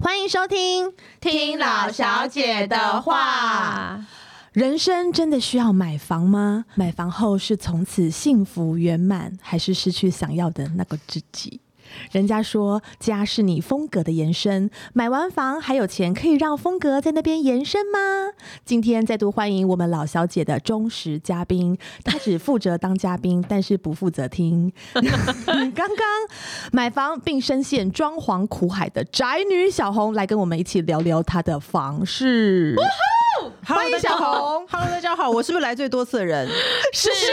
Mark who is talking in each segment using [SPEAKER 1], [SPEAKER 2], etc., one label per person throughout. [SPEAKER 1] 欢迎收听《
[SPEAKER 2] 听老小姐的话》。
[SPEAKER 1] 人生真的需要买房吗？买房后是从此幸福圆满，还是失去想要的那个自己？人家说家是你风格的延伸，买完房还有钱可以让风格在那边延伸吗？今天再度欢迎我们老小姐的忠实嘉宾，她只负责当嘉宾，但是不负责听。 刚刚买房并深陷装潢苦海的宅女小红来跟我们一起聊聊她的房事。欢迎小红，
[SPEAKER 3] Hello，大家好，我是不是来最多次的人？
[SPEAKER 1] 是
[SPEAKER 2] 是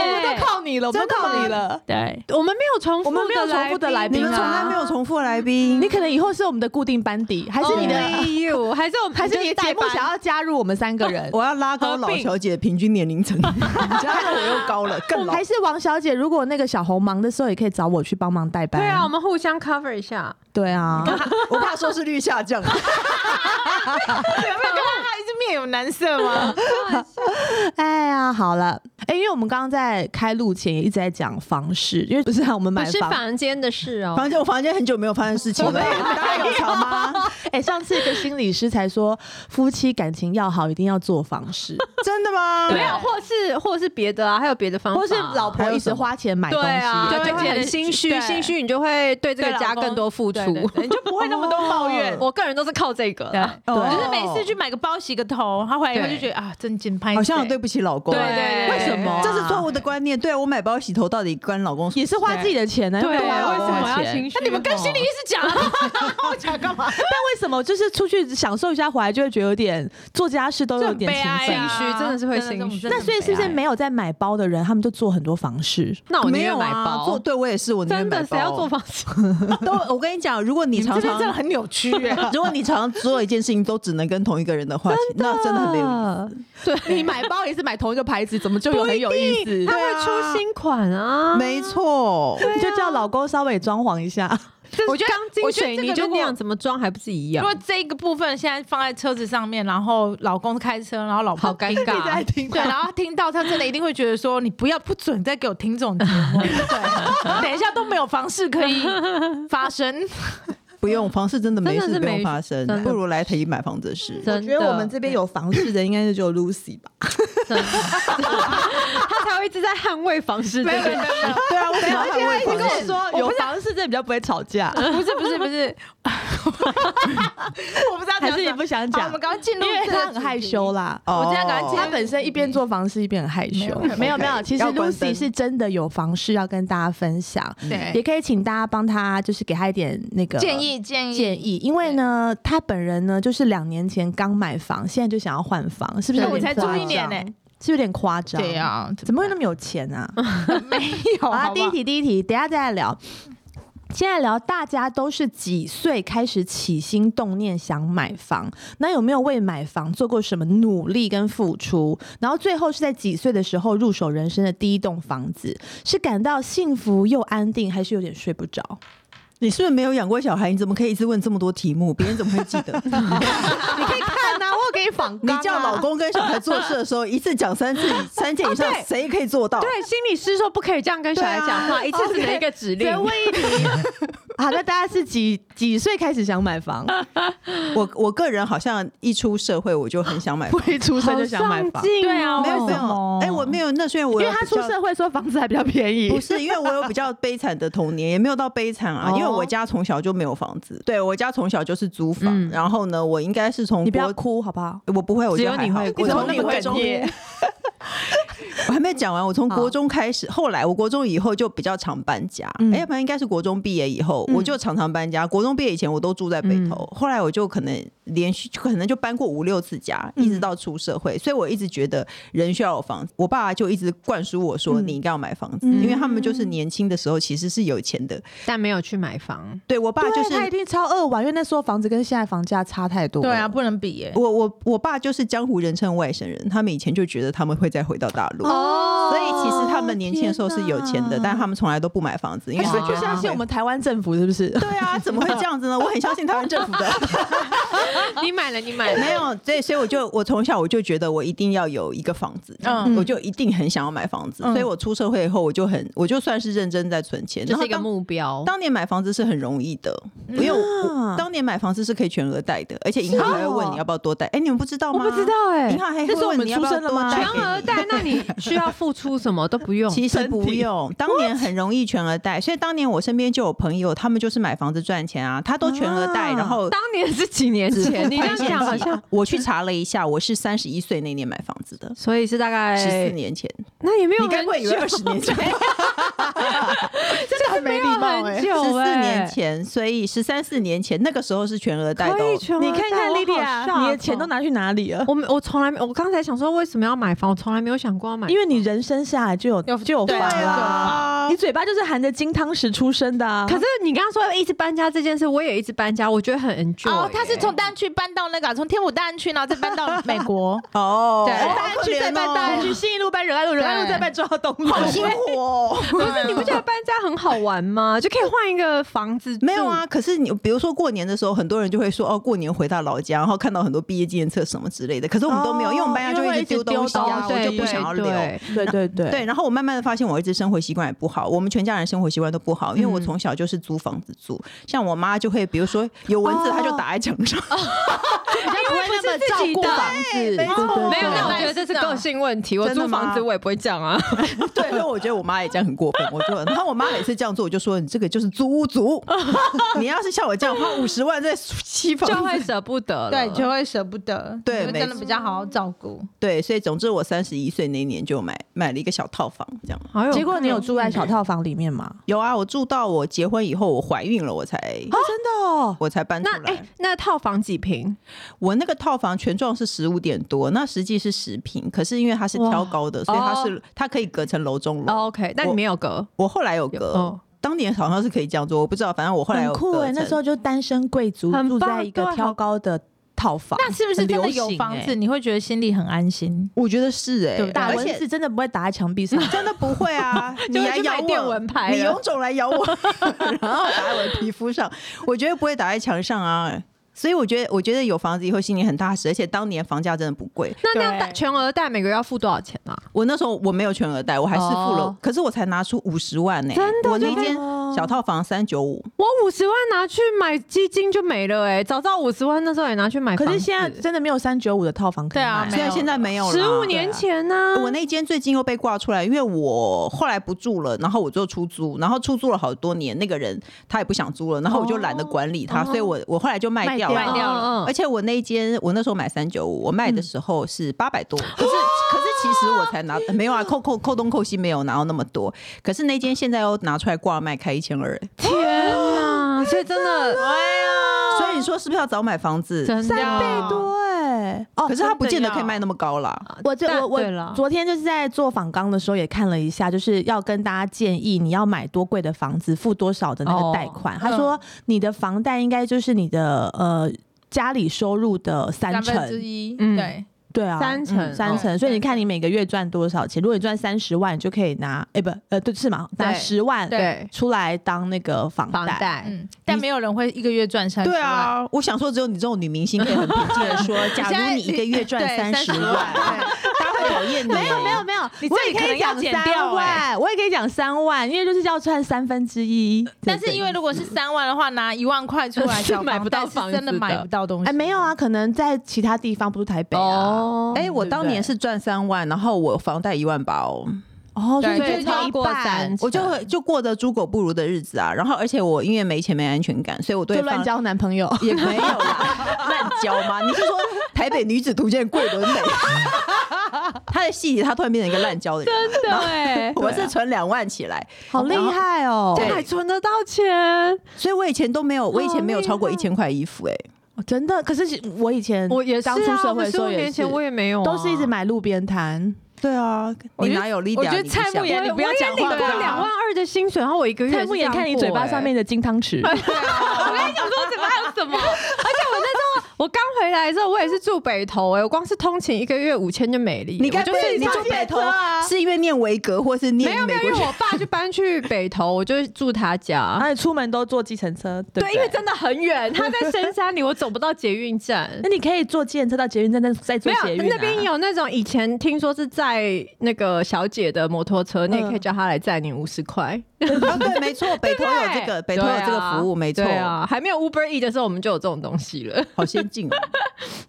[SPEAKER 1] 我们都靠你了，我们都
[SPEAKER 3] 真的
[SPEAKER 1] 靠
[SPEAKER 3] 吗
[SPEAKER 1] 你了。
[SPEAKER 2] 对，我们没有重
[SPEAKER 1] 我们没有重复的来宾
[SPEAKER 3] 你们
[SPEAKER 1] 啊
[SPEAKER 3] 从来没有重复的来宾，
[SPEAKER 1] 你可能以后是我们的固定班底，还是你的，
[SPEAKER 2] EU，还是我们
[SPEAKER 1] 还哦是你的哦
[SPEAKER 2] 就是代
[SPEAKER 1] 节目
[SPEAKER 2] 班
[SPEAKER 1] 想要加入我们三个人？
[SPEAKER 3] 我要拉高老小姐的平均年龄层， 加上我又高了， 更老
[SPEAKER 1] 还。是王小姐，如果那个小红忙的时候，也可以找我去帮忙代班。
[SPEAKER 2] 对啊，我，们互相 cover 一下。
[SPEAKER 1] 对啊，
[SPEAKER 3] 我怕收视率下降。啊
[SPEAKER 2] 还是面有难色吗？
[SPEAKER 1] 哎呀，好了，哎，因为我们刚刚在开录前也一直在讲房事，因为不是啊，我们
[SPEAKER 2] 不
[SPEAKER 1] 买
[SPEAKER 2] 是
[SPEAKER 1] 房，
[SPEAKER 2] 房间的事哦。
[SPEAKER 3] 房间，我房间很久没有发生事情了，大家有床 吗？
[SPEAKER 1] 哎，上次一个心理师才说，夫妻感情要好，一定要做房事，
[SPEAKER 3] 真的吗？
[SPEAKER 2] 没有，或是或是别的啊，还有别的方法，
[SPEAKER 1] 或是老婆一直花钱买
[SPEAKER 2] 对
[SPEAKER 1] 东西，
[SPEAKER 2] 啊，
[SPEAKER 1] 就
[SPEAKER 2] 就
[SPEAKER 1] 会
[SPEAKER 2] 会
[SPEAKER 1] 很
[SPEAKER 2] 很心虚，
[SPEAKER 4] 对
[SPEAKER 2] 心虚你就会对这个家更多付出。
[SPEAKER 4] 你就不会那么多抱怨。
[SPEAKER 2] 我个人都是靠这个
[SPEAKER 4] 对
[SPEAKER 2] 啦，，
[SPEAKER 3] 哦
[SPEAKER 4] 就是每次去买个包洗个头，他回来以后
[SPEAKER 2] 对
[SPEAKER 4] 就觉得啊，真金拍死
[SPEAKER 3] 好像有对不起老公。
[SPEAKER 4] 对对对，
[SPEAKER 1] 为什么啊
[SPEAKER 3] 这是错误的观念。对啊，我买包洗头到底关老 公什么？
[SPEAKER 1] 也是花自己的钱呢、啊，
[SPEAKER 4] 对，为
[SPEAKER 1] 又不花老
[SPEAKER 4] 什
[SPEAKER 1] 公的
[SPEAKER 4] 么要
[SPEAKER 1] 钱
[SPEAKER 4] 心虚？
[SPEAKER 2] 那你们跟心理医师讲啊，
[SPEAKER 1] 但为什么就是出去享受一下，回来就会觉得有点做家事都有点
[SPEAKER 4] 悲
[SPEAKER 1] 兴
[SPEAKER 4] 哀
[SPEAKER 1] 奋？
[SPEAKER 2] 心
[SPEAKER 4] 啊
[SPEAKER 2] 虚真的是会
[SPEAKER 4] 真的
[SPEAKER 2] 心虚
[SPEAKER 4] 真的
[SPEAKER 1] 那所以是不是
[SPEAKER 4] 很悲
[SPEAKER 1] 没有在买包的人，他们就做很多房事？
[SPEAKER 2] 那我宁
[SPEAKER 3] 没
[SPEAKER 2] 愿
[SPEAKER 3] 有
[SPEAKER 2] 买
[SPEAKER 3] 啊？做
[SPEAKER 2] 包。
[SPEAKER 3] 对我也是，我宁愿
[SPEAKER 2] 真的，
[SPEAKER 3] 买
[SPEAKER 2] 谁要
[SPEAKER 3] 包
[SPEAKER 2] 做？房间？
[SPEAKER 3] 都，我跟你讲，如果你
[SPEAKER 4] 你们
[SPEAKER 3] 常
[SPEAKER 4] 这边
[SPEAKER 3] 常
[SPEAKER 4] 真的很扭曲啊耶。
[SPEAKER 3] 如果你常常所有一件事情都只能跟同一个人的话，那真的很没有意思。
[SPEAKER 1] 呃对， 你买包也是买同一个牌子，怎么就有很有意思？
[SPEAKER 2] 他会出新款啊！
[SPEAKER 3] 没错，
[SPEAKER 1] 你就叫老公稍微装潢一下，
[SPEAKER 2] 这
[SPEAKER 4] 我觉得
[SPEAKER 2] 钢筋
[SPEAKER 4] 我觉得
[SPEAKER 2] 水
[SPEAKER 4] 这个
[SPEAKER 2] 泥就
[SPEAKER 4] 如
[SPEAKER 2] 那
[SPEAKER 4] 果
[SPEAKER 2] 样，怎么装还不是一
[SPEAKER 4] 如
[SPEAKER 2] 样？
[SPEAKER 4] 果这个部分现在放在车子上面，然后老公开车，然后老婆
[SPEAKER 2] 好尴
[SPEAKER 4] 听
[SPEAKER 2] 尬
[SPEAKER 4] 在听对，然后听到他真的一定会觉得说，你不要不准再给我听 这种节目，对，等一下都没有方式可以发生。
[SPEAKER 3] 不用房事真的没
[SPEAKER 2] 真的
[SPEAKER 3] 事
[SPEAKER 2] 是
[SPEAKER 3] 不用
[SPEAKER 2] 没
[SPEAKER 3] 发生
[SPEAKER 2] 真，的
[SPEAKER 3] 不如来台一买房子的事。
[SPEAKER 2] 真的，
[SPEAKER 1] 有房事的应该就只有 Lucy 吧？
[SPEAKER 2] 真的 他才会一直在捍卫房事这个。
[SPEAKER 3] 对啊，我怎么
[SPEAKER 1] 而且
[SPEAKER 3] 还
[SPEAKER 1] 他一
[SPEAKER 3] 会
[SPEAKER 1] 直
[SPEAKER 3] 房
[SPEAKER 1] 跟我
[SPEAKER 3] 事？
[SPEAKER 1] 说有房事，这比较不会吵 架。
[SPEAKER 4] 不是不是不是， 我不知道
[SPEAKER 1] 还是你不想
[SPEAKER 4] 好
[SPEAKER 1] 讲
[SPEAKER 4] 我们？刚刚进入
[SPEAKER 1] 因为
[SPEAKER 4] 这个
[SPEAKER 1] 他很害
[SPEAKER 4] 主题
[SPEAKER 1] 羞啦。
[SPEAKER 3] 哦
[SPEAKER 4] 我今天赶快进
[SPEAKER 1] 他本身一边做房事一边很害羞，没
[SPEAKER 3] 没
[SPEAKER 1] 有
[SPEAKER 3] 有
[SPEAKER 1] 没有，其实
[SPEAKER 3] 要关灯
[SPEAKER 1] Lucy 是真的有房事要跟大家分享，也
[SPEAKER 4] 对
[SPEAKER 1] 可以请大家帮他，就是给他一点那个
[SPEAKER 4] 建议建议
[SPEAKER 1] 建议，因为呢，他本人呢就是两年前刚买房，现在就想要换房，是不是
[SPEAKER 4] 对
[SPEAKER 1] 有
[SPEAKER 4] 我
[SPEAKER 1] 点
[SPEAKER 4] 才
[SPEAKER 1] 夸张？
[SPEAKER 4] 住一年呢
[SPEAKER 1] 是不是有点夸张？
[SPEAKER 4] 对，啊，
[SPEAKER 1] 怎么会那么有钱 啊？
[SPEAKER 4] 没有
[SPEAKER 1] 好啊，
[SPEAKER 4] 啊？
[SPEAKER 1] 第一题，第一题，等一下再来聊。现在聊大家都是几岁开始起心动念想买房？那有没有为买房做过什么努力跟付出？然后最后是在几岁的时候入手人生的第一栋房子？是感到幸福又安定，还是有点睡不着？
[SPEAKER 3] 你是不是没有养过小孩？你怎么可以一直问这么多题目？别人怎么会记得？
[SPEAKER 1] 你可以看呐、我有给你仿
[SPEAKER 3] 你啊叫
[SPEAKER 5] 啊
[SPEAKER 3] 老公跟小孩做事的时候，一次讲三次三件以上
[SPEAKER 2] 哦对，
[SPEAKER 3] 谁可以做到？
[SPEAKER 2] 对，心理师说不可以这样跟小孩讲话，一次只能一个指令。
[SPEAKER 1] 再问一题。好，啊那大家是几几岁开始想买房？
[SPEAKER 3] 我我个人好像一出社会我就很想买
[SPEAKER 1] 不
[SPEAKER 3] 房，
[SPEAKER 1] 一出生
[SPEAKER 2] 好
[SPEAKER 1] 就想买
[SPEAKER 2] 上
[SPEAKER 1] 房，
[SPEAKER 2] 进哦，
[SPEAKER 4] 对啊
[SPEAKER 3] 没有没
[SPEAKER 1] 为什么
[SPEAKER 3] 有，哎，我没有。那虽然我
[SPEAKER 1] 因
[SPEAKER 3] 有
[SPEAKER 1] 为他
[SPEAKER 3] 比
[SPEAKER 1] 出
[SPEAKER 3] 较
[SPEAKER 1] 社会说房子还比较便宜。
[SPEAKER 3] 不是，因为我有比较悲惨的童年，也没有到悲惨啊，因为
[SPEAKER 1] 哦
[SPEAKER 3] 我家从小就没有房子，对我家从小就是租房，
[SPEAKER 2] 嗯
[SPEAKER 3] 然后呢，我应该是从
[SPEAKER 1] 你不要
[SPEAKER 3] 国。
[SPEAKER 1] 哭好不好？
[SPEAKER 3] 我不会，我
[SPEAKER 2] 只
[SPEAKER 3] 觉
[SPEAKER 2] 有
[SPEAKER 3] 得还
[SPEAKER 2] 你
[SPEAKER 3] 好
[SPEAKER 2] 会
[SPEAKER 3] 我
[SPEAKER 2] 怎
[SPEAKER 1] 怎
[SPEAKER 2] 么
[SPEAKER 1] 么
[SPEAKER 3] 从
[SPEAKER 2] 那
[SPEAKER 1] 那
[SPEAKER 2] 么
[SPEAKER 1] 么
[SPEAKER 2] 哽
[SPEAKER 1] 哽
[SPEAKER 2] 咽
[SPEAKER 1] 咽？
[SPEAKER 3] 我还没讲完，我从
[SPEAKER 1] 好
[SPEAKER 3] 国中开始，后来我国中以后就比较常搬家，
[SPEAKER 1] 嗯
[SPEAKER 3] 哎，要不然应该是国中毕业以后，我就常常搬家。国中毕业以前我都住在
[SPEAKER 1] 嗯
[SPEAKER 3] 北投，后来我就可能连续可能就搬过五六次家，一
[SPEAKER 1] 嗯
[SPEAKER 3] 直到出社会，所以我一直觉得人需要有房子。我爸就一直灌输我说
[SPEAKER 1] 嗯
[SPEAKER 3] 你应该要买房子，
[SPEAKER 1] 嗯
[SPEAKER 3] 因为他们就是年轻的时候其实是有钱的。
[SPEAKER 2] 但没有去买房，
[SPEAKER 3] 对我爸
[SPEAKER 1] 对，
[SPEAKER 3] 就是
[SPEAKER 1] 他一定超二晚，因为那时候房子跟现在房价差太多。
[SPEAKER 4] 对啊，，不能比耶。
[SPEAKER 3] 我我我爸就是江湖人称外省人，他们以前就觉得他们会再回到大陆，
[SPEAKER 1] 哦
[SPEAKER 3] 所以其实他们年轻的时候是有钱的，
[SPEAKER 1] 天哪
[SPEAKER 3] 但他们从来都不买房子，
[SPEAKER 1] 你
[SPEAKER 3] 因为
[SPEAKER 1] 是
[SPEAKER 3] 他
[SPEAKER 1] 不
[SPEAKER 3] 们
[SPEAKER 1] 是
[SPEAKER 3] 觉
[SPEAKER 1] 不
[SPEAKER 3] 得
[SPEAKER 1] 相信我们台湾政府是不是？
[SPEAKER 3] 对啊，怎么会这样子呢？我很相信台湾政府的。
[SPEAKER 5] 你买了，你买了，
[SPEAKER 3] 没有，对，所以我就我从小我就觉得我一定要有一个房子，
[SPEAKER 4] 嗯
[SPEAKER 3] 我就一定很想要买房子，
[SPEAKER 4] 嗯
[SPEAKER 3] 所以我出社会以后我就很我就算是认真在存钱，
[SPEAKER 5] 这
[SPEAKER 3] 然
[SPEAKER 5] 是
[SPEAKER 3] 后
[SPEAKER 5] 一个
[SPEAKER 3] 当
[SPEAKER 5] 目标。
[SPEAKER 3] 当年买房子是很容易的，
[SPEAKER 4] 嗯
[SPEAKER 3] 因为我
[SPEAKER 1] 啊
[SPEAKER 3] 我当年买房子是可以全额贷的，而且银行还会问你要不要多贷。哎，你们不知道吗？
[SPEAKER 4] 我不知道哎
[SPEAKER 3] 银行还会
[SPEAKER 4] 那时候我
[SPEAKER 3] 问
[SPEAKER 4] 们
[SPEAKER 3] 你要不要
[SPEAKER 4] 出生了
[SPEAKER 3] 多
[SPEAKER 4] 吗
[SPEAKER 3] 贷
[SPEAKER 5] 全
[SPEAKER 3] 给你。
[SPEAKER 5] 额贷，那你需要付出什么都不用。
[SPEAKER 3] 其实不用，当年很容易全额贷，所以当年我身边就有朋友，他们就是买房子赚钱啊，他都全额贷，
[SPEAKER 1] 啊
[SPEAKER 3] 然后
[SPEAKER 5] 当年是几年前？你这样
[SPEAKER 3] 还现
[SPEAKER 5] 讲好
[SPEAKER 3] 金
[SPEAKER 5] 像，
[SPEAKER 3] 我去查了一下，我是三十一岁那年买房子的，
[SPEAKER 5] 所以是大
[SPEAKER 1] 哎
[SPEAKER 5] 概
[SPEAKER 3] 十四，年前。
[SPEAKER 5] 那也没有
[SPEAKER 3] 你该不会以为
[SPEAKER 5] 很久
[SPEAKER 3] 二十年 前？
[SPEAKER 1] 真的很没礼貌哎、
[SPEAKER 5] 很
[SPEAKER 1] 欸。
[SPEAKER 5] 久
[SPEAKER 3] 十四
[SPEAKER 5] 欸
[SPEAKER 3] 年
[SPEAKER 1] 哎
[SPEAKER 3] 前，所以十三四年前那个时候是全额贷的
[SPEAKER 5] 可以
[SPEAKER 3] 哦。
[SPEAKER 5] 全额
[SPEAKER 1] 你
[SPEAKER 5] 贷。
[SPEAKER 1] 看看莉莉啊
[SPEAKER 5] 我好
[SPEAKER 1] 亚，你的钱
[SPEAKER 5] shock
[SPEAKER 1] 啊都
[SPEAKER 5] 哦。
[SPEAKER 1] 拿去哪里了？
[SPEAKER 5] 我没我从来没，我刚才想说为什么要买房，我从来没有想过要买，
[SPEAKER 1] 因为你人生下来就有
[SPEAKER 4] 有
[SPEAKER 1] 就有
[SPEAKER 4] 对
[SPEAKER 1] 房
[SPEAKER 4] 啊
[SPEAKER 1] 啦，你嘴巴就是含着金汤匙出生的、啊。
[SPEAKER 5] 可是你刚刚说一直搬家这件事，我也一直搬家，我觉得很 enjoy 欸耶、
[SPEAKER 4] 哦，他是从大安区搬到那个啊，从天母大安区，然后再搬到美国，
[SPEAKER 3] 哦，
[SPEAKER 4] 对
[SPEAKER 3] 好可
[SPEAKER 4] 大
[SPEAKER 1] 搬去
[SPEAKER 3] 怜
[SPEAKER 1] 再搬
[SPEAKER 3] 哦
[SPEAKER 1] 大安区，新一路搬仁爱路，仁爱路再 搬中华东路，
[SPEAKER 3] 好辛 苦哦。
[SPEAKER 5] 不是你不觉得搬家很好玩吗？就可以换一个房子，
[SPEAKER 3] 没有，啊，可是你比如说过年的时候，很多人就会说哦，过年回到老家，然后看到很多毕业纪念册什么之类的。可是我们都没有，
[SPEAKER 1] 哦
[SPEAKER 3] 因为我们搬家就
[SPEAKER 1] 因为
[SPEAKER 3] 一
[SPEAKER 1] 会一直
[SPEAKER 3] 丢东西
[SPEAKER 1] 丢
[SPEAKER 3] 啊，
[SPEAKER 1] 东西
[SPEAKER 3] 我
[SPEAKER 5] 对
[SPEAKER 3] 就不想要留。
[SPEAKER 5] 对
[SPEAKER 1] 对对对
[SPEAKER 3] 对，然后我慢慢的发现，我儿子生活习惯也不好，我们全家人生活习惯都不好，
[SPEAKER 5] 嗯
[SPEAKER 3] 因为我从小就是租房子住，像我妈就会，比如说有蚊子，她就打 在墙上，
[SPEAKER 4] 比较不会那么照
[SPEAKER 5] 自己
[SPEAKER 4] 顾
[SPEAKER 5] 的
[SPEAKER 4] 房
[SPEAKER 1] 对
[SPEAKER 4] 子。
[SPEAKER 1] 没错
[SPEAKER 5] 没
[SPEAKER 1] 对
[SPEAKER 5] 有，那我觉得这是个性问题。我
[SPEAKER 3] 真的
[SPEAKER 5] 租房子
[SPEAKER 3] 吗
[SPEAKER 5] 我也不会这样啊，
[SPEAKER 3] 对，所以我觉得我妈也这样很过分，我就，然后我妈每次这样做，我就说你这个就是租 屋族，你要是像我这样花五十万在期房
[SPEAKER 5] 就会舍不得了。
[SPEAKER 4] 对，就会舍不得，
[SPEAKER 3] 对
[SPEAKER 4] 就会真的
[SPEAKER 3] 没
[SPEAKER 4] 比较好好照顾。
[SPEAKER 3] 对，所以总之我三十一岁那一年就买买了一个小套房，这样。
[SPEAKER 5] 好有欸
[SPEAKER 1] 结果你有住在小套房里面吗？
[SPEAKER 3] 有啊，我住到我结婚以后，我怀孕了，我才、
[SPEAKER 1] 哦，真的哦，
[SPEAKER 3] 我才搬出
[SPEAKER 5] 那
[SPEAKER 3] 来。
[SPEAKER 5] 哎、那套房几平？
[SPEAKER 3] 我那个套房全幢是十五点多，那实际是十平，可是因为它是挑高的，所以它是、它可以隔成楼中
[SPEAKER 5] 哦
[SPEAKER 3] 楼。
[SPEAKER 5] OK，那
[SPEAKER 3] 我
[SPEAKER 5] 里面有隔
[SPEAKER 3] 我后来有隔，
[SPEAKER 5] 哦欸
[SPEAKER 3] 当年好像是可以这样做，我不知道，反正我后来有
[SPEAKER 1] 很酷
[SPEAKER 3] 隔
[SPEAKER 1] 哎、
[SPEAKER 3] 成。
[SPEAKER 1] 那时候就单身贵族
[SPEAKER 5] 很
[SPEAKER 1] 住
[SPEAKER 5] 棒
[SPEAKER 1] 在一个
[SPEAKER 5] 对
[SPEAKER 1] 挑高的套房，
[SPEAKER 4] 那是不是真的
[SPEAKER 1] 很流
[SPEAKER 4] 有
[SPEAKER 1] 行
[SPEAKER 4] 房
[SPEAKER 1] 欸
[SPEAKER 4] 子，你会觉得心里很安心？
[SPEAKER 3] 我觉得是哎、
[SPEAKER 4] 对不对
[SPEAKER 1] 打
[SPEAKER 3] 而
[SPEAKER 1] 蚊
[SPEAKER 3] 且
[SPEAKER 1] 子真的不会打在墙壁 上，
[SPEAKER 3] 真的不会啊！ 你来
[SPEAKER 5] 就会去
[SPEAKER 3] 咬
[SPEAKER 5] 买电蚊
[SPEAKER 3] 我，
[SPEAKER 5] 拍啊
[SPEAKER 3] 你
[SPEAKER 5] 了
[SPEAKER 3] 有种来咬我， 然后打在我的皮肤上，我觉得不会打在墙上啊。所以我觉得，我觉得有房子以后心里很踏实，而且当年房价真的不贵。
[SPEAKER 5] 那那样
[SPEAKER 4] 对
[SPEAKER 5] 贷全额贷每个月要付多少钱啊？
[SPEAKER 3] 我那时候我没有全额贷，我还是付了，
[SPEAKER 5] 哦
[SPEAKER 3] 可是我才拿出五十万呢、
[SPEAKER 5] 真的
[SPEAKER 3] 我那
[SPEAKER 5] 真的
[SPEAKER 3] 间小套房三九五，
[SPEAKER 5] 我五十万拿去买基金就没了哎、早知道五十万那时候也拿去买
[SPEAKER 1] 可
[SPEAKER 5] 房子。
[SPEAKER 1] 是现在真的没有三九五的套房可以
[SPEAKER 4] 对啊
[SPEAKER 1] 买
[SPEAKER 3] 虽
[SPEAKER 4] 没
[SPEAKER 3] 然
[SPEAKER 4] 有
[SPEAKER 3] 现在没有了。啊
[SPEAKER 5] 十五年前啊呢、
[SPEAKER 3] 我那间最近又被挂出来，因为我后来不住了，然后我就出租，然后出租了好多年，那个人他也不想租了，然后我就懒得管理他，
[SPEAKER 5] 哦
[SPEAKER 3] 所以我我后来就卖掉了。哎
[SPEAKER 4] 卖掉
[SPEAKER 5] 了嗯
[SPEAKER 3] 而且我那一间，我那时候买三九五，我卖的时候是八 百多，可是可是其实我才拿没有啊，扣扣扣东扣西没有拿到那么多，可是那间现在又拿出来挂卖开一千二，欸
[SPEAKER 5] 天呐，所以真的
[SPEAKER 3] 所以你说是不是要早买房子？
[SPEAKER 5] 啊真的
[SPEAKER 1] 三倍多哎、哦
[SPEAKER 3] 可是它不见得可以卖
[SPEAKER 1] 到。
[SPEAKER 3] 那么高啦。
[SPEAKER 1] 我这
[SPEAKER 5] 但
[SPEAKER 1] 我我
[SPEAKER 5] 对了
[SPEAKER 1] 昨天就是在做访纲的时候也看了一下，就是要跟大家建议你要买多贵的房子，付多少的那个贷款。他说你的房贷应该就是你的呃家里收入的三成，
[SPEAKER 4] 分之一，
[SPEAKER 5] 嗯
[SPEAKER 4] 对，
[SPEAKER 1] 对啊，
[SPEAKER 5] 三哦成、
[SPEAKER 3] 嗯
[SPEAKER 1] 三成。
[SPEAKER 4] 对
[SPEAKER 1] 所以你看你每个月赚多少钱？如果你赚三十万，你就可以拿哎、不呃对是吗？拿
[SPEAKER 5] 对
[SPEAKER 1] 十万
[SPEAKER 4] 对
[SPEAKER 5] 对
[SPEAKER 1] 出来当那个房
[SPEAKER 5] 哦房
[SPEAKER 1] 贷。
[SPEAKER 5] 贷。
[SPEAKER 4] 嗯，但没有人会一个月赚三十
[SPEAKER 3] 对
[SPEAKER 4] 万。
[SPEAKER 3] 啊，我想说，只有你这种女明星可以很平静的 说，假如你一个月赚
[SPEAKER 4] 对
[SPEAKER 3] 三十
[SPEAKER 4] 30
[SPEAKER 3] 万，大家会讨厌你。
[SPEAKER 1] 没有没有没有，
[SPEAKER 4] 你
[SPEAKER 1] 我
[SPEAKER 4] 这
[SPEAKER 1] 也
[SPEAKER 4] 里
[SPEAKER 1] 可
[SPEAKER 4] 可
[SPEAKER 1] 以
[SPEAKER 4] 能要
[SPEAKER 1] 讲
[SPEAKER 4] 剪
[SPEAKER 1] 三
[SPEAKER 4] 掉哎
[SPEAKER 1] 万，我也可以讲三万，因为就是要赚三分之一。
[SPEAKER 4] 但是因为如果是三万的话，拿一万块出来
[SPEAKER 5] 是
[SPEAKER 4] 小
[SPEAKER 5] 买不到
[SPEAKER 4] 但是
[SPEAKER 5] 房
[SPEAKER 4] 真的
[SPEAKER 5] 子的
[SPEAKER 4] 买不到东西。
[SPEAKER 1] 哎，没有啊，可能在其他地方，不是台北啊。
[SPEAKER 5] 哦，
[SPEAKER 3] 哎，我当年是赚三万，然后我房贷一万八哦，
[SPEAKER 1] 哦，所以
[SPEAKER 4] 对
[SPEAKER 1] 就是
[SPEAKER 4] 就
[SPEAKER 1] 一
[SPEAKER 5] 超过
[SPEAKER 1] 半
[SPEAKER 5] 三，
[SPEAKER 3] 我就会就过着猪狗不如的日子啊。然后，而且我因为没钱没安全感，所以我对
[SPEAKER 1] 就
[SPEAKER 3] 房
[SPEAKER 1] 乱交男朋友。
[SPEAKER 3] 也没有啦，滥交吗？你是说台北女子图鉴桂纶镁？她的戏里，她突然变成一个滥交的人，真的
[SPEAKER 5] 对
[SPEAKER 3] 我是存两万起来，
[SPEAKER 1] 好厉
[SPEAKER 3] 然后
[SPEAKER 1] 害哦！
[SPEAKER 5] 这
[SPEAKER 3] 对
[SPEAKER 5] 还存得到钱？
[SPEAKER 3] 所以我以前都没有，我以前没有超过
[SPEAKER 5] 好厉
[SPEAKER 3] 一
[SPEAKER 5] 害
[SPEAKER 3] 千块衣服、欸，
[SPEAKER 1] 哦真的，可是其我以前
[SPEAKER 5] 我也是啊
[SPEAKER 1] 刚出社会的时
[SPEAKER 5] 十
[SPEAKER 1] 候
[SPEAKER 5] 五
[SPEAKER 1] 也
[SPEAKER 5] 年
[SPEAKER 1] 是
[SPEAKER 5] 前，我也没有啊，
[SPEAKER 1] 都是一直买路边摊。
[SPEAKER 3] 对啊，
[SPEAKER 4] 我
[SPEAKER 3] 你
[SPEAKER 4] 觉得
[SPEAKER 3] 哪有力
[SPEAKER 4] 我
[SPEAKER 3] 量？
[SPEAKER 4] 觉得
[SPEAKER 3] 你不
[SPEAKER 1] 啊
[SPEAKER 4] 蔡
[SPEAKER 3] 像
[SPEAKER 4] 慕言，你不要
[SPEAKER 5] 我也
[SPEAKER 4] 讲
[SPEAKER 5] 领
[SPEAKER 4] 话
[SPEAKER 5] 过
[SPEAKER 4] 了。
[SPEAKER 5] 两万二的薪水，然后我一个月
[SPEAKER 1] 看不
[SPEAKER 2] 哎
[SPEAKER 1] 眼看你嘴巴上面
[SPEAKER 5] 的。
[SPEAKER 1] 的金汤匙，啊
[SPEAKER 5] 我跟你讲，说我嘴巴有什么？而且我那时候，
[SPEAKER 2] 我刚回来之后，我也是住北投哎、我光是通勤一个月五千就没了耶。
[SPEAKER 3] 你
[SPEAKER 2] 我
[SPEAKER 3] 该
[SPEAKER 2] 就
[SPEAKER 3] 不
[SPEAKER 2] 是
[SPEAKER 3] 会你住北投
[SPEAKER 2] 啊？
[SPEAKER 3] 是因为念维格或是念
[SPEAKER 2] 没有没
[SPEAKER 3] 美
[SPEAKER 2] 有，因
[SPEAKER 3] 国
[SPEAKER 2] 为
[SPEAKER 3] 学
[SPEAKER 2] 我爸就搬去北投，我就住他
[SPEAKER 6] 然
[SPEAKER 1] 啊
[SPEAKER 2] 家。
[SPEAKER 6] 后你出门都坐计程车，对不
[SPEAKER 2] 对，因为
[SPEAKER 6] 对
[SPEAKER 2] 真的很远，他在深山里，我走不到捷运站
[SPEAKER 6] 那。你可以坐计程车到捷运站，再再坐
[SPEAKER 2] 没
[SPEAKER 6] 捷
[SPEAKER 2] 有，
[SPEAKER 6] 运啊。
[SPEAKER 2] 那边有那种以前听说是载那个小姐的摩托车，你也可以叫她来载你五十块。
[SPEAKER 3] 啊对，没错，北投有这个，北投有这个服务，没错
[SPEAKER 2] 啊对，啊，还没有 Uber E 的时候，我们就有这种东西 了。
[SPEAKER 3] 好先进哦。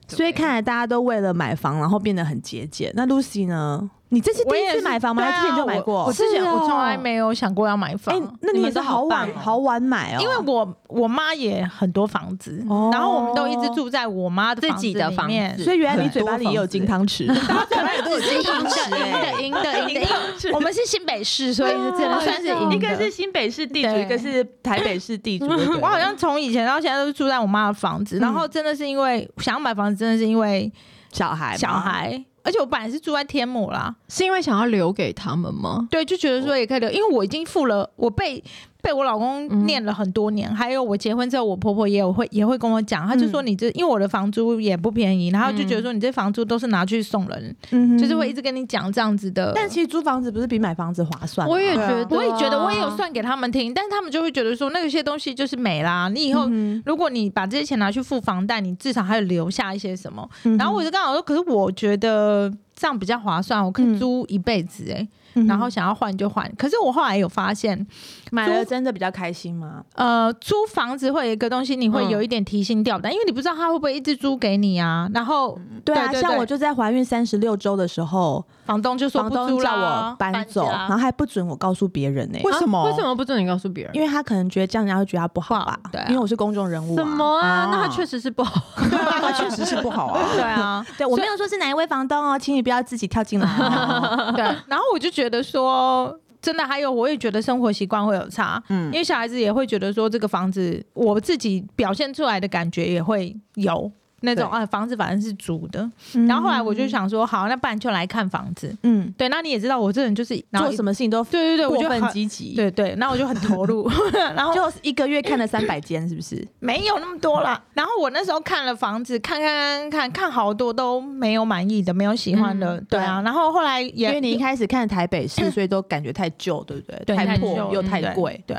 [SPEAKER 1] 所以看来大家都为了买房，然后变得很节俭。那 Lucy 呢？你这是第
[SPEAKER 4] 我
[SPEAKER 1] 一
[SPEAKER 4] 也
[SPEAKER 1] 次
[SPEAKER 4] 是
[SPEAKER 1] 买房吗？
[SPEAKER 4] 对
[SPEAKER 1] 还是
[SPEAKER 4] 啊
[SPEAKER 1] 之前就买过？
[SPEAKER 4] 我之前
[SPEAKER 2] 是哦
[SPEAKER 4] 我从来没有想过要买
[SPEAKER 1] 哎、
[SPEAKER 4] 房，
[SPEAKER 1] 那你
[SPEAKER 6] 你们
[SPEAKER 1] 也是
[SPEAKER 6] 都
[SPEAKER 1] 好
[SPEAKER 6] 好棒
[SPEAKER 1] 晚
[SPEAKER 6] 哦
[SPEAKER 1] 好晚买哦，
[SPEAKER 4] 因为我我妈也很多房子，
[SPEAKER 1] 哦
[SPEAKER 4] 然后我们都一直住在我妈的
[SPEAKER 2] 自己的
[SPEAKER 4] 房子里面
[SPEAKER 2] 房子
[SPEAKER 1] 所以原来你嘴巴里也有金汤匙，
[SPEAKER 4] 只是赢的，赢的，赢的，赢 的。我们是新北市，所以是真 的啊算是赢的。
[SPEAKER 6] 一个
[SPEAKER 1] 嗯
[SPEAKER 6] 是新北市地主，
[SPEAKER 4] 对
[SPEAKER 6] 一个是台北市地主。
[SPEAKER 4] 我好像从以前到现在都是住在我妈的房子，然后真的是因为想要买房子，真的是因为
[SPEAKER 1] 小孩嘛
[SPEAKER 4] 小，孩，而且我本来是住在天母啦，
[SPEAKER 2] 是因为想要留给他们吗？
[SPEAKER 4] 对，就觉得说
[SPEAKER 1] 哦
[SPEAKER 4] 也可以留，因为我已经付了，我被被我老
[SPEAKER 1] 嗯
[SPEAKER 4] 公念了很多年，还有我结婚之后，我婆婆也有会也会跟我讲，她就说
[SPEAKER 1] 嗯
[SPEAKER 4] 你这、因为我的房租也不便宜，然后就觉得说你这房租都是拿去送人，
[SPEAKER 1] 嗯哼
[SPEAKER 4] 就是会一直跟你讲这样子的，
[SPEAKER 1] 但其实租房子不是比买房子划算吗？
[SPEAKER 2] 我也
[SPEAKER 3] 对
[SPEAKER 2] 觉
[SPEAKER 3] 啊
[SPEAKER 2] 得，
[SPEAKER 4] 我也觉得，我也有
[SPEAKER 1] 啊
[SPEAKER 4] 算给他们听，但是他们就会觉得说，那些东西就是没啦。你以后
[SPEAKER 1] 嗯
[SPEAKER 4] 如果你把这些钱拿去付房贷，你至少还有留下一些什么。
[SPEAKER 1] 嗯哼
[SPEAKER 4] 然后我就刚好说，可是我觉得这样比较划算，我可以租一辈子哎、欸
[SPEAKER 1] 嗯哼
[SPEAKER 4] 然后想要换就换。可是我后来有发现，
[SPEAKER 1] 买了真的比较开心吗？
[SPEAKER 4] 呃，租房子会有一个东西，你会
[SPEAKER 6] 嗯
[SPEAKER 4] 有一点提心吊胆，因为你不知道他会不会一直租给你啊。然后
[SPEAKER 1] 对啊，
[SPEAKER 4] 对对
[SPEAKER 1] 像
[SPEAKER 4] 对
[SPEAKER 1] 我就在怀孕三十六周的时候，
[SPEAKER 4] 房东就说
[SPEAKER 1] 房
[SPEAKER 4] 不
[SPEAKER 1] 东
[SPEAKER 4] 租
[SPEAKER 1] 叫
[SPEAKER 4] 啦
[SPEAKER 1] 我搬走，
[SPEAKER 4] 家
[SPEAKER 1] 然后还不准我告诉别人呢、
[SPEAKER 3] 为什么？
[SPEAKER 2] 为什？么不准你告诉别人？
[SPEAKER 1] 因为他可能觉得这样人家会觉得他不好吧
[SPEAKER 4] 不好对啊，
[SPEAKER 1] 因为我是公众人物、啊。
[SPEAKER 2] 什么啊
[SPEAKER 3] 啊？
[SPEAKER 2] 那他确实是不好。
[SPEAKER 3] 对啊，它确实是不好啊。
[SPEAKER 4] 对啊，
[SPEAKER 1] 对，我没有说是哪一位房东哦，请你不要自己跳进来、 哦。
[SPEAKER 4] 对，啊然后我就觉得说，真的，还有我也觉得生活习惯会有差，
[SPEAKER 3] 嗯
[SPEAKER 4] 因为小孩子也会觉得说，这个房子我自己表现出来的感觉也会有那种
[SPEAKER 3] 对
[SPEAKER 4] 啊，房子反正是租的。然后后来我就想说，好，那不然就来看房子。
[SPEAKER 1] 嗯，
[SPEAKER 4] 对，那你也知道我这人就是然后
[SPEAKER 1] 做什么事情都
[SPEAKER 4] 对对对，我
[SPEAKER 1] 过
[SPEAKER 4] 就
[SPEAKER 1] 分
[SPEAKER 4] 很
[SPEAKER 1] 积极，，
[SPEAKER 4] 对对，那我就很投 入，然后
[SPEAKER 1] 就一个月看了三百间，是不是？
[SPEAKER 4] 没有那么多啦。然后我那时候看了房子，看看看看看好多都没有满意的，没有喜欢的，
[SPEAKER 1] 嗯
[SPEAKER 4] 对啊。然后后来也
[SPEAKER 1] 因为你一开始看台北市，所以都感觉太旧，对不嗯对？
[SPEAKER 4] 对
[SPEAKER 1] 太
[SPEAKER 4] 太
[SPEAKER 1] 破
[SPEAKER 4] 旧
[SPEAKER 1] 又
[SPEAKER 4] 嗯
[SPEAKER 1] 太贵，
[SPEAKER 4] 对，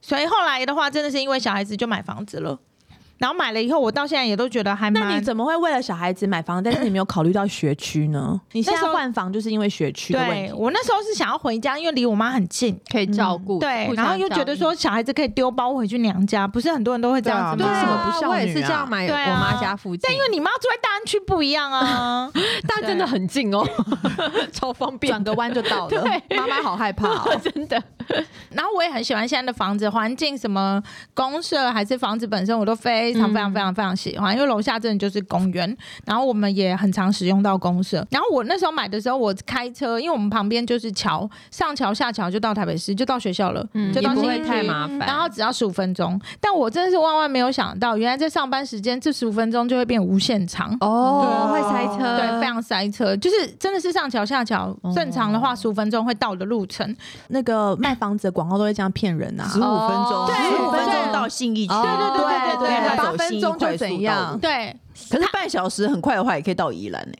[SPEAKER 4] 所以后来的话，真的是因为小孩子就买房子了，然后买了以后，我到现在也都觉得还蛮。
[SPEAKER 1] 那你怎么会为了小孩子买房，但 是你没有考虑到学区呢？你现在
[SPEAKER 4] 那时候
[SPEAKER 1] 换房就是因为学区的问
[SPEAKER 4] 对
[SPEAKER 1] 题。
[SPEAKER 4] 我那时候是想要回家，因为离我妈很近，
[SPEAKER 2] 可以照顾，
[SPEAKER 4] 对
[SPEAKER 2] 互，相
[SPEAKER 4] 然后又觉
[SPEAKER 2] 照
[SPEAKER 4] 得
[SPEAKER 2] 应
[SPEAKER 4] 说小孩子可以丢包回去娘家，不是很多人都会这样子
[SPEAKER 1] 对
[SPEAKER 4] 吗？
[SPEAKER 2] 对
[SPEAKER 1] 为什么
[SPEAKER 2] 啊
[SPEAKER 1] 不孝女啊
[SPEAKER 2] 我也是这样买
[SPEAKER 4] 对啊
[SPEAKER 2] 我妈家附近，
[SPEAKER 4] 但因为你妈住在大安区不一样啊，
[SPEAKER 2] 但真的很近哦， 超方便，
[SPEAKER 1] 转个弯就 到了，
[SPEAKER 2] 妈妈好害怕哦， 真的。
[SPEAKER 4] 然后我也很喜欢现在的房子环境，什么公社还是房子本身，我都非常非常非常非常喜欢。因为楼下真的就是公园，然后我们也很常使用到公社。然后我那时候买的时候，我开车，因为我们旁边就是桥，上桥下桥就到台北市，就到学校了，
[SPEAKER 2] 嗯
[SPEAKER 4] 就
[SPEAKER 2] 也
[SPEAKER 4] 到
[SPEAKER 2] 不
[SPEAKER 4] 新
[SPEAKER 2] 会
[SPEAKER 4] 区
[SPEAKER 2] 太麻烦
[SPEAKER 4] 然后只要十五分钟。但我真的是万万没有想到，原来在上班时间这十五分钟就会变无限长。
[SPEAKER 2] 哦，
[SPEAKER 3] 对
[SPEAKER 2] 会
[SPEAKER 3] 啊
[SPEAKER 2] 塞车，
[SPEAKER 4] 对，非常塞车，就是真的是上桥下桥。
[SPEAKER 2] 哦
[SPEAKER 4] 正常的话，十五分钟会到的路程，
[SPEAKER 1] 那个卖房子的广告都会这样骗人啊
[SPEAKER 3] 十。五分钟，
[SPEAKER 2] 哦
[SPEAKER 3] 十五分
[SPEAKER 4] 对
[SPEAKER 3] 钟到信义区，
[SPEAKER 2] 哦
[SPEAKER 4] 对对对对对
[SPEAKER 3] 要
[SPEAKER 2] 八
[SPEAKER 3] 走信
[SPEAKER 2] 分
[SPEAKER 3] 义
[SPEAKER 2] 钟就
[SPEAKER 3] 快速
[SPEAKER 2] 怎
[SPEAKER 3] 道
[SPEAKER 2] 样
[SPEAKER 3] 路？
[SPEAKER 4] 对，
[SPEAKER 3] 可是半小时很快的话，也可以到宜兰呢。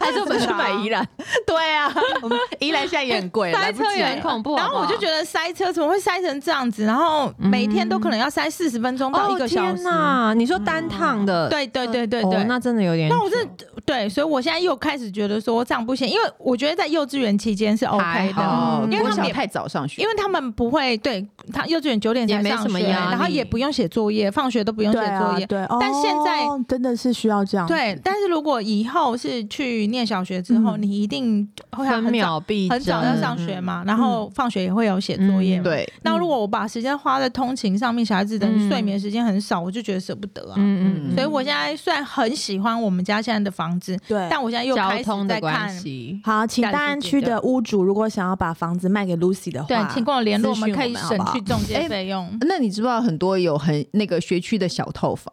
[SPEAKER 2] 还是我们去买宜兰，
[SPEAKER 1] 对啊，我们宜兰现在也很贵，
[SPEAKER 2] 塞
[SPEAKER 1] 来不
[SPEAKER 2] 车
[SPEAKER 1] 及
[SPEAKER 2] 也
[SPEAKER 1] 了
[SPEAKER 2] 很恐怖。
[SPEAKER 4] 然后我就觉得塞车怎么会塞成这样子？然后每天都可能要塞四十分钟到一
[SPEAKER 2] 哦
[SPEAKER 4] 个小
[SPEAKER 2] 天
[SPEAKER 4] 时。
[SPEAKER 2] 哪，你
[SPEAKER 5] 嗯
[SPEAKER 2] 说单趟的，
[SPEAKER 4] 对对对对
[SPEAKER 2] 哦
[SPEAKER 4] 对，
[SPEAKER 2] 那真的有点久，
[SPEAKER 4] 那我真的对，所以我现在又开始觉得说这样不行，因为我觉得在幼稚园期间是 OK
[SPEAKER 2] 还
[SPEAKER 4] 的，
[SPEAKER 2] 好
[SPEAKER 3] 哦，
[SPEAKER 4] 因为
[SPEAKER 3] 国
[SPEAKER 4] 他们
[SPEAKER 3] 小
[SPEAKER 4] 也
[SPEAKER 3] 太早上学，
[SPEAKER 4] 因为他们不会对他幼稚园九点
[SPEAKER 2] 也
[SPEAKER 4] 才
[SPEAKER 2] 没
[SPEAKER 4] 上
[SPEAKER 2] 什么
[SPEAKER 4] 学，
[SPEAKER 2] 压力
[SPEAKER 4] 然后也不用写作业，放学都不用写
[SPEAKER 1] 对啊
[SPEAKER 4] 作，业。
[SPEAKER 1] 对。哦
[SPEAKER 4] 但现在
[SPEAKER 1] 真的是需要这
[SPEAKER 2] 啊
[SPEAKER 1] 样，，
[SPEAKER 4] 对，但是如果以后是去念小学之后，
[SPEAKER 1] 嗯
[SPEAKER 4] 你一定会
[SPEAKER 5] 啊
[SPEAKER 2] 分
[SPEAKER 4] 很早
[SPEAKER 2] 秒必
[SPEAKER 4] 很早要
[SPEAKER 2] 争
[SPEAKER 4] 上学嘛，然后放学也会有写作业嘛
[SPEAKER 2] 嗯。
[SPEAKER 3] 对
[SPEAKER 4] 那如果我把时间花在通勤上面，小孩子等于睡眠时间很少，我就觉得舍不得啊。
[SPEAKER 2] 嗯嗯
[SPEAKER 4] 所以我现在虽然很喜欢我们家现在的房子，
[SPEAKER 1] 对
[SPEAKER 4] 但我现在
[SPEAKER 2] 嗯，
[SPEAKER 4] 又
[SPEAKER 2] 交
[SPEAKER 4] 开
[SPEAKER 2] 通
[SPEAKER 4] 始
[SPEAKER 2] 的
[SPEAKER 4] 在看
[SPEAKER 2] 关。系，
[SPEAKER 1] 好，请
[SPEAKER 4] 干
[SPEAKER 1] 大
[SPEAKER 4] 事
[SPEAKER 1] 安
[SPEAKER 4] 情
[SPEAKER 1] 区
[SPEAKER 4] 对
[SPEAKER 1] 的屋主，如果想要把房子卖给 Lucy 的话，
[SPEAKER 4] 对，请跟我联络，我
[SPEAKER 1] 私
[SPEAKER 4] 们
[SPEAKER 1] 讯
[SPEAKER 4] 可以
[SPEAKER 1] 好
[SPEAKER 4] 省
[SPEAKER 1] 不好
[SPEAKER 4] 去中介
[SPEAKER 7] 哎
[SPEAKER 4] 费 用。
[SPEAKER 7] 那你知不知道很多有很那个学区的小套房，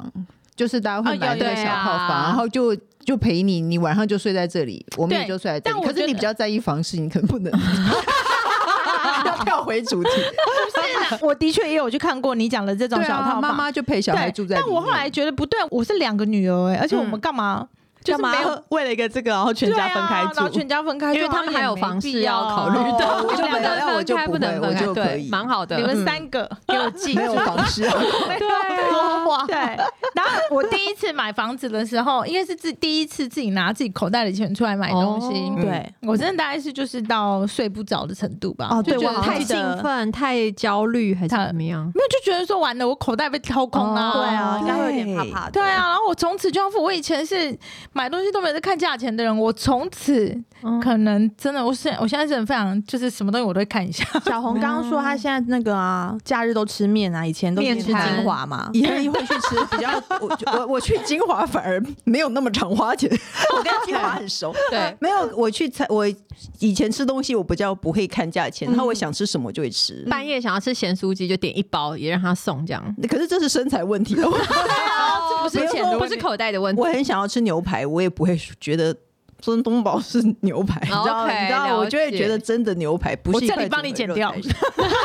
[SPEAKER 7] 就是大家
[SPEAKER 4] 哦
[SPEAKER 7] 会买
[SPEAKER 4] 有
[SPEAKER 7] 那
[SPEAKER 2] 对
[SPEAKER 7] 个小套房，
[SPEAKER 2] 啊
[SPEAKER 7] 然后就就陪你，你晚上就睡在这里，我们也
[SPEAKER 4] 对
[SPEAKER 7] 就睡在这
[SPEAKER 4] 但
[SPEAKER 7] 里。
[SPEAKER 4] 我
[SPEAKER 7] 可
[SPEAKER 4] 觉
[SPEAKER 7] 是你
[SPEAKER 4] 得
[SPEAKER 7] 比较在意房事，你可能不能。
[SPEAKER 4] 要
[SPEAKER 7] 跳回主题，
[SPEAKER 4] 啊我的确也有去看过你讲的这种
[SPEAKER 7] 对
[SPEAKER 4] 小套
[SPEAKER 7] 啊，
[SPEAKER 4] 房，
[SPEAKER 7] 妈妈就陪小孩
[SPEAKER 4] 对，
[SPEAKER 7] 住在里
[SPEAKER 4] 但
[SPEAKER 7] 面。
[SPEAKER 4] 我后来觉得不对，我是两个女儿哎、而且我们干嘛？就是没有
[SPEAKER 6] 为了一个这个，然后全家分开
[SPEAKER 4] 对啊然后
[SPEAKER 6] 住？
[SPEAKER 4] 全家分开住，
[SPEAKER 5] 因为他们还有
[SPEAKER 4] 好像也
[SPEAKER 5] 房
[SPEAKER 4] 没
[SPEAKER 5] 事
[SPEAKER 4] 必
[SPEAKER 5] 要考虑
[SPEAKER 3] 哦
[SPEAKER 5] 到，
[SPEAKER 3] 我就
[SPEAKER 5] 两
[SPEAKER 3] 没有那我
[SPEAKER 5] 个
[SPEAKER 3] 就
[SPEAKER 5] 分开
[SPEAKER 3] 不
[SPEAKER 5] 不能
[SPEAKER 3] 会我
[SPEAKER 5] 分开，
[SPEAKER 3] 就可
[SPEAKER 5] 对
[SPEAKER 3] 以，
[SPEAKER 5] 蛮好的。
[SPEAKER 4] 你们
[SPEAKER 5] 嗯
[SPEAKER 4] 三个给我 记
[SPEAKER 7] 没有房事啊，
[SPEAKER 4] 对
[SPEAKER 6] 哇
[SPEAKER 4] 对，然后我第一次买房子的时候，因为是自第一次自己拿自己口袋里钱出来买东西，
[SPEAKER 5] 哦
[SPEAKER 1] 对，
[SPEAKER 4] 我真的大概是就是到睡不着的程度吧。
[SPEAKER 1] 哦
[SPEAKER 5] 就
[SPEAKER 1] 对
[SPEAKER 5] 觉
[SPEAKER 1] 我
[SPEAKER 5] 得
[SPEAKER 1] 好像
[SPEAKER 5] 太
[SPEAKER 1] 记
[SPEAKER 5] 兴
[SPEAKER 1] 得
[SPEAKER 5] 奋、太焦虑还是怎么样？
[SPEAKER 4] 没有就觉得说完了，我口袋被掏空了、
[SPEAKER 5] 哦对啊
[SPEAKER 1] 应该会有点怕怕
[SPEAKER 4] 对啊，然后我从此就要付。我以前是买东西都没在看价钱的人，我从此
[SPEAKER 5] 嗯
[SPEAKER 4] 可能真的，我现我现在是很非常，就是什么东西我都会看一下。
[SPEAKER 1] 小红刚刚说她现在那个啊，假日都吃面啊，以前都是
[SPEAKER 7] 面
[SPEAKER 1] 吃
[SPEAKER 5] 摊
[SPEAKER 1] 精华嘛，
[SPEAKER 3] 以前会去吃比较，
[SPEAKER 7] 我我我去金华反而没有那么常花 钱，
[SPEAKER 3] 我跟金华很熟。
[SPEAKER 5] 对，
[SPEAKER 3] 没有，我去菜，我以前吃东西我比较不会看价钱，然
[SPEAKER 7] 嗯
[SPEAKER 3] 后我想吃什么就 会吃。
[SPEAKER 5] 半夜想要吃咸酥鸡就点一包，也让他送这样。
[SPEAKER 3] 可是这是身材问题，
[SPEAKER 7] 哦
[SPEAKER 5] 啊不是钱的问题，不是口袋的问题
[SPEAKER 3] 我。很想要吃牛排，我也不会觉得孙东宝是牛排，你知道吗？
[SPEAKER 5] OK，
[SPEAKER 3] 你知道，
[SPEAKER 5] 了
[SPEAKER 3] 我就会
[SPEAKER 5] 解
[SPEAKER 3] 觉得真的牛排不是
[SPEAKER 4] 我
[SPEAKER 3] 一
[SPEAKER 4] 这
[SPEAKER 3] 块
[SPEAKER 4] 里帮
[SPEAKER 3] 整
[SPEAKER 4] 你
[SPEAKER 3] 个
[SPEAKER 4] 剪
[SPEAKER 3] 肉
[SPEAKER 4] 掉
[SPEAKER 3] 带上。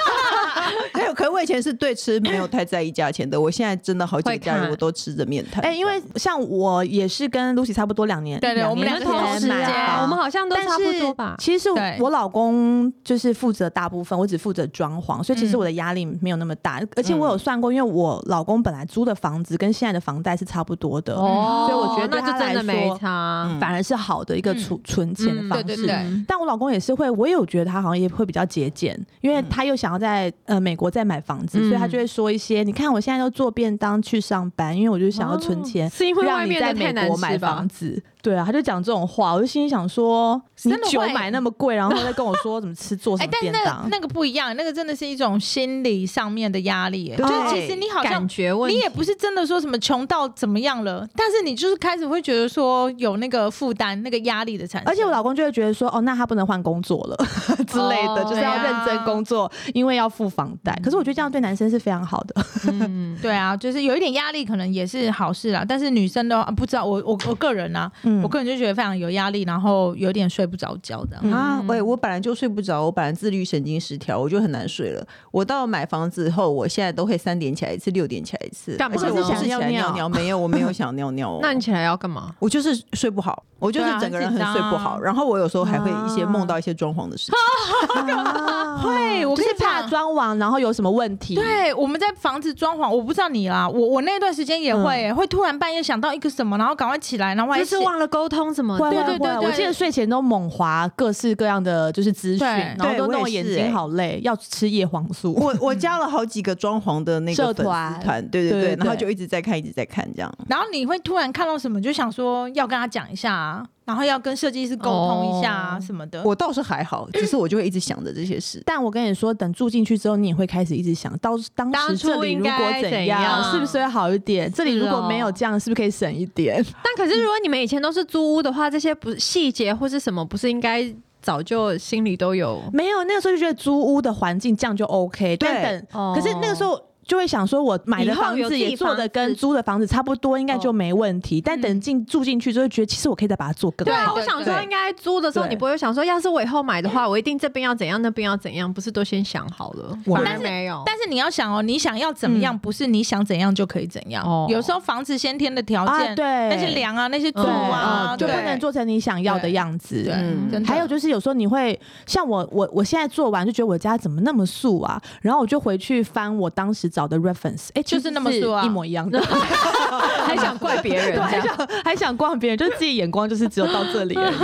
[SPEAKER 3] 还有，可是我以前是对吃没有太在意价钱的，我现在真的好几
[SPEAKER 5] 会
[SPEAKER 3] 个假日
[SPEAKER 5] 看
[SPEAKER 3] 我都吃着面摊。
[SPEAKER 1] 哎、因为像我也是跟 Lucy 差不多两年，
[SPEAKER 4] 对对
[SPEAKER 1] 两
[SPEAKER 4] 我们
[SPEAKER 1] 年
[SPEAKER 4] 两个
[SPEAKER 1] 前
[SPEAKER 4] 同时
[SPEAKER 1] 买
[SPEAKER 4] 间
[SPEAKER 1] 房
[SPEAKER 5] 我们好像都
[SPEAKER 1] 但
[SPEAKER 5] 差
[SPEAKER 1] 是
[SPEAKER 5] 不多吧。
[SPEAKER 1] 其实我
[SPEAKER 4] 对
[SPEAKER 1] 我老公就是负责大部分，我只负责装潢，所以其实
[SPEAKER 4] 嗯
[SPEAKER 1] 我的压力没有那么大。而且我有算过，因为我老公本来租的房子跟现在的房贷是差不多的，
[SPEAKER 5] 哦
[SPEAKER 1] 嗯所以我觉得对
[SPEAKER 5] 那
[SPEAKER 1] 他
[SPEAKER 5] 就真
[SPEAKER 1] 来
[SPEAKER 5] 的没
[SPEAKER 1] 说，
[SPEAKER 3] 嗯
[SPEAKER 5] 差。
[SPEAKER 1] 反而是好的一个储存钱的
[SPEAKER 5] 嗯
[SPEAKER 1] 方式。
[SPEAKER 4] 对对对，
[SPEAKER 1] 但我老公也是会，我有觉得他好像也会比较节俭，因
[SPEAKER 4] 嗯
[SPEAKER 1] 为他又想要在呃美国再买房子，所以他就会说一些，你看我现在都做便当去上班，因为我就想要存钱，
[SPEAKER 5] 嗯是因
[SPEAKER 4] 哦
[SPEAKER 5] 为外
[SPEAKER 1] 让你
[SPEAKER 5] 面
[SPEAKER 1] 在
[SPEAKER 5] 的
[SPEAKER 1] 美
[SPEAKER 5] 太难
[SPEAKER 1] 国买
[SPEAKER 5] 吃吧
[SPEAKER 1] 房？子。对啊，他就讲这种话，我就心里想说，你
[SPEAKER 4] 真的
[SPEAKER 1] 酒
[SPEAKER 4] 会
[SPEAKER 1] 买那么贵，然后再跟我说怎么吃做什
[SPEAKER 4] 哎
[SPEAKER 1] 么，
[SPEAKER 4] 但
[SPEAKER 1] 便
[SPEAKER 4] 那
[SPEAKER 1] 当，
[SPEAKER 4] 那个不一样，那个真的是一种心理上面的压力、哎，
[SPEAKER 3] 对
[SPEAKER 4] 就是其实你好像
[SPEAKER 5] 感觉问
[SPEAKER 4] 你
[SPEAKER 5] 题
[SPEAKER 4] 也不是真的说什么穷到怎么样了，但是你就是开始会觉得说有那个负担、那个压力的产生。
[SPEAKER 1] 而且我老公就会觉得说，哦，那他不能换工作了 之类的，
[SPEAKER 5] 哦
[SPEAKER 1] 就是要
[SPEAKER 4] 对
[SPEAKER 1] 认
[SPEAKER 4] 啊
[SPEAKER 1] 真工作，因为要付房贷。可是我觉得这样对男生是非常好的。
[SPEAKER 5] 嗯，
[SPEAKER 4] 对啊，就是有一点压力，可能也是好事啦。但是女生的话，啊不知道我我我个人啊，
[SPEAKER 1] 嗯
[SPEAKER 4] 我个人就觉得非常有压力，然后有点睡不着觉
[SPEAKER 1] 嗯
[SPEAKER 4] 的。
[SPEAKER 3] 啊，喂，我本来就睡不着，我本来自律神经失调，我就很难睡了。我到买房子后，我现在都会三点起来一次，六点起来一次，
[SPEAKER 5] 干嘛
[SPEAKER 3] 而且我
[SPEAKER 5] 呢。
[SPEAKER 3] 是起来尿尿，没有，我没有想尿尿、哦
[SPEAKER 5] 那你起来要干嘛？
[SPEAKER 3] 我就是睡不好，我就是
[SPEAKER 4] 对啊
[SPEAKER 3] 整个人
[SPEAKER 4] 很
[SPEAKER 3] 很
[SPEAKER 4] 紧张
[SPEAKER 3] 睡不好，然后我有时候还会一些
[SPEAKER 1] 啊
[SPEAKER 3] 梦到一些装潢的事情。
[SPEAKER 4] 会，我
[SPEAKER 1] 就
[SPEAKER 4] 跟
[SPEAKER 1] 是
[SPEAKER 4] 你
[SPEAKER 1] 怕
[SPEAKER 4] 讲。
[SPEAKER 1] 装完然后有什么问题，
[SPEAKER 4] 对，我们在房子装潢，我不知道你啦，我我那段时间也会、
[SPEAKER 1] 嗯
[SPEAKER 4] 会突然半夜想到一个什么，然后赶快起来，然后还
[SPEAKER 5] 就是
[SPEAKER 4] 写
[SPEAKER 5] 忘了沟通什么
[SPEAKER 1] 会
[SPEAKER 5] 的。
[SPEAKER 1] 会
[SPEAKER 4] 对
[SPEAKER 1] 会啊
[SPEAKER 4] 对对对
[SPEAKER 1] 我记得睡前都猛划各式各样的就是资讯，
[SPEAKER 4] 对
[SPEAKER 1] 然后都
[SPEAKER 3] 对
[SPEAKER 1] 弄
[SPEAKER 3] 我
[SPEAKER 1] 得
[SPEAKER 3] 也
[SPEAKER 1] 眼
[SPEAKER 3] 是
[SPEAKER 1] 睛
[SPEAKER 3] 欸
[SPEAKER 1] 好累，要吃叶黄素。
[SPEAKER 3] 我我加了好几个装潢的那个
[SPEAKER 1] 社
[SPEAKER 3] 粉丝
[SPEAKER 1] 团
[SPEAKER 3] 团，对
[SPEAKER 1] 对
[SPEAKER 3] 对
[SPEAKER 1] 对
[SPEAKER 3] 对，然后就一直在看，一直在看这样。
[SPEAKER 4] 然后你会突然看到什么，就想说要跟他讲一下、啊，然后要跟设计师沟通一下、啊
[SPEAKER 5] 哦
[SPEAKER 4] 什么的。
[SPEAKER 3] 我倒是还好，只是我就会一直想着这些事。
[SPEAKER 1] 但我跟你说，等住进去之后，你也会开始一直想，到当
[SPEAKER 5] 当
[SPEAKER 1] 时
[SPEAKER 5] 初
[SPEAKER 1] 这里如
[SPEAKER 5] 应
[SPEAKER 1] 果
[SPEAKER 5] 该
[SPEAKER 1] 怎
[SPEAKER 5] 怎
[SPEAKER 1] 样，
[SPEAKER 5] 样
[SPEAKER 1] 是不是会好一点？这里
[SPEAKER 5] 是
[SPEAKER 1] 如果没有
[SPEAKER 5] 哦
[SPEAKER 1] 这样，是不是可以省一点？
[SPEAKER 5] 但可是如果你们以前都是租屋的话，这些不细节或是什么，不是应该早就心里都有？
[SPEAKER 1] 没有，那个时候就觉得租屋的环境这样就 OK，但等，
[SPEAKER 5] 哦
[SPEAKER 1] 可是那个时候。就会想说，我买的
[SPEAKER 5] 以后
[SPEAKER 1] 房
[SPEAKER 5] 有
[SPEAKER 1] 子
[SPEAKER 5] 自己
[SPEAKER 1] 也做的
[SPEAKER 5] 房子
[SPEAKER 1] 跟租的房子差不多，应该就没问题。但等进住进去之后，觉得其实我可以再把它做更
[SPEAKER 5] 对
[SPEAKER 1] 好。
[SPEAKER 5] 啊，我想说
[SPEAKER 3] 对
[SPEAKER 5] 应该租的时候，
[SPEAKER 1] 对
[SPEAKER 5] 你不会想说，要是我以后买的话，我一定这边要怎样，那边要怎样，不是都先想好了？
[SPEAKER 3] 我
[SPEAKER 5] 反而没有，
[SPEAKER 4] 但是你要想哦，你想要怎么样，
[SPEAKER 1] 嗯
[SPEAKER 4] 不是你想怎样就可以怎样。
[SPEAKER 5] 哦
[SPEAKER 4] 有时候房子先天的条
[SPEAKER 1] 啊
[SPEAKER 4] 件，
[SPEAKER 1] 对
[SPEAKER 4] 那些梁啊，那些柱
[SPEAKER 1] 对嗯
[SPEAKER 4] 啊，
[SPEAKER 1] 就不
[SPEAKER 4] 对
[SPEAKER 1] 能做成你想要的
[SPEAKER 4] 对
[SPEAKER 1] 样子。
[SPEAKER 4] 对
[SPEAKER 3] 嗯，
[SPEAKER 4] 真的
[SPEAKER 1] 还有就是有时候你会像我，我我现在做完就觉得我家怎么那么素啊，然后我就回去翻我当时找的 reference，哎、
[SPEAKER 4] 就
[SPEAKER 1] 其
[SPEAKER 4] 是
[SPEAKER 1] 实
[SPEAKER 4] 那么素啊
[SPEAKER 1] 一模一 样的，
[SPEAKER 5] 还想怪别人
[SPEAKER 1] 对，
[SPEAKER 5] 这
[SPEAKER 1] 还
[SPEAKER 5] 样。
[SPEAKER 1] 想还想逛别人，就是自己眼光就是只有到这里而已。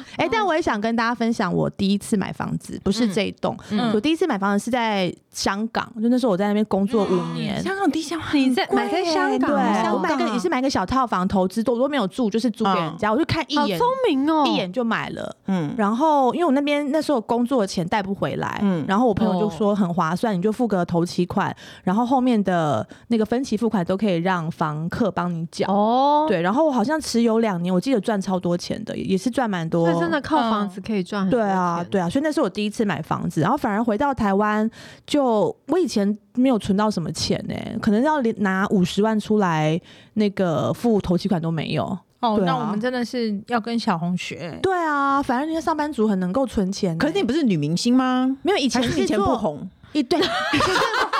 [SPEAKER 1] 哎、但我也想跟大家分享，我第一次买房子不是这一栋，
[SPEAKER 4] 嗯
[SPEAKER 1] 我第一次买房子是在香港，就那时候我在那边工作
[SPEAKER 4] 哦
[SPEAKER 1] 五年。
[SPEAKER 3] 香港地下化，
[SPEAKER 5] 你在买在香港
[SPEAKER 1] 对，
[SPEAKER 5] 哦，
[SPEAKER 1] 我买个也是买个小套房投资，我都没有住，就是租给
[SPEAKER 4] 嗯
[SPEAKER 1] 人家，我就看一
[SPEAKER 5] 好
[SPEAKER 1] 眼
[SPEAKER 5] 聪明哦，
[SPEAKER 1] 一眼就买了。
[SPEAKER 3] 嗯，
[SPEAKER 1] 然后因为我那边那时候工作的钱带不回来，
[SPEAKER 3] 嗯
[SPEAKER 1] 然后我朋友
[SPEAKER 5] 哦
[SPEAKER 1] 就说很划算，你就付个头期款，然后后面的那个分期付款都可以让房客帮你缴。
[SPEAKER 5] 哦，
[SPEAKER 1] 对，然后我好像持有两年，我记得赚超多钱的，也也是赚蛮多。
[SPEAKER 5] 那真的靠房
[SPEAKER 4] 嗯
[SPEAKER 5] 子可以赚很多
[SPEAKER 1] 对啊，
[SPEAKER 5] 钱，
[SPEAKER 1] 对啊，所以那是我第一次买房子，然后反而回到台湾，就我以前没有存到什么钱呢、可能要连拿五十万出来那个付头期款都没有。
[SPEAKER 4] 哦，
[SPEAKER 1] 对啊
[SPEAKER 4] 那我们真的是要跟小红学。
[SPEAKER 1] 对啊，反正人家上班族很能够存钱欸、
[SPEAKER 3] 可是你不是女明星吗？
[SPEAKER 1] 没有以
[SPEAKER 3] 还
[SPEAKER 1] 前
[SPEAKER 3] 是
[SPEAKER 1] 是
[SPEAKER 3] 以前
[SPEAKER 1] 做
[SPEAKER 3] 不红，
[SPEAKER 1] 一对，以 前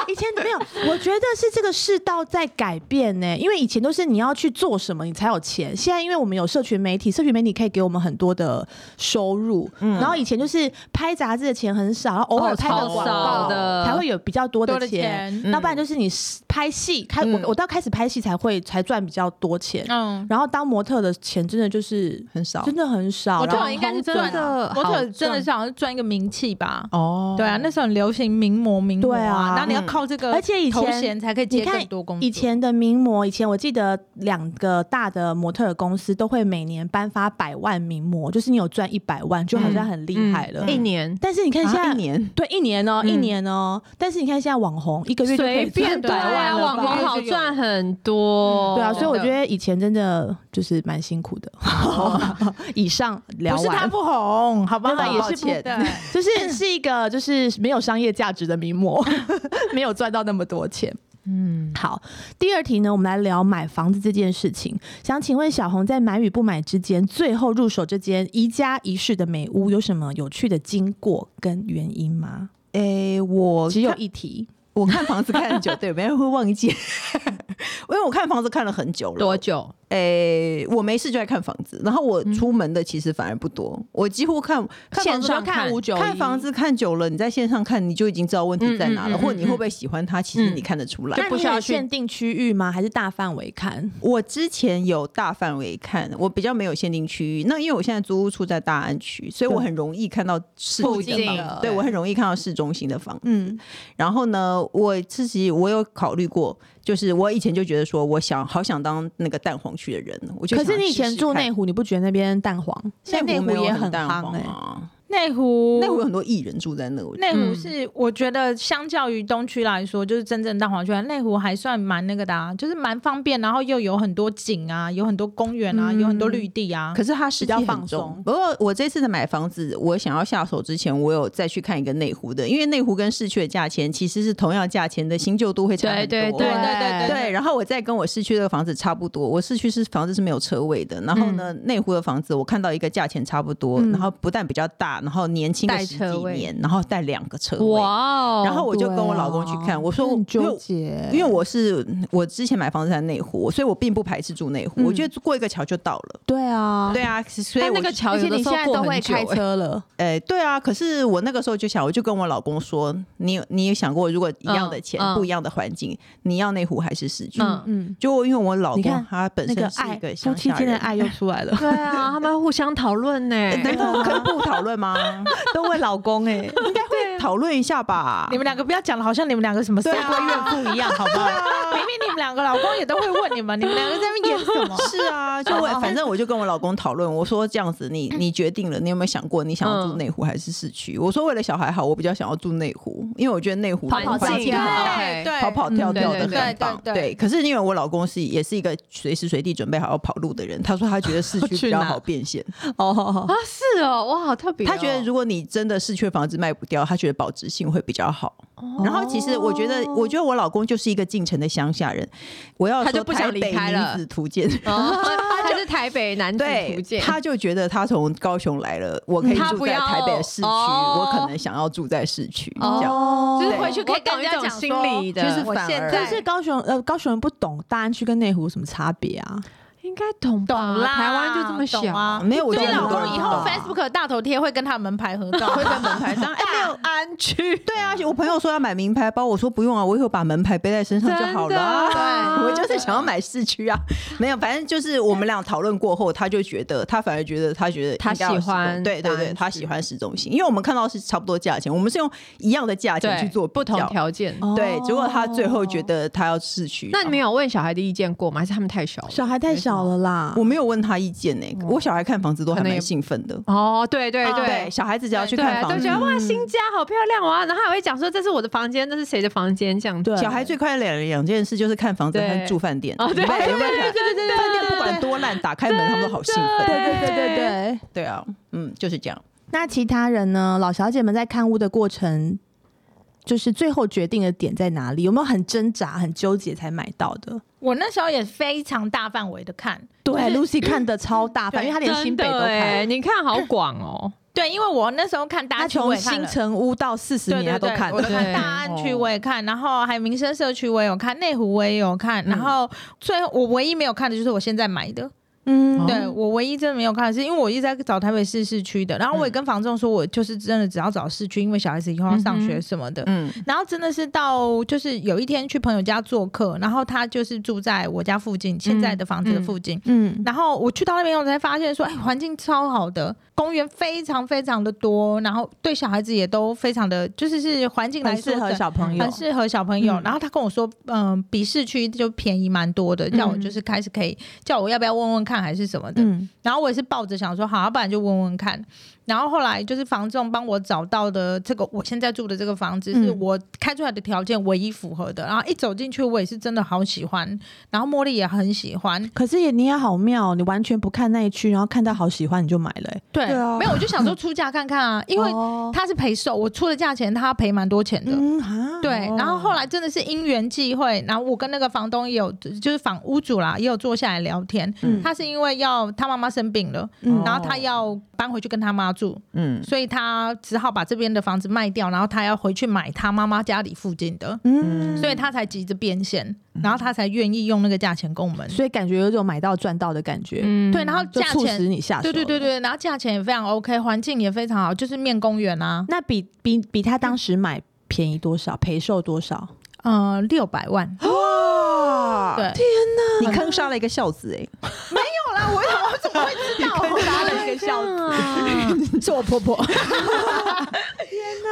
[SPEAKER 1] 以前没有，我觉得是这个世道在改变呢、因为以前都是你要去做什么你才有钱，现在因为我们有社群媒体，社群媒体可以给我们很多的收入，然后以前就是拍杂志的钱很少，然后偶尔
[SPEAKER 5] 哦
[SPEAKER 1] 拍个
[SPEAKER 5] 超
[SPEAKER 1] 广
[SPEAKER 5] 少
[SPEAKER 1] 告
[SPEAKER 5] 的
[SPEAKER 1] 才会有比较多
[SPEAKER 4] 多
[SPEAKER 1] 的
[SPEAKER 4] 的
[SPEAKER 1] 钱，
[SPEAKER 4] 钱
[SPEAKER 1] 要不然就是你拍戏开我我到开始拍戏才会才赚比较多钱，
[SPEAKER 4] 嗯，
[SPEAKER 1] 然后当模特的钱真的就是
[SPEAKER 3] 很少
[SPEAKER 1] 真的很少，
[SPEAKER 4] 模
[SPEAKER 1] 然后
[SPEAKER 4] 特应该是
[SPEAKER 5] 真
[SPEAKER 4] 赚啊
[SPEAKER 5] 的
[SPEAKER 4] 模
[SPEAKER 5] 好
[SPEAKER 4] 特真的是好像赚一个名气吧。
[SPEAKER 3] 哦
[SPEAKER 4] 对啊，那时候很流行名模名模
[SPEAKER 1] 对啊
[SPEAKER 4] 然后你要
[SPEAKER 3] 嗯
[SPEAKER 4] 靠这个，
[SPEAKER 1] 而且以前
[SPEAKER 4] 头衔才可以
[SPEAKER 1] 你
[SPEAKER 4] 接
[SPEAKER 1] 看
[SPEAKER 4] 更多工
[SPEAKER 1] 嗯
[SPEAKER 4] 作。
[SPEAKER 1] 以前的名模，以前我记得两个大的模特儿公司都会每年颁发百万名模，就是你有赚一百万，就好像很厉害了。
[SPEAKER 5] 嗯一年
[SPEAKER 1] 但是你看现在、
[SPEAKER 3] 啊一年
[SPEAKER 1] 对一年哦、一年哦、但是你看现在网红一个月就可以
[SPEAKER 5] 随
[SPEAKER 1] 赚
[SPEAKER 5] 便对
[SPEAKER 1] 百万
[SPEAKER 5] 啊，
[SPEAKER 1] 了
[SPEAKER 5] 网
[SPEAKER 1] 吧
[SPEAKER 5] 红好赚很多。
[SPEAKER 1] 对啊，所以我
[SPEAKER 4] 真的
[SPEAKER 1] 觉得以前真的就是蛮辛苦的。 以上聊
[SPEAKER 4] 不是他
[SPEAKER 1] 完，
[SPEAKER 4] 不红，好不
[SPEAKER 1] 对吧
[SPEAKER 4] 好？
[SPEAKER 1] 也是不
[SPEAKER 4] 对，
[SPEAKER 1] 就是是一个就是没有商业价值的名模， 没有赚到那么多钱。
[SPEAKER 5] 嗯，
[SPEAKER 1] 好，第二题呢，我们来聊买房子这件事情。想请问小红，在买与不买之间，最后入手这间宜家宜室的美屋，有什么有趣的经过跟原因吗？
[SPEAKER 3] 诶，我
[SPEAKER 1] 只有
[SPEAKER 3] 看
[SPEAKER 1] 一题，
[SPEAKER 3] 我看房子看很 久，对，别人会忘记，因为我看房子看了很久了。
[SPEAKER 5] 多久？
[SPEAKER 3] 诶、我没事就爱看房子，然后我
[SPEAKER 1] 嗯
[SPEAKER 3] 出门的其实反而不多，我几乎看看房子
[SPEAKER 5] 线上看
[SPEAKER 3] 看看房子看久了，你在线上看你就已经知道问
[SPEAKER 1] 嗯
[SPEAKER 3] 题在哪了，或者你会不会喜欢它，其实你看得出来。
[SPEAKER 1] 那你有限定区域吗？还是大范围看？
[SPEAKER 3] 我之前有大范围看，我比较没有限定区域。那因为我现在租屋处在大安区，所以我很容易看到市中心的
[SPEAKER 5] 附
[SPEAKER 3] 房
[SPEAKER 5] 近
[SPEAKER 3] 子
[SPEAKER 5] 的
[SPEAKER 3] 对我很容易看到市中心的房子。
[SPEAKER 1] 嗯，
[SPEAKER 3] 然后呢，我自己我有考虑过，就是我以前就觉得说，我想好想当那个蛋黄区的人，我就
[SPEAKER 1] 可
[SPEAKER 3] 想
[SPEAKER 1] 是你以前
[SPEAKER 3] 试试
[SPEAKER 1] 住
[SPEAKER 3] 看
[SPEAKER 1] 内湖，你不觉得那边蛋黄？现在内
[SPEAKER 3] 没有
[SPEAKER 1] 也
[SPEAKER 3] 很淡
[SPEAKER 1] 夯
[SPEAKER 3] 黄
[SPEAKER 1] 哎、
[SPEAKER 3] 啊，
[SPEAKER 4] 内湖
[SPEAKER 3] 内湖有很多艺人住在那，我觉
[SPEAKER 4] 内湖是我觉得相较于东区来说，就是真正蛋黄区，内湖还算蛮那个的、啊，就是蛮方便，然后又有很多景啊，有很多公园啊，有很多绿地
[SPEAKER 3] 嗯
[SPEAKER 4] 啊
[SPEAKER 3] 得。。可是它湿
[SPEAKER 1] 比较
[SPEAKER 3] 气很
[SPEAKER 1] 放
[SPEAKER 3] 重
[SPEAKER 1] 松。
[SPEAKER 3] 不过我这次的买房子，我想要下手之前，我有再去看一个内湖的，因为内湖跟市区的价钱其实是同样价钱的，新旧都会差很多。
[SPEAKER 5] 对
[SPEAKER 4] 对对对
[SPEAKER 3] 对，然后我再跟我市区的房子差不多，我市区是房子是没有车位的，然后呢，内湖的房子我看到一个价钱差不多，然后不但比较大，然后年轻个
[SPEAKER 5] 带
[SPEAKER 3] 十
[SPEAKER 5] 车
[SPEAKER 3] 几
[SPEAKER 5] 位
[SPEAKER 3] 年，然后带两个车位，
[SPEAKER 5] 哇哦！
[SPEAKER 3] 然后我就跟我老公去啊看，我说我因为
[SPEAKER 1] 结
[SPEAKER 3] 因为我是我之前买房子在内湖，所以我并不排斥住内湖，我觉得过一个桥就到了。
[SPEAKER 1] 对啊，
[SPEAKER 3] 对啊，所以
[SPEAKER 5] 但
[SPEAKER 3] 我
[SPEAKER 5] 那个桥
[SPEAKER 1] 而且
[SPEAKER 5] 有
[SPEAKER 1] 你
[SPEAKER 5] 的时
[SPEAKER 1] 现
[SPEAKER 5] 候
[SPEAKER 1] 在
[SPEAKER 5] 过
[SPEAKER 1] 都会
[SPEAKER 5] 很久
[SPEAKER 1] 开
[SPEAKER 5] 欸，
[SPEAKER 1] 车了，
[SPEAKER 3] 哎、对啊，可是我那个时候就想，我就跟我老公说，你有你有想过，如果一样的钱，
[SPEAKER 5] 嗯嗯
[SPEAKER 3] 不一样的环境，你要内湖还是市区？
[SPEAKER 5] 嗯
[SPEAKER 1] 嗯，
[SPEAKER 3] 就因为我老
[SPEAKER 1] 你
[SPEAKER 3] 公
[SPEAKER 1] 看
[SPEAKER 3] 他本
[SPEAKER 1] 那
[SPEAKER 3] 身
[SPEAKER 1] 个
[SPEAKER 3] 是一
[SPEAKER 1] 爱
[SPEAKER 3] 个
[SPEAKER 1] 夫
[SPEAKER 3] 乡
[SPEAKER 1] 妻
[SPEAKER 3] 下
[SPEAKER 1] 间
[SPEAKER 3] 人，
[SPEAKER 1] 的爱又出来了。
[SPEAKER 5] 对啊，他们互相讨论呢。
[SPEAKER 3] 哎 难道可以不讨论吗？
[SPEAKER 1] 都问老公 哎、
[SPEAKER 3] 讨论一下吧
[SPEAKER 4] 你。们两个不要讲了，好像你们两个什么三
[SPEAKER 3] 对啊
[SPEAKER 4] 闺怨妇一样，好不好？ 明明你们两个老公也都会问你们，你们两个在那边演什么？
[SPEAKER 3] 是啊，就我反正我就跟我老公讨论，我说这样子你，你决定了，你有没有想过你想要住内湖还是市区？我说为了小孩好，我比较想要住内湖，因为我觉得内湖的
[SPEAKER 5] 环
[SPEAKER 3] 环
[SPEAKER 5] 境
[SPEAKER 3] 境
[SPEAKER 5] 很
[SPEAKER 3] 很
[SPEAKER 5] 好
[SPEAKER 3] 好。
[SPEAKER 5] 对
[SPEAKER 4] 对，
[SPEAKER 3] 跑跑跳
[SPEAKER 5] 嗯
[SPEAKER 3] 跳
[SPEAKER 5] 对
[SPEAKER 3] 的
[SPEAKER 4] 对
[SPEAKER 3] 很棒，
[SPEAKER 4] 对对对
[SPEAKER 3] 可是因为我老公是也是一个随时随地准备好要跑路的人，他说他觉得市区比 较好变现，
[SPEAKER 1] 哦，
[SPEAKER 5] 啊，是哦，哇，好特别哦。
[SPEAKER 3] 他觉得如果你真的市区房子卖不掉，他觉得保值性会比较好。然后其实我觉得，我觉得我老公就是一个进城的乡下人，我要
[SPEAKER 5] 他就
[SPEAKER 3] 说
[SPEAKER 5] 不想
[SPEAKER 3] 台
[SPEAKER 5] 离
[SPEAKER 3] 北
[SPEAKER 5] 开
[SPEAKER 3] 女
[SPEAKER 5] 了
[SPEAKER 3] 子图鉴，
[SPEAKER 5] 哦，他是台北男子
[SPEAKER 3] 对
[SPEAKER 5] 图，鉴，
[SPEAKER 3] 他就觉得他从高雄来了，我可以
[SPEAKER 5] 嗯他
[SPEAKER 3] 住
[SPEAKER 5] 不
[SPEAKER 3] 在台北
[SPEAKER 5] 要
[SPEAKER 3] 市区，
[SPEAKER 5] 哦
[SPEAKER 3] 我可能想要住在市区，
[SPEAKER 5] 哦
[SPEAKER 3] 这样
[SPEAKER 5] 就是
[SPEAKER 3] 对
[SPEAKER 5] 回去可以懂一种心理的，
[SPEAKER 3] 就是反而
[SPEAKER 1] 但是高雄呃，高雄人不懂大安区跟内湖有什么差别啊？
[SPEAKER 5] 应该懂吧
[SPEAKER 4] 懂啦，
[SPEAKER 5] 台湾就这么小
[SPEAKER 4] 懂啊。
[SPEAKER 3] 没有我
[SPEAKER 4] 所
[SPEAKER 3] 觉
[SPEAKER 4] 以
[SPEAKER 3] 得
[SPEAKER 4] 老
[SPEAKER 3] 很多
[SPEAKER 4] 公
[SPEAKER 3] 人
[SPEAKER 4] 以
[SPEAKER 3] 不
[SPEAKER 4] 后
[SPEAKER 3] 懂
[SPEAKER 4] Facebook 大头贴会跟他门牌合 照，会跟门牌啊
[SPEAKER 3] 当然哎没有。
[SPEAKER 5] 安区，
[SPEAKER 3] 对啊，我朋友说要买名牌包，我说不用啊，我以后把门牌背在身上 就好了
[SPEAKER 5] 真的
[SPEAKER 3] 啊。
[SPEAKER 5] 啊
[SPEAKER 3] 我就是想要买市区啊，没有，反正就是我们俩讨论过后，他就觉得他反而觉得他觉得
[SPEAKER 5] 他
[SPEAKER 3] 应该要
[SPEAKER 5] 喜
[SPEAKER 3] 市中
[SPEAKER 5] 欢
[SPEAKER 3] 对对对，
[SPEAKER 5] 安
[SPEAKER 3] 他
[SPEAKER 5] 置
[SPEAKER 3] 喜欢市中心，因为我们看到是差不多价钱，我们是用一样的价钱
[SPEAKER 5] 对，
[SPEAKER 3] 去做比
[SPEAKER 5] 不同
[SPEAKER 3] 较
[SPEAKER 5] 条件。
[SPEAKER 3] 对，结果他最后觉
[SPEAKER 1] 哦
[SPEAKER 3] 得他要市区，
[SPEAKER 5] 那你们有问小孩的意见过吗？还是他们太小了？
[SPEAKER 1] 小孩太小了啦，
[SPEAKER 3] 我没有问他意见呢、我小孩看房子都还
[SPEAKER 5] 可能
[SPEAKER 3] 蛮
[SPEAKER 5] 也
[SPEAKER 3] 兴奋的。
[SPEAKER 5] 哦，对对
[SPEAKER 3] 对
[SPEAKER 5] 对，
[SPEAKER 3] 小孩子只要去
[SPEAKER 5] 对
[SPEAKER 3] 看
[SPEAKER 5] 啊，
[SPEAKER 3] 房嗯
[SPEAKER 5] 都
[SPEAKER 3] 子
[SPEAKER 5] 觉，得哇，新家好漂亮哇，然后还会讲说这是我的房间，这是谁的房间这样子。
[SPEAKER 1] 对
[SPEAKER 3] 小孩最快乐的两件事就是看房子
[SPEAKER 5] 对
[SPEAKER 3] 和住饭店。
[SPEAKER 5] 哦对
[SPEAKER 3] 你不要
[SPEAKER 5] 对
[SPEAKER 3] 你不要
[SPEAKER 5] 对
[SPEAKER 3] 想
[SPEAKER 5] 对
[SPEAKER 3] 饭店不管多烂，打开门他们都好兴奋。
[SPEAKER 1] 对对对对对。
[SPEAKER 3] 对啊，嗯，就是这样。
[SPEAKER 1] 那其他人呢？老小姐们在看屋的过程就是最后决定的点在哪里？有没有很挣扎、很纠结才买到的？
[SPEAKER 4] 我那时候也非常大范围的看，
[SPEAKER 1] 对
[SPEAKER 4] 就是
[SPEAKER 1] ，Lucy 看的超大，反正她连新北都
[SPEAKER 5] 哎，
[SPEAKER 1] 看，
[SPEAKER 5] 你看好广哦，
[SPEAKER 4] 对，因为我那时候看大
[SPEAKER 1] 她
[SPEAKER 4] 安区我
[SPEAKER 1] 从
[SPEAKER 4] 也看
[SPEAKER 1] 新
[SPEAKER 4] 了。
[SPEAKER 1] 城屋到四十
[SPEAKER 4] 对
[SPEAKER 1] 年
[SPEAKER 4] 对
[SPEAKER 1] 她都
[SPEAKER 4] 对，
[SPEAKER 1] 看
[SPEAKER 4] 我都
[SPEAKER 1] 了。哦
[SPEAKER 4] 看大安区我也看，然后还有民生社区我也有看，内湖我也有看，然后最后我唯一没有看的就是我现在买的，
[SPEAKER 1] 嗯，
[SPEAKER 4] 对我唯一真的没有看的是因为我一直在找台北市市区的，然后
[SPEAKER 1] 嗯
[SPEAKER 4] 我也跟房仲说，我就是真的只要找市区，因为小孩子以后要上学什么的，
[SPEAKER 3] 嗯，
[SPEAKER 4] 然后真的是到就是有一天去朋友家做客，然后他就是住在我家附近，现在的房子的附近。
[SPEAKER 1] 嗯，
[SPEAKER 4] 然后我去到那边，我才发现说，哎，环境超好的，公园非常非常的多，然后对小孩子也都非常的，就是是环境来
[SPEAKER 1] 很
[SPEAKER 4] 说
[SPEAKER 1] 适合
[SPEAKER 4] 整
[SPEAKER 1] 小朋友
[SPEAKER 4] 很。适合小朋友。
[SPEAKER 1] 嗯
[SPEAKER 4] 然后他跟我说，嗯、比市区就便宜蛮多的，叫我就是开始可以叫我要不要问问看还是什么的。
[SPEAKER 1] 嗯，
[SPEAKER 4] 然后我也是抱着想说，好、啊，不然就问问看。然后后来就是房仲帮我找到的这个我现在住的这个房子，
[SPEAKER 1] 嗯
[SPEAKER 4] 是我开出来的条件唯一符合的。然后一走进去，我也是真的好喜欢，然后茉莉也很喜欢。
[SPEAKER 1] 可是也你也好妙，你完全不看那一区，然后看到好喜欢你就买了、欸。
[SPEAKER 4] 对，
[SPEAKER 1] 对啊
[SPEAKER 4] 没有我就想说出价看看 啊，因为
[SPEAKER 1] 哦
[SPEAKER 4] 他是赔售，我出的价钱他赔蛮多钱的。
[SPEAKER 1] 嗯哈，
[SPEAKER 4] 对，然后后来真的是因缘际会，然后我跟那个房东也有，就是房屋主啦，也有坐下来聊天。
[SPEAKER 1] 嗯
[SPEAKER 4] 他是因为要他妈妈生病了，
[SPEAKER 1] 嗯
[SPEAKER 4] 然后他要搬回去跟他妈住，
[SPEAKER 3] 哦嗯，
[SPEAKER 4] 所以他只好把这边的房子卖掉，然后他要回去买他妈妈家里附近的，
[SPEAKER 1] 嗯，
[SPEAKER 4] 所以他才急着变现，然后他才愿意用那个价钱跟我们。
[SPEAKER 1] 所以感觉有种买到赚到的感觉，
[SPEAKER 5] 嗯，
[SPEAKER 4] 对，然后
[SPEAKER 1] 就
[SPEAKER 4] 价
[SPEAKER 1] 促使
[SPEAKER 4] 钱，
[SPEAKER 1] 你下手。
[SPEAKER 4] 对对对。对，然后价钱也非常 OK，环境也非常好，就是面公园啊，
[SPEAKER 1] 那比比比他当时买便宜多少，赔售多少？
[SPEAKER 4] 呃，六百万。
[SPEAKER 3] 哇，
[SPEAKER 4] 对，
[SPEAKER 3] 你坑杀了一个孝子哎、
[SPEAKER 4] 好啦，我想我怎么会知道？
[SPEAKER 1] 杀了一个笑
[SPEAKER 4] 是我婆婆。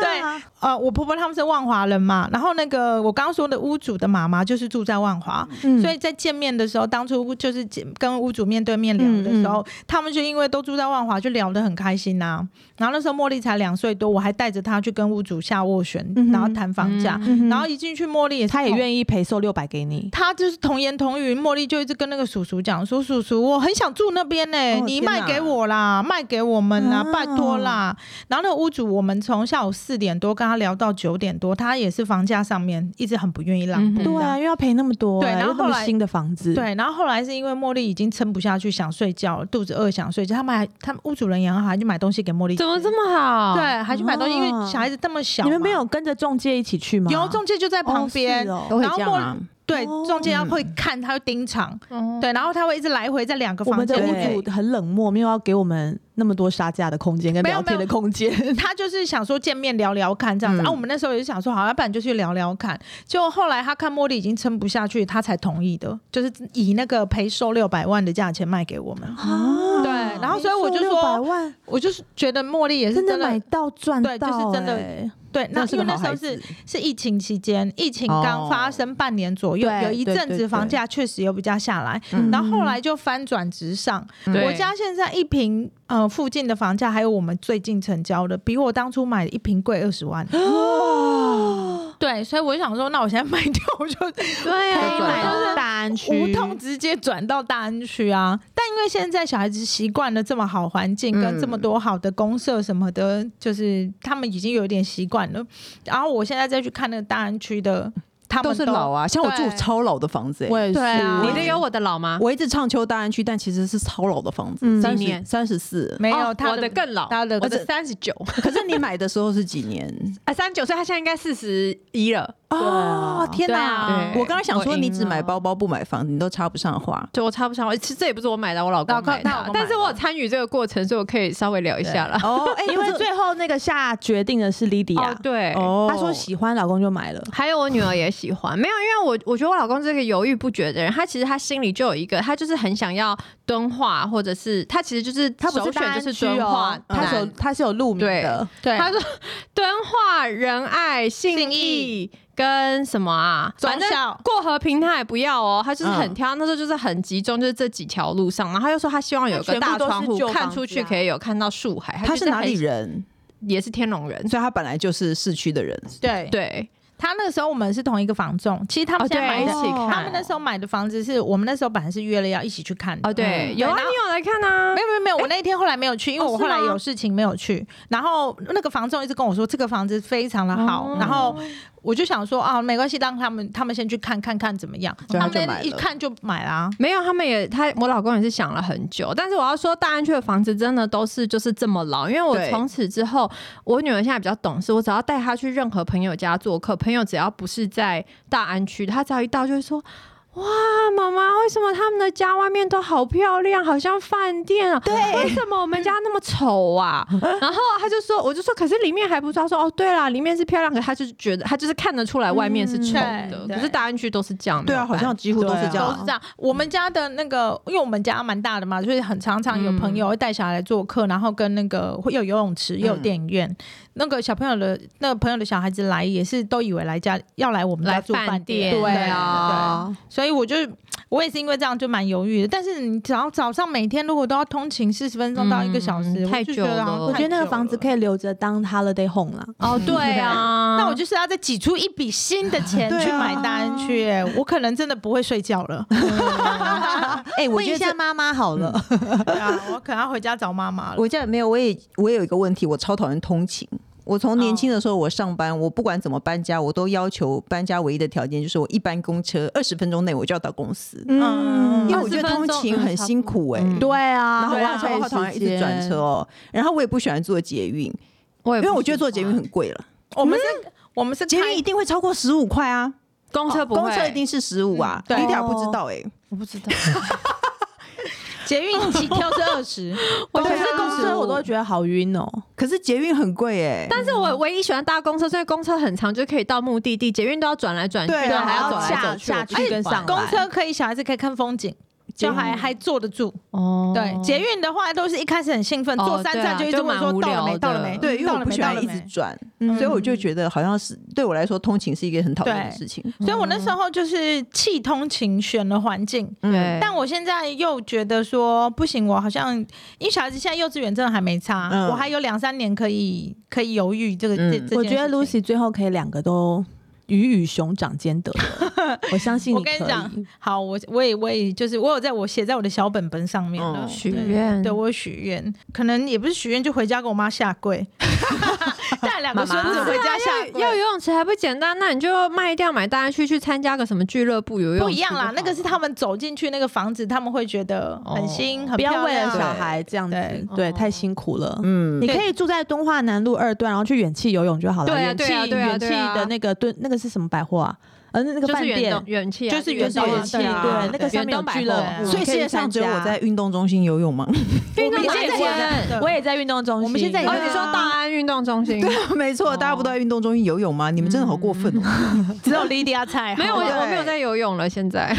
[SPEAKER 4] 对，呃，我婆婆他们是万华人嘛，然后那个我刚刚说的屋主的妈妈就是住在万华，
[SPEAKER 1] 嗯
[SPEAKER 4] 所以在见面的时候，当初就是见跟屋主面对面聊的时候，
[SPEAKER 1] 嗯
[SPEAKER 4] 他们就因为都住在万华，就聊得很开心呐、然后那时候茉莉才两岁多，我还带着她去跟屋主下斡旋，
[SPEAKER 1] 嗯哼
[SPEAKER 4] 然后谈房价，然后一进去茉莉也
[SPEAKER 1] 嗯他也
[SPEAKER 4] 意。
[SPEAKER 1] 愿意赔售六百给你。
[SPEAKER 4] 她就是童言童语，茉莉就一直跟那个叔叔讲说：“叔叔，我很想住那边呢、
[SPEAKER 3] 哦
[SPEAKER 4] 你
[SPEAKER 3] 天哪
[SPEAKER 4] 卖给我啦，卖给我们啦，
[SPEAKER 1] 啊
[SPEAKER 4] 拜托啦。”然后那个屋主，我们从下午四点多跟他聊到九点多，他也是房价上面一直很不愿意让步。
[SPEAKER 1] 对啊，因为要赔那么多、
[SPEAKER 4] 嗯对
[SPEAKER 1] 哎
[SPEAKER 4] 然
[SPEAKER 1] 又
[SPEAKER 4] 后
[SPEAKER 1] 那
[SPEAKER 4] 后
[SPEAKER 1] 么
[SPEAKER 4] 来
[SPEAKER 1] 新的房子，，
[SPEAKER 4] 对，然后后来是因为茉莉已经撑不下去，想睡觉，肚子饿想睡觉，他们还他们屋主人也好，还去买东西给茉莉吃，
[SPEAKER 5] 怎么这么好？
[SPEAKER 4] 对，还去买东西，因为小孩子这么小
[SPEAKER 1] 啊
[SPEAKER 4] 嘛，
[SPEAKER 1] 你们没有跟着中介一起去吗？
[SPEAKER 4] 有中介就在旁边，
[SPEAKER 1] 哦是哦
[SPEAKER 3] 都会
[SPEAKER 4] 然后
[SPEAKER 3] 这样啊，
[SPEAKER 4] 对，
[SPEAKER 1] 哦
[SPEAKER 4] 中介要会看，他会盯场，对，然后他会一直来回在两个
[SPEAKER 1] 我
[SPEAKER 4] 房
[SPEAKER 1] 们的
[SPEAKER 4] 间里面
[SPEAKER 1] 屋主很冷漠，没有要给我们那么多杀价的空间跟
[SPEAKER 4] 没有
[SPEAKER 1] 聊天
[SPEAKER 4] 没
[SPEAKER 1] 的
[SPEAKER 4] 有
[SPEAKER 1] 空间。
[SPEAKER 4] 他就是想说见面聊聊看这样子、
[SPEAKER 3] 嗯
[SPEAKER 4] 啊。我们那时候也是想说，好，要不然就去聊聊看。结果后来他看茉莉已经撑不下去，他才同意的，就是以那个赔收六百万的价钱卖给我们。
[SPEAKER 1] 啊，
[SPEAKER 4] 对然后所以我就说
[SPEAKER 1] 百万
[SPEAKER 4] 我就是觉得茉莉也是
[SPEAKER 1] 真的
[SPEAKER 4] 真
[SPEAKER 1] 买
[SPEAKER 4] 的
[SPEAKER 1] 到赚到、
[SPEAKER 4] 对就是真的
[SPEAKER 1] 哎
[SPEAKER 4] 对，
[SPEAKER 3] 真的
[SPEAKER 4] 那
[SPEAKER 3] 是
[SPEAKER 4] 因
[SPEAKER 3] 个
[SPEAKER 4] 为那
[SPEAKER 3] 好
[SPEAKER 4] 时候
[SPEAKER 3] 孩
[SPEAKER 4] 是
[SPEAKER 3] 子哦
[SPEAKER 4] 是疫情期间，疫情刚发生半年左右，
[SPEAKER 1] 对
[SPEAKER 4] 有一
[SPEAKER 1] 对
[SPEAKER 4] 阵
[SPEAKER 1] 对
[SPEAKER 4] 子
[SPEAKER 1] 对
[SPEAKER 4] 房价确实有比较下来，
[SPEAKER 3] 嗯
[SPEAKER 4] 然后后来就翻转直上。
[SPEAKER 5] 对
[SPEAKER 4] 我家现在一平呃附近的房价，还有我们最近成交的，比我当初买的一平贵二十万。
[SPEAKER 3] 哦
[SPEAKER 4] 对，所以我就想说，那我现在卖掉， 我就
[SPEAKER 5] 对
[SPEAKER 1] 可
[SPEAKER 5] 啊，
[SPEAKER 1] 以买到大安区，
[SPEAKER 4] 无痛直接转到大安区啊。但因为现在小孩子习惯了这么好环境，
[SPEAKER 3] 嗯
[SPEAKER 4] 跟这么多好的公社什么的，就是他们已经有点习惯了。然后我现在再去看那个大安区的，他们
[SPEAKER 7] 都是
[SPEAKER 5] 哦
[SPEAKER 7] 老啊，像我住
[SPEAKER 4] 对
[SPEAKER 7] 超老的房子、欸，
[SPEAKER 1] 我也是，
[SPEAKER 5] 对啊，
[SPEAKER 1] 我
[SPEAKER 5] 你的有我的老吗？
[SPEAKER 3] 我一直唱秋大安区，但其实是超老的房子，
[SPEAKER 1] 嗯
[SPEAKER 3] 三
[SPEAKER 5] 几
[SPEAKER 3] 十
[SPEAKER 5] 年
[SPEAKER 3] 三十四。
[SPEAKER 4] 没有
[SPEAKER 5] 哦
[SPEAKER 4] 他
[SPEAKER 5] 我的更老，
[SPEAKER 4] 他的
[SPEAKER 5] 我的三十九，
[SPEAKER 3] 可是你买的时候是几 年？
[SPEAKER 5] 啊，三十九岁，他现在应该四十一了。
[SPEAKER 3] 哦，天
[SPEAKER 5] 对啊
[SPEAKER 3] 我刚刚想说，
[SPEAKER 5] 我赢
[SPEAKER 3] 你只买
[SPEAKER 5] 了
[SPEAKER 3] 包包不买房，你都插不上话。
[SPEAKER 5] 对，我插不上话，其实这也不是我买的，我老公
[SPEAKER 4] 老公
[SPEAKER 5] 买的
[SPEAKER 4] 他老
[SPEAKER 5] 啊，
[SPEAKER 4] 公买
[SPEAKER 5] 但
[SPEAKER 4] 的
[SPEAKER 5] 是我有参与这个过程，所以我可以稍微聊一下 啦。
[SPEAKER 3] 哦，哎，
[SPEAKER 1] 因为最后那个下决定的是
[SPEAKER 5] 哦
[SPEAKER 1] Lydia，，
[SPEAKER 5] 对，哦
[SPEAKER 3] 哦，
[SPEAKER 1] 她说喜欢老公就买了，
[SPEAKER 5] 还有我女儿也喜欢，没有，因为我我觉得我老公是个犹豫不决的人，他其实他心里就有一个，他就是很想要敦化，或者是他其实就是
[SPEAKER 1] 她不
[SPEAKER 5] 首
[SPEAKER 1] 是大
[SPEAKER 5] 选
[SPEAKER 1] 安
[SPEAKER 5] 就是
[SPEAKER 1] 区
[SPEAKER 5] 敦化
[SPEAKER 1] 哦，，她是有
[SPEAKER 5] 嗯
[SPEAKER 1] 她是有路名的，
[SPEAKER 4] 对
[SPEAKER 5] 他说 敦化仁爱信义跟什么啊，
[SPEAKER 4] 忠
[SPEAKER 5] 反正
[SPEAKER 4] 孝
[SPEAKER 5] 过河平他也不要哦，他就是很挑，那时候就是很集中，就是这几条路上，然后他又说他希望有个大窗
[SPEAKER 1] 它全部都是
[SPEAKER 5] 户
[SPEAKER 1] 旧房子啊
[SPEAKER 5] 看出去可以有看到树海，
[SPEAKER 3] 他
[SPEAKER 5] 就是很
[SPEAKER 3] 哪里？人？
[SPEAKER 5] 也是天龙人。
[SPEAKER 3] 所以他本来就是市区的人。
[SPEAKER 4] 对，
[SPEAKER 5] 对，
[SPEAKER 4] 他那时候我们是同一个房仲，其实他们现在买的，
[SPEAKER 5] 哦对一起看
[SPEAKER 4] 他们那时候买的房子是我们那时候本来是约了要一起去看的。嗯
[SPEAKER 5] 哦，对，有啊，
[SPEAKER 4] 然后
[SPEAKER 5] 你有来看啊
[SPEAKER 4] 没？有没有没有，我那一天后来没有去，因为
[SPEAKER 5] 哦
[SPEAKER 4] 我后来
[SPEAKER 5] 是吗
[SPEAKER 4] 有事情没有去。然后那个房仲一直跟我说这个房子非常的好，
[SPEAKER 5] 哦
[SPEAKER 4] 然后我就想说啊，没关系，让他们他们先去看看看怎么样。
[SPEAKER 3] 对他就买
[SPEAKER 4] 们一
[SPEAKER 3] 了
[SPEAKER 4] 看就买啦。
[SPEAKER 5] 没有，他们也他我老公也是想了很久，但是我要说大安区的房子真的都是就是这么老，因为我
[SPEAKER 7] 对
[SPEAKER 5] 从此之后，我女儿现在比较懂事，我只要带她去任何朋友家做客，朋友只要不是在大安区，她只要一到就会说。哇，妈妈，为什么他们的家外面都好漂亮，好像饭店啊？对，为什么我们家那么丑啊？然后她就说，我就说，可是里面还不错。她说，哦，对啦，里面是漂亮，可她就是觉得，她就是看得出来外面是丑
[SPEAKER 4] 嗯
[SPEAKER 5] 的。
[SPEAKER 4] 对
[SPEAKER 5] 可是大安区都是这样，
[SPEAKER 3] 对
[SPEAKER 5] 没
[SPEAKER 3] 啊，啊
[SPEAKER 5] 有
[SPEAKER 3] 好
[SPEAKER 5] 办法
[SPEAKER 3] 像几乎都是这
[SPEAKER 4] 都是
[SPEAKER 3] 样
[SPEAKER 4] 这。样。我们家的那个，因为我们家蛮大的嘛，所以很常常有
[SPEAKER 5] 嗯
[SPEAKER 4] 朋友会带小孩来做客，然后跟那个会有游泳池，
[SPEAKER 5] 嗯
[SPEAKER 4] 也有电影院。那个小朋友的那个朋友的小孩子来，也是都以为来家要来我们家
[SPEAKER 5] 来
[SPEAKER 4] 住饭
[SPEAKER 5] 饭店，
[SPEAKER 4] 对
[SPEAKER 5] 啊，
[SPEAKER 4] 对所以我就我也是因为这样就蛮犹豫的。但是你只要早上每天如果都要通勤四十分钟到一个小时，
[SPEAKER 5] 嗯
[SPEAKER 4] 我就觉得啊好像
[SPEAKER 5] 太久了
[SPEAKER 1] 我觉得那个房子
[SPEAKER 4] 以。
[SPEAKER 1] 可以留着当 holiday home 啦。
[SPEAKER 5] 哦，对 啊，
[SPEAKER 4] 那我就是要再挤出一笔新的钱
[SPEAKER 3] 对啊
[SPEAKER 4] 去买大安区、哎我可能真的不会睡觉了。
[SPEAKER 3] 哎，我
[SPEAKER 1] 问
[SPEAKER 3] 觉
[SPEAKER 1] 一
[SPEAKER 3] 得
[SPEAKER 1] 下
[SPEAKER 3] 这
[SPEAKER 1] 妈妈好了，
[SPEAKER 4] 对啊，我可能要回家找妈妈了。
[SPEAKER 3] 我这样没有，我也我也有一个问题，我超讨厌通勤。我从年轻的时候，我上班，我不管怎么搬家，我都要求搬家唯一的条件就是我一般公车二十分钟内我就要到公司，
[SPEAKER 4] 嗯
[SPEAKER 1] 嗯，
[SPEAKER 3] 因为我觉得通勤很辛苦哎、
[SPEAKER 5] 嗯
[SPEAKER 1] 对
[SPEAKER 3] 然
[SPEAKER 1] 啊，
[SPEAKER 3] 后我
[SPEAKER 1] 浪
[SPEAKER 3] 好
[SPEAKER 1] 费
[SPEAKER 3] 我好讨厌
[SPEAKER 1] 时
[SPEAKER 3] 一直转
[SPEAKER 1] 间
[SPEAKER 3] 车哦，然后我也不喜欢坐捷运，
[SPEAKER 5] 我也
[SPEAKER 3] 因
[SPEAKER 5] 不
[SPEAKER 3] 为我觉得
[SPEAKER 5] 喜
[SPEAKER 3] 坐捷运
[SPEAKER 5] 欢
[SPEAKER 3] 很贵了，
[SPEAKER 4] 我们是，我们是
[SPEAKER 3] 捷
[SPEAKER 4] 开
[SPEAKER 3] 运一定会超过十五块啊，
[SPEAKER 5] 公车不会，
[SPEAKER 3] 公车一定是十五啊，
[SPEAKER 4] 嗯对
[SPEAKER 3] 你俩不知道哎、
[SPEAKER 5] 我不知道，
[SPEAKER 4] 捷运起跳是二十，
[SPEAKER 1] 我每
[SPEAKER 3] 对
[SPEAKER 1] 次
[SPEAKER 3] 啊
[SPEAKER 1] 公车我都会觉得好晕哦。
[SPEAKER 3] 可是捷运很贵哎、
[SPEAKER 5] 但是我唯一喜欢搭公车，所以公车很长就可以到目的地，捷运都要转来转去，
[SPEAKER 3] 对啊
[SPEAKER 5] 然后还
[SPEAKER 1] 还
[SPEAKER 5] 要
[SPEAKER 1] 要
[SPEAKER 5] 走来
[SPEAKER 1] 下
[SPEAKER 5] 走去，
[SPEAKER 1] 下
[SPEAKER 5] 我不喜
[SPEAKER 1] 去跟
[SPEAKER 5] 欢
[SPEAKER 1] 上来
[SPEAKER 4] 公车可以小孩子可以看风景，就还还坐得住。
[SPEAKER 5] 哦，
[SPEAKER 4] 对，捷运的话都是一开始很兴奋，
[SPEAKER 5] 哦
[SPEAKER 4] 坐三站就一直问说
[SPEAKER 5] 对啊就蛮无
[SPEAKER 4] 到了
[SPEAKER 5] 聊
[SPEAKER 4] 没，
[SPEAKER 5] 的
[SPEAKER 4] 到了没，
[SPEAKER 3] 对，因为
[SPEAKER 4] 到
[SPEAKER 3] 我
[SPEAKER 4] 了
[SPEAKER 3] 不
[SPEAKER 4] 没，
[SPEAKER 3] 喜
[SPEAKER 4] 到
[SPEAKER 3] 欢
[SPEAKER 4] 了
[SPEAKER 3] 一直
[SPEAKER 4] 没。
[SPEAKER 3] 转，
[SPEAKER 5] 嗯
[SPEAKER 3] 所以我就觉得好像是对我来说，通勤是一个很讨厌的
[SPEAKER 4] 对
[SPEAKER 3] 事情。
[SPEAKER 4] 所以我
[SPEAKER 5] 哦
[SPEAKER 4] 那时候就是弃通勤选了环境，
[SPEAKER 3] 嗯
[SPEAKER 5] 对，
[SPEAKER 4] 嗯但我现在又觉得说不行，我好像因为小孩子现在幼稚园真的还没差，
[SPEAKER 3] 嗯
[SPEAKER 4] 我还有两三年可以可以犹豫这个这
[SPEAKER 3] 嗯
[SPEAKER 4] 这件事情。
[SPEAKER 1] 我觉得 Lucy 最后可以两个都鱼与熊掌兼得的，我相信
[SPEAKER 4] 我
[SPEAKER 1] 你
[SPEAKER 4] 跟
[SPEAKER 1] 可
[SPEAKER 4] 你
[SPEAKER 1] 以
[SPEAKER 4] 讲。，好，我我也我也就是我有在我写在我的小本本上面了
[SPEAKER 3] 嗯，
[SPEAKER 5] 许
[SPEAKER 4] 对
[SPEAKER 5] 愿
[SPEAKER 4] 对我有许愿，可能也不是许愿，就回家跟我妈下 跪， 带两个孙子回家下
[SPEAKER 5] 要游
[SPEAKER 4] 跪。
[SPEAKER 5] 泳池还不简单，那你就卖掉买大家去去参加个什么俱乐部游泳池就好哦了，
[SPEAKER 4] 不一样啦，那个是他们走进去那个房子，他们会觉得很新，很
[SPEAKER 1] 不要
[SPEAKER 4] 漂
[SPEAKER 1] 为了
[SPEAKER 4] 亮
[SPEAKER 1] 小孩这样子
[SPEAKER 4] 对，
[SPEAKER 1] 对，太辛苦了。
[SPEAKER 3] 嗯，
[SPEAKER 1] 你可以住在敦化南路二段，然后去远气游泳就好了。
[SPEAKER 5] 对啊
[SPEAKER 1] 远气
[SPEAKER 5] 对啊对啊
[SPEAKER 1] 远气
[SPEAKER 5] 对啊
[SPEAKER 1] 的那个敦那个是什么百货啊？呃，那那个
[SPEAKER 5] 就
[SPEAKER 1] 饭
[SPEAKER 5] 是远
[SPEAKER 1] 店
[SPEAKER 5] 东远气啊，
[SPEAKER 4] 就是
[SPEAKER 5] 远
[SPEAKER 4] 远东
[SPEAKER 5] 东
[SPEAKER 4] 啊
[SPEAKER 5] 气
[SPEAKER 1] 对
[SPEAKER 4] 啊
[SPEAKER 1] 对，那个
[SPEAKER 4] 对
[SPEAKER 1] 上面有
[SPEAKER 5] 远东
[SPEAKER 1] 俱
[SPEAKER 5] 百
[SPEAKER 1] 乐
[SPEAKER 5] 货啊
[SPEAKER 1] 部，
[SPEAKER 3] 所以世界上只有我在运动中心游泳吗？
[SPEAKER 5] 运动
[SPEAKER 4] 啊我们
[SPEAKER 5] 中
[SPEAKER 4] 现在
[SPEAKER 5] 心
[SPEAKER 4] 也在对
[SPEAKER 1] 我也在运啊动中心。
[SPEAKER 4] 我们现在也
[SPEAKER 5] 哦，
[SPEAKER 4] 在
[SPEAKER 5] 你说大安运动中心，
[SPEAKER 3] 没错，大家不都在运动中心游泳吗？你们真的好过分哦！
[SPEAKER 4] 只有 Lydia 菜
[SPEAKER 5] 没有我
[SPEAKER 4] 好吧
[SPEAKER 5] 我没有在游泳了，现在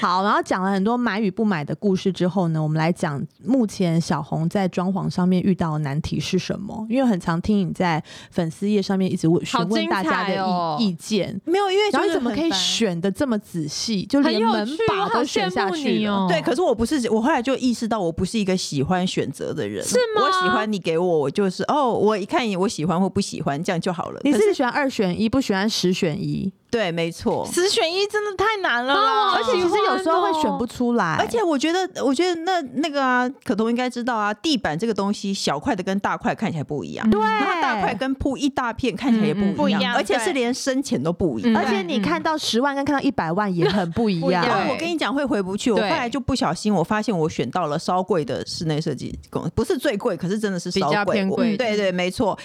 [SPEAKER 1] 好，然后讲了很多买与不买的故事之后呢，我们来讲目前小红在装潢上面遇到的难题是什么？因为很常听你在粉丝页上面一直问询
[SPEAKER 5] 好
[SPEAKER 1] 问
[SPEAKER 5] 精
[SPEAKER 1] 大家的
[SPEAKER 5] 彩
[SPEAKER 1] 意、
[SPEAKER 5] 哦
[SPEAKER 1] 意见，
[SPEAKER 3] 没有，因为
[SPEAKER 1] 然
[SPEAKER 3] 就
[SPEAKER 1] 后你
[SPEAKER 3] 是
[SPEAKER 1] 怎么
[SPEAKER 3] 很
[SPEAKER 1] 可以
[SPEAKER 3] 烦
[SPEAKER 1] 选的这么仔细，就
[SPEAKER 5] 很
[SPEAKER 1] 连
[SPEAKER 5] 有
[SPEAKER 1] 门
[SPEAKER 5] 趣，我
[SPEAKER 1] 把
[SPEAKER 5] 好
[SPEAKER 1] 都选
[SPEAKER 5] 羡
[SPEAKER 1] 下
[SPEAKER 5] 慕
[SPEAKER 1] 去
[SPEAKER 5] 你
[SPEAKER 1] 了。
[SPEAKER 5] 哦。
[SPEAKER 3] 对，可是我不是，我后来就意识到我不是一个喜欢选择的人，是
[SPEAKER 5] 吗
[SPEAKER 3] 我喜欢你给我，我就是哦，我一看我喜欢或不喜欢，这样就好了。
[SPEAKER 1] 你
[SPEAKER 3] 可
[SPEAKER 1] 是喜欢二选一，不喜欢十选一，
[SPEAKER 3] 对，没错。
[SPEAKER 4] 十选一真的太难了啦，
[SPEAKER 5] 而且
[SPEAKER 1] 其实有时候会选不出来，
[SPEAKER 3] 而且我觉得，我觉得那那个啊，可彤应该知道啊，地板这个东西，小块的跟大块看起来不一样，对，然后大块跟铺一大片看起来也
[SPEAKER 5] 嗯嗯
[SPEAKER 3] 不
[SPEAKER 4] 不一样
[SPEAKER 3] 而且
[SPEAKER 4] 对
[SPEAKER 3] 是连深浅都不一样。
[SPEAKER 1] 而且你看到十万跟看到一百万也很嗯 不一
[SPEAKER 4] 不一
[SPEAKER 1] 样。
[SPEAKER 4] 样
[SPEAKER 3] 我跟你讲会回不去，我后
[SPEAKER 5] 对
[SPEAKER 3] 来就不小心，我发现我选到了稍贵的室内设计公司，不是最贵，可是真的是稍
[SPEAKER 5] 比较
[SPEAKER 3] 贵。
[SPEAKER 5] 偏
[SPEAKER 3] 我
[SPEAKER 5] 贵的
[SPEAKER 3] 对对，没错。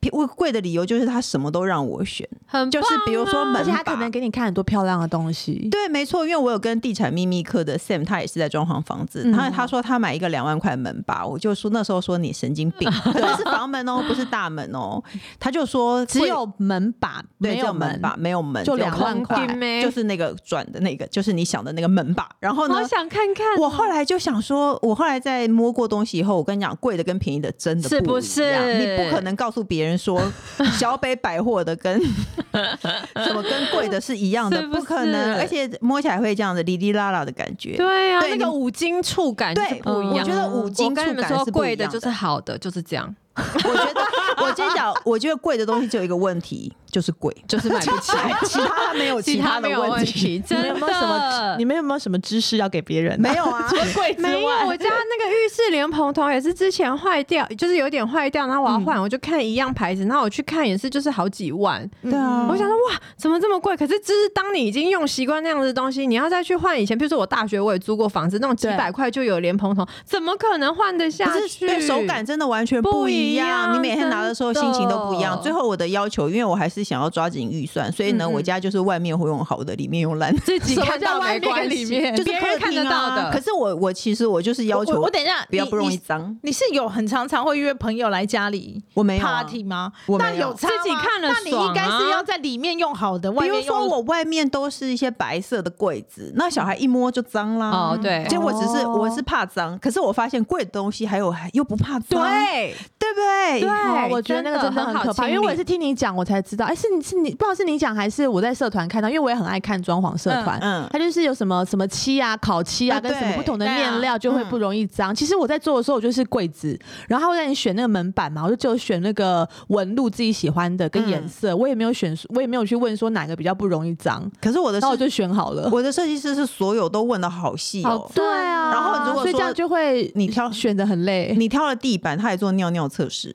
[SPEAKER 3] 偏贵的理由就是它什么都让我选，
[SPEAKER 5] 很啊
[SPEAKER 3] 就是比如说
[SPEAKER 1] 而
[SPEAKER 3] 门
[SPEAKER 1] 且他可
[SPEAKER 3] 把
[SPEAKER 1] 能。给你看很多漂亮的东西，
[SPEAKER 3] 对，没错，因为我有跟地产秘密课的 Sam，他也是在装潢房子，他他说他买一个两万块门把，我就说那时候说你神经 病，可是是房门哦，不是大门哦，他就说
[SPEAKER 1] 只
[SPEAKER 3] 贵
[SPEAKER 1] 有门把，
[SPEAKER 3] 对
[SPEAKER 1] 没
[SPEAKER 3] 只有
[SPEAKER 1] 有
[SPEAKER 3] 门把，没有门，
[SPEAKER 1] 就
[SPEAKER 3] 只有
[SPEAKER 1] 两万
[SPEAKER 3] 空
[SPEAKER 1] 块
[SPEAKER 3] 间就是那个转的那个，就是你想的那个门把，然后呢，
[SPEAKER 5] 好想看看哦，
[SPEAKER 3] 我后来就想说，我后来在摸过东西以后，我跟你讲，贵的跟便宜的真的
[SPEAKER 5] 是
[SPEAKER 3] 不
[SPEAKER 5] 不
[SPEAKER 3] 一
[SPEAKER 5] 是
[SPEAKER 3] 样你不可能告诉别人说 小北百货的跟什么跟贵的是一样的，
[SPEAKER 5] 是不是
[SPEAKER 3] 可能，而且摸起来会这样子哩哩啦啦的感觉。
[SPEAKER 5] 对啊，
[SPEAKER 3] 对
[SPEAKER 5] 那
[SPEAKER 3] 你
[SPEAKER 5] 个五金触感就是
[SPEAKER 3] 对，
[SPEAKER 5] 不一样。
[SPEAKER 3] 我觉得五金
[SPEAKER 5] 我跟
[SPEAKER 3] 触
[SPEAKER 5] 你们
[SPEAKER 3] 感
[SPEAKER 5] 说，
[SPEAKER 3] 是不一
[SPEAKER 5] 贵
[SPEAKER 3] 样
[SPEAKER 5] 就是好的，就是这样。
[SPEAKER 3] 我觉得，我跟你讲，我觉得贵的东西只有一个问题，就是 贵，
[SPEAKER 7] 就是买不 起。
[SPEAKER 3] 其他他没有
[SPEAKER 5] 其他
[SPEAKER 3] 他
[SPEAKER 5] 没
[SPEAKER 3] 的
[SPEAKER 5] 有问
[SPEAKER 3] 题。
[SPEAKER 5] 题，真
[SPEAKER 1] 你们有没有什么？
[SPEAKER 5] 的
[SPEAKER 1] 你。们有没有什么知识要给别人、
[SPEAKER 3] 没有 啊
[SPEAKER 1] 除了贵之
[SPEAKER 5] 哎没有，
[SPEAKER 1] 外
[SPEAKER 5] 我，家那个浴室莲蓬头也是之前坏掉，就是有点坏掉，然后我要换，我就看一样牌子，然后我去看也是就是好几万，
[SPEAKER 1] 嗯
[SPEAKER 3] 对啊，
[SPEAKER 5] 我想说哇，怎么这么贵？可是就是当你已经用习惯那样子的东西，你要再去换以前，比如说我大学我也租过房子，那种几
[SPEAKER 1] 对
[SPEAKER 5] 百块就有莲蓬头，怎么可能换得下
[SPEAKER 3] 可是
[SPEAKER 5] 去？
[SPEAKER 3] 对手感真的完全
[SPEAKER 5] 不
[SPEAKER 3] 一
[SPEAKER 5] 一样
[SPEAKER 3] 你每天拿的时候心情都不一样。
[SPEAKER 5] 真的
[SPEAKER 3] 最后我的要求，因为我还是想要抓紧预算，所以呢，
[SPEAKER 5] 嗯嗯
[SPEAKER 3] 我家就是外面会用好的，里面用烂的，
[SPEAKER 5] 自己
[SPEAKER 4] 什么
[SPEAKER 5] 看
[SPEAKER 4] 叫
[SPEAKER 5] 到
[SPEAKER 4] 外
[SPEAKER 5] 没
[SPEAKER 4] 面
[SPEAKER 5] 关
[SPEAKER 4] 跟
[SPEAKER 5] 系
[SPEAKER 4] 里面
[SPEAKER 3] 就是
[SPEAKER 4] 别人看得
[SPEAKER 3] 客厅啊
[SPEAKER 4] 到的。
[SPEAKER 3] 可是我我其实我就是要
[SPEAKER 4] 我我
[SPEAKER 3] 求
[SPEAKER 4] 我等一下，
[SPEAKER 3] 不要
[SPEAKER 4] 你
[SPEAKER 3] 不容易
[SPEAKER 4] 你
[SPEAKER 3] 脏，
[SPEAKER 4] 你是有很常常会约朋友来家里
[SPEAKER 3] 我没有啊
[SPEAKER 4] party 吗？
[SPEAKER 3] 我
[SPEAKER 4] 那
[SPEAKER 3] 没有
[SPEAKER 4] 有差吗
[SPEAKER 5] 自己看了
[SPEAKER 4] 那你应
[SPEAKER 5] 爽
[SPEAKER 4] 该
[SPEAKER 5] 啊
[SPEAKER 4] 是要在里面用好的，外
[SPEAKER 3] 比如
[SPEAKER 4] 面
[SPEAKER 3] 说
[SPEAKER 4] 用
[SPEAKER 3] 我外面都是一些白色的柜子，那小孩一摸就脏啦。
[SPEAKER 5] 哦，对，
[SPEAKER 3] 结果只是我是怕脏，可是我发现贵的东西还有又不怕脏，
[SPEAKER 5] 对
[SPEAKER 3] 对不对？
[SPEAKER 1] 哦
[SPEAKER 5] 对，
[SPEAKER 1] 我觉得那个真的很
[SPEAKER 5] 好
[SPEAKER 1] 可怕，因
[SPEAKER 5] 清
[SPEAKER 1] 为我
[SPEAKER 5] 理
[SPEAKER 1] 也是听你讲我才知道，哎、是你是你，不知道是你讲还是我在社团看到，因为我也很爱看装潢社团，
[SPEAKER 3] 嗯嗯
[SPEAKER 1] 它就是有什么什么漆啊、烤漆啊，
[SPEAKER 3] 啊嗯
[SPEAKER 1] 跟什么
[SPEAKER 3] 对
[SPEAKER 1] 不同的
[SPEAKER 4] 对啊
[SPEAKER 1] 面料就会不容易脏。其实我在做的时候，我就是柜子，然后他会让你选那个门板嘛，我就只有选那个纹路自己喜欢的跟
[SPEAKER 3] 嗯
[SPEAKER 1] 颜色，我也没有选，我也没有去问说哪个比较不容易脏，
[SPEAKER 3] 可是我的
[SPEAKER 1] 然后我
[SPEAKER 3] 设
[SPEAKER 1] 就选好了。
[SPEAKER 3] 我的设计师是所有都问的好细哦，
[SPEAKER 1] 对啊，
[SPEAKER 3] 然后如果
[SPEAKER 1] 所以这
[SPEAKER 3] 说
[SPEAKER 1] 样就会
[SPEAKER 3] 你挑
[SPEAKER 1] 选的很累，
[SPEAKER 3] 你挑了地板，他也做尿尿测试。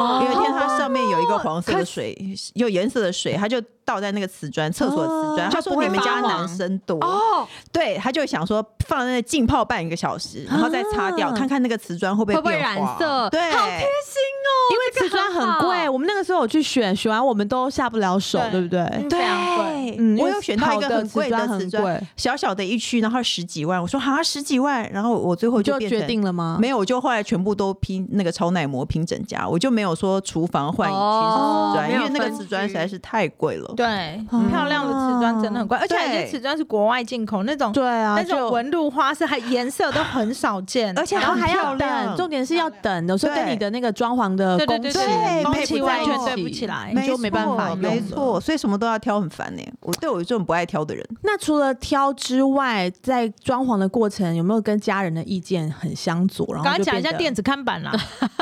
[SPEAKER 1] 哦
[SPEAKER 3] 有一天，它上面有一个黄色的水，有颜色的水，他就倒在那个瓷砖，厕所瓷砖。他说你们家男生多哦，对，他就想说放在那浸泡半个小时，然后再擦掉，看看那个瓷砖会不会
[SPEAKER 5] 会不会
[SPEAKER 3] 变
[SPEAKER 5] 染
[SPEAKER 3] 黄
[SPEAKER 5] 色
[SPEAKER 3] 对，
[SPEAKER 5] 好贴心哦，
[SPEAKER 1] 因为瓷砖很贵，我们那个时候有去选，选完我们都下不了手，对不
[SPEAKER 3] 嗯
[SPEAKER 1] 对？
[SPEAKER 4] 非常贵。
[SPEAKER 3] 对，
[SPEAKER 1] 嗯，
[SPEAKER 3] 我有选到一个很贵
[SPEAKER 1] 因为
[SPEAKER 3] 的
[SPEAKER 1] 好的瓷
[SPEAKER 3] 瓷
[SPEAKER 1] 砖很
[SPEAKER 3] 砖
[SPEAKER 1] 贵，
[SPEAKER 3] 小小的一区，然后十几万。我说哈十几万，然后我最后
[SPEAKER 1] 我就
[SPEAKER 3] 变成
[SPEAKER 1] 决定了吗？
[SPEAKER 3] 没有，我就后来全部都拼那个超耐磨拼整家，我就没有说厨房换一区
[SPEAKER 5] 哦
[SPEAKER 3] 瓷砖，
[SPEAKER 5] 没
[SPEAKER 3] 因
[SPEAKER 5] 有
[SPEAKER 3] 为那个
[SPEAKER 5] 分
[SPEAKER 3] 瓷砖
[SPEAKER 5] 区
[SPEAKER 3] 实在是太贵了。
[SPEAKER 4] 对
[SPEAKER 1] 嗯，
[SPEAKER 4] 漂亮的瓷砖真的很贵，而且
[SPEAKER 3] 对
[SPEAKER 4] 有些瓷砖是国外进口那种，
[SPEAKER 1] 对啊，
[SPEAKER 4] 那种
[SPEAKER 1] 就
[SPEAKER 4] 纹路花是还颜色都很少 见，
[SPEAKER 3] 而且
[SPEAKER 1] 然后还要
[SPEAKER 3] 很漂亮
[SPEAKER 1] 等，重点是要等的，所以跟
[SPEAKER 3] 对
[SPEAKER 1] 你的那个装潢的
[SPEAKER 4] 对对
[SPEAKER 1] 工
[SPEAKER 4] 对
[SPEAKER 1] 期
[SPEAKER 3] 对
[SPEAKER 4] 工
[SPEAKER 3] 配
[SPEAKER 4] 期
[SPEAKER 3] 不
[SPEAKER 4] 完全
[SPEAKER 3] 在一
[SPEAKER 4] 对不
[SPEAKER 1] 起
[SPEAKER 4] 起来。
[SPEAKER 1] 你就没办法
[SPEAKER 3] 错
[SPEAKER 1] 用
[SPEAKER 3] 没
[SPEAKER 1] 了
[SPEAKER 3] 错，所以什么都要挑，很烦呢、我对我这种不爱挑的人，
[SPEAKER 1] 那除了挑之外，在装潢的过程有没有跟家人的意见很相左？然后
[SPEAKER 4] 刚刚
[SPEAKER 1] 就
[SPEAKER 4] 讲一
[SPEAKER 1] 变
[SPEAKER 4] 下
[SPEAKER 1] 得
[SPEAKER 4] 电子看板啦，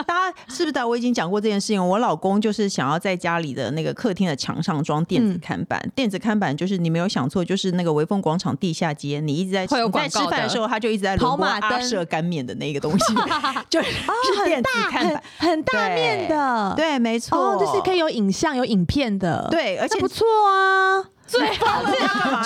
[SPEAKER 3] 大家是不是的？我已经讲过这件事情。我老公就是想要在家里的那个客厅的墙上装电子
[SPEAKER 1] 嗯
[SPEAKER 3] 看板，电子看板就是你没有想错，就是那个微风广场地下街，你一直在
[SPEAKER 5] 会有
[SPEAKER 3] 你在
[SPEAKER 5] 广
[SPEAKER 3] 吃
[SPEAKER 5] 告
[SPEAKER 3] 饭的
[SPEAKER 5] 的
[SPEAKER 3] 时候，他就一直在
[SPEAKER 1] 跑
[SPEAKER 3] 轮播
[SPEAKER 1] 马
[SPEAKER 3] 阿
[SPEAKER 1] 灯
[SPEAKER 3] 舍干面的那个东 西，就是是电子看板
[SPEAKER 1] 很，很大
[SPEAKER 3] 对
[SPEAKER 1] 面的，
[SPEAKER 3] 对，没错，
[SPEAKER 1] 哦，就是可以有影像、有影片的，，
[SPEAKER 3] 对，而且
[SPEAKER 1] 不错啊。
[SPEAKER 4] 最好是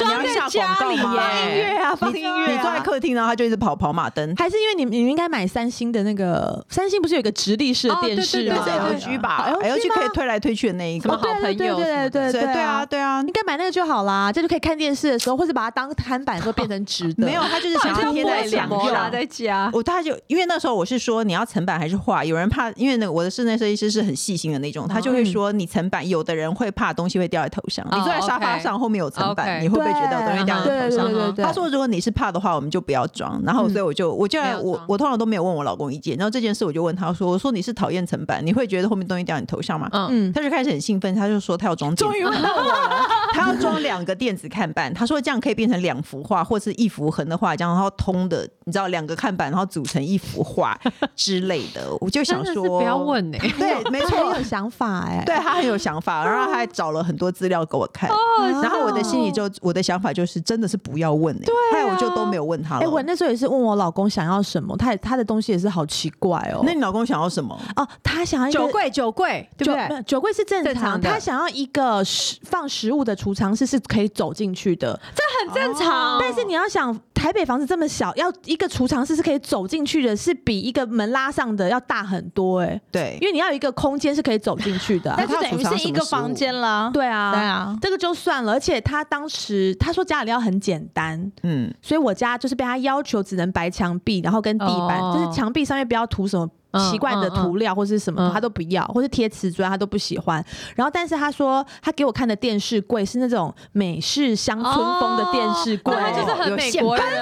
[SPEAKER 3] 装在家里
[SPEAKER 4] 耶
[SPEAKER 3] 音乐啊，放音乐、你坐在客厅，然后他就一直跑跑马灯。
[SPEAKER 1] 还是因为你们你们应该买三星的那个，三星不是有一个直立式的
[SPEAKER 5] 哦
[SPEAKER 1] 电
[SPEAKER 5] 对
[SPEAKER 1] 视
[SPEAKER 5] 对
[SPEAKER 1] 吗？
[SPEAKER 5] 对对
[SPEAKER 3] 是 LG 吧
[SPEAKER 1] 哦
[SPEAKER 3] ，LG
[SPEAKER 1] 吗
[SPEAKER 3] 可以推来哎推去的那一
[SPEAKER 5] 什么
[SPEAKER 3] 个
[SPEAKER 1] 哦
[SPEAKER 5] 好朋
[SPEAKER 1] 对
[SPEAKER 5] 友
[SPEAKER 1] 对
[SPEAKER 5] 什
[SPEAKER 1] 对对
[SPEAKER 5] 么的
[SPEAKER 1] 对
[SPEAKER 3] 对啊，
[SPEAKER 1] 啊。
[SPEAKER 3] 对啊
[SPEAKER 1] 你应，该买那个就好啦，这样就可以看电视的时候，或是把它当看板的时候变成直的。
[SPEAKER 3] 没有，啊他就是 想要
[SPEAKER 5] 想
[SPEAKER 3] 贴
[SPEAKER 5] 贴
[SPEAKER 3] 在
[SPEAKER 5] 在
[SPEAKER 3] 墙
[SPEAKER 5] 墙
[SPEAKER 3] 上
[SPEAKER 5] 上，。啊在家。
[SPEAKER 3] 我他就因为那时候我是说你要层板还是画，有人怕，因为那个我的室内设计师是很细心的那种，他就会说你层板，有的人会怕东西会掉在头上，你坐在沙发上后面有层板，
[SPEAKER 5] OK
[SPEAKER 3] 你会不会觉得有东西掉在头上
[SPEAKER 1] 哦对？
[SPEAKER 3] 啊
[SPEAKER 1] 对对嗯对对，
[SPEAKER 3] 他说：“如果你是怕的话，我们就不要装。”然后，所以我就，我就
[SPEAKER 5] 没有
[SPEAKER 3] 我
[SPEAKER 5] 装
[SPEAKER 3] 我通常都没有问我老公意见。然后这件事，我就问他说：“我说你是讨厌层板，你会觉得后面东西掉你头上吗？”
[SPEAKER 5] 嗯
[SPEAKER 1] 嗯，
[SPEAKER 3] 他就开始很兴奋，他就说他要装，终于问 到我了，他要装两个电子看板。他说这样可以变成两幅画，或是一幅横的画，这样然后通的，你知道两个看板，然后组成一幅画之类的。我就想
[SPEAKER 5] 真的
[SPEAKER 3] 说，
[SPEAKER 5] 是不要，问哎、
[SPEAKER 3] 对，没
[SPEAKER 1] 他
[SPEAKER 3] 错啊
[SPEAKER 1] 很有，想法哎、
[SPEAKER 3] 对他很有想法，然后他还找了很多资料给我 看。
[SPEAKER 1] 哦
[SPEAKER 3] 然后我的心里就我的想法就是，真的是不要问哎、欸，后来我就都没有问他
[SPEAKER 1] 哎、
[SPEAKER 3] 了。
[SPEAKER 1] 我那时候也是问我老公想要什么，他也他的东西也是好奇怪哦。
[SPEAKER 3] 那你老公想要什么？
[SPEAKER 1] 哦，他想要一个
[SPEAKER 5] 柜酒柜
[SPEAKER 1] 酒没有酒柜是正常
[SPEAKER 5] 正常的
[SPEAKER 1] 他想要一个食放食物的储藏室是可以走进去的，
[SPEAKER 5] 很正常，
[SPEAKER 3] 哦
[SPEAKER 1] 但是你要想，台北房子这么小，要一个储藏室是可以走进去的，是比一个门拉上的要大很多哎、
[SPEAKER 3] 对
[SPEAKER 1] 因，为你要有一个空间是可以走进去的啊、
[SPEAKER 4] 那就等于是一个房间啦。
[SPEAKER 1] 对啊，
[SPEAKER 4] 对啊，
[SPEAKER 1] 这个就算了。而且他当时他说家里要很简单，
[SPEAKER 3] 嗯，
[SPEAKER 1] 所以我家就是被他要求只能白墙壁，然后跟地板，
[SPEAKER 5] 哦
[SPEAKER 1] 就是墙壁上面不要涂什么。
[SPEAKER 5] 嗯
[SPEAKER 1] 奇怪的涂料或是什么
[SPEAKER 5] 嗯，嗯
[SPEAKER 1] 他都不要，或是贴瓷砖，他都不喜欢。然后，但是他说他给我看的电视柜是那种美式乡村风的电视柜，
[SPEAKER 5] 哦那他就是很美国人啊
[SPEAKER 3] 哎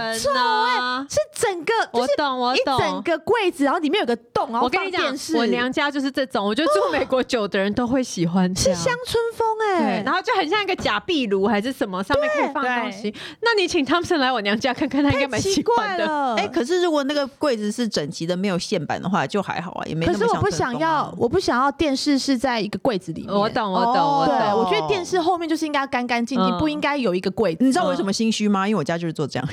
[SPEAKER 1] 哎
[SPEAKER 5] 呐、
[SPEAKER 1] 是整个就
[SPEAKER 5] 我
[SPEAKER 1] 是
[SPEAKER 5] 懂，我
[SPEAKER 1] 一整
[SPEAKER 5] 懂。
[SPEAKER 1] 个柜子，然后里面有个洞，然后
[SPEAKER 5] 我跟
[SPEAKER 1] 放
[SPEAKER 5] 你讲
[SPEAKER 1] 电视。，
[SPEAKER 5] 我娘家就是这种，我觉得住美国久的人都会喜欢这
[SPEAKER 1] 是
[SPEAKER 5] 样。
[SPEAKER 1] 乡村风
[SPEAKER 5] 对
[SPEAKER 1] 哎，，
[SPEAKER 5] 然后就很像一个假壁炉还是什么，上面可以放
[SPEAKER 4] 对
[SPEAKER 5] 东西。那你请汤 o 来我娘家看看，他应该蛮
[SPEAKER 1] 奇
[SPEAKER 5] 喜欢
[SPEAKER 1] 怪
[SPEAKER 5] 的。
[SPEAKER 1] 了。
[SPEAKER 3] 哎、可是如果那个柜子是整齐的，没有线板的话，就就还好啊，也没那
[SPEAKER 1] 可
[SPEAKER 3] 么
[SPEAKER 1] 是我不
[SPEAKER 3] 想成
[SPEAKER 1] 想
[SPEAKER 3] 功啊
[SPEAKER 1] 要，我不想要电视是在一个柜子里面。
[SPEAKER 5] 我懂，我懂，我
[SPEAKER 1] 对，
[SPEAKER 5] 懂。
[SPEAKER 1] 我觉得电视后面就是应该要干干净净，
[SPEAKER 5] 嗯
[SPEAKER 1] 不应该有一个柜子。
[SPEAKER 3] 你知道我为什么心虚吗？因为我家就是做这样。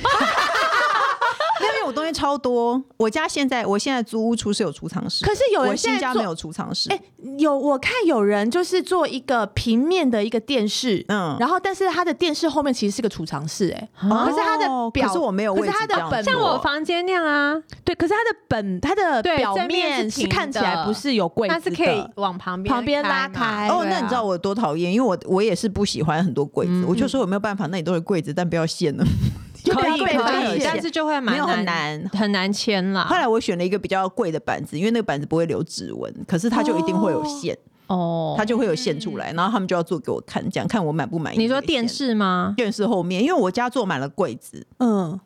[SPEAKER 3] 因为我东西超多，我家现在我现在租屋处是有储藏室，
[SPEAKER 1] 可是有人
[SPEAKER 3] 我
[SPEAKER 1] 现
[SPEAKER 3] 新
[SPEAKER 1] 在
[SPEAKER 3] 家
[SPEAKER 1] 做
[SPEAKER 3] 没有储藏室。
[SPEAKER 1] 哎、有我看有人就是做一个平面的一个电视，
[SPEAKER 3] 嗯
[SPEAKER 1] 然后但是他的电视后面其实是个储藏室、哎、
[SPEAKER 3] 哦
[SPEAKER 1] 可是他的表，
[SPEAKER 3] 可是我没有
[SPEAKER 1] 可是
[SPEAKER 3] 位置
[SPEAKER 1] 他
[SPEAKER 3] 这
[SPEAKER 1] 的
[SPEAKER 3] 样
[SPEAKER 1] 本
[SPEAKER 3] 做
[SPEAKER 5] 像我房间那样啊，
[SPEAKER 1] 对，可是他的本他的
[SPEAKER 5] 对
[SPEAKER 1] 表
[SPEAKER 5] 正面是
[SPEAKER 1] 是
[SPEAKER 5] 平
[SPEAKER 1] 看起来
[SPEAKER 5] 的
[SPEAKER 1] 不是有柜子
[SPEAKER 5] 它
[SPEAKER 1] 的，
[SPEAKER 5] 是可以往旁边
[SPEAKER 1] 旁边拉
[SPEAKER 5] 嘛
[SPEAKER 1] 开
[SPEAKER 3] 哦，
[SPEAKER 5] 对
[SPEAKER 3] 那你知道
[SPEAKER 5] 啊
[SPEAKER 3] 我多讨厌？因为我我也是不喜欢很多柜子，我就说我没有办法，那里都是柜子，但不要线了。
[SPEAKER 1] 就
[SPEAKER 5] 可
[SPEAKER 1] 不要
[SPEAKER 5] 以
[SPEAKER 1] 被发
[SPEAKER 5] 可以，
[SPEAKER 1] 现
[SPEAKER 5] 但是就会蛮
[SPEAKER 3] 没有很
[SPEAKER 5] 难
[SPEAKER 3] 难
[SPEAKER 5] 很难签啦。
[SPEAKER 3] 后来我选了一个比较贵的板子，因为那个板子不会留指纹，可是它就一定会有线，
[SPEAKER 5] 哦
[SPEAKER 3] 它，就会有线出来，然后他们就要做给我看，这样看我满不满意。
[SPEAKER 5] 你说电。视吗？
[SPEAKER 3] 电视后面，因为我家做满了柜子，
[SPEAKER 1] 嗯，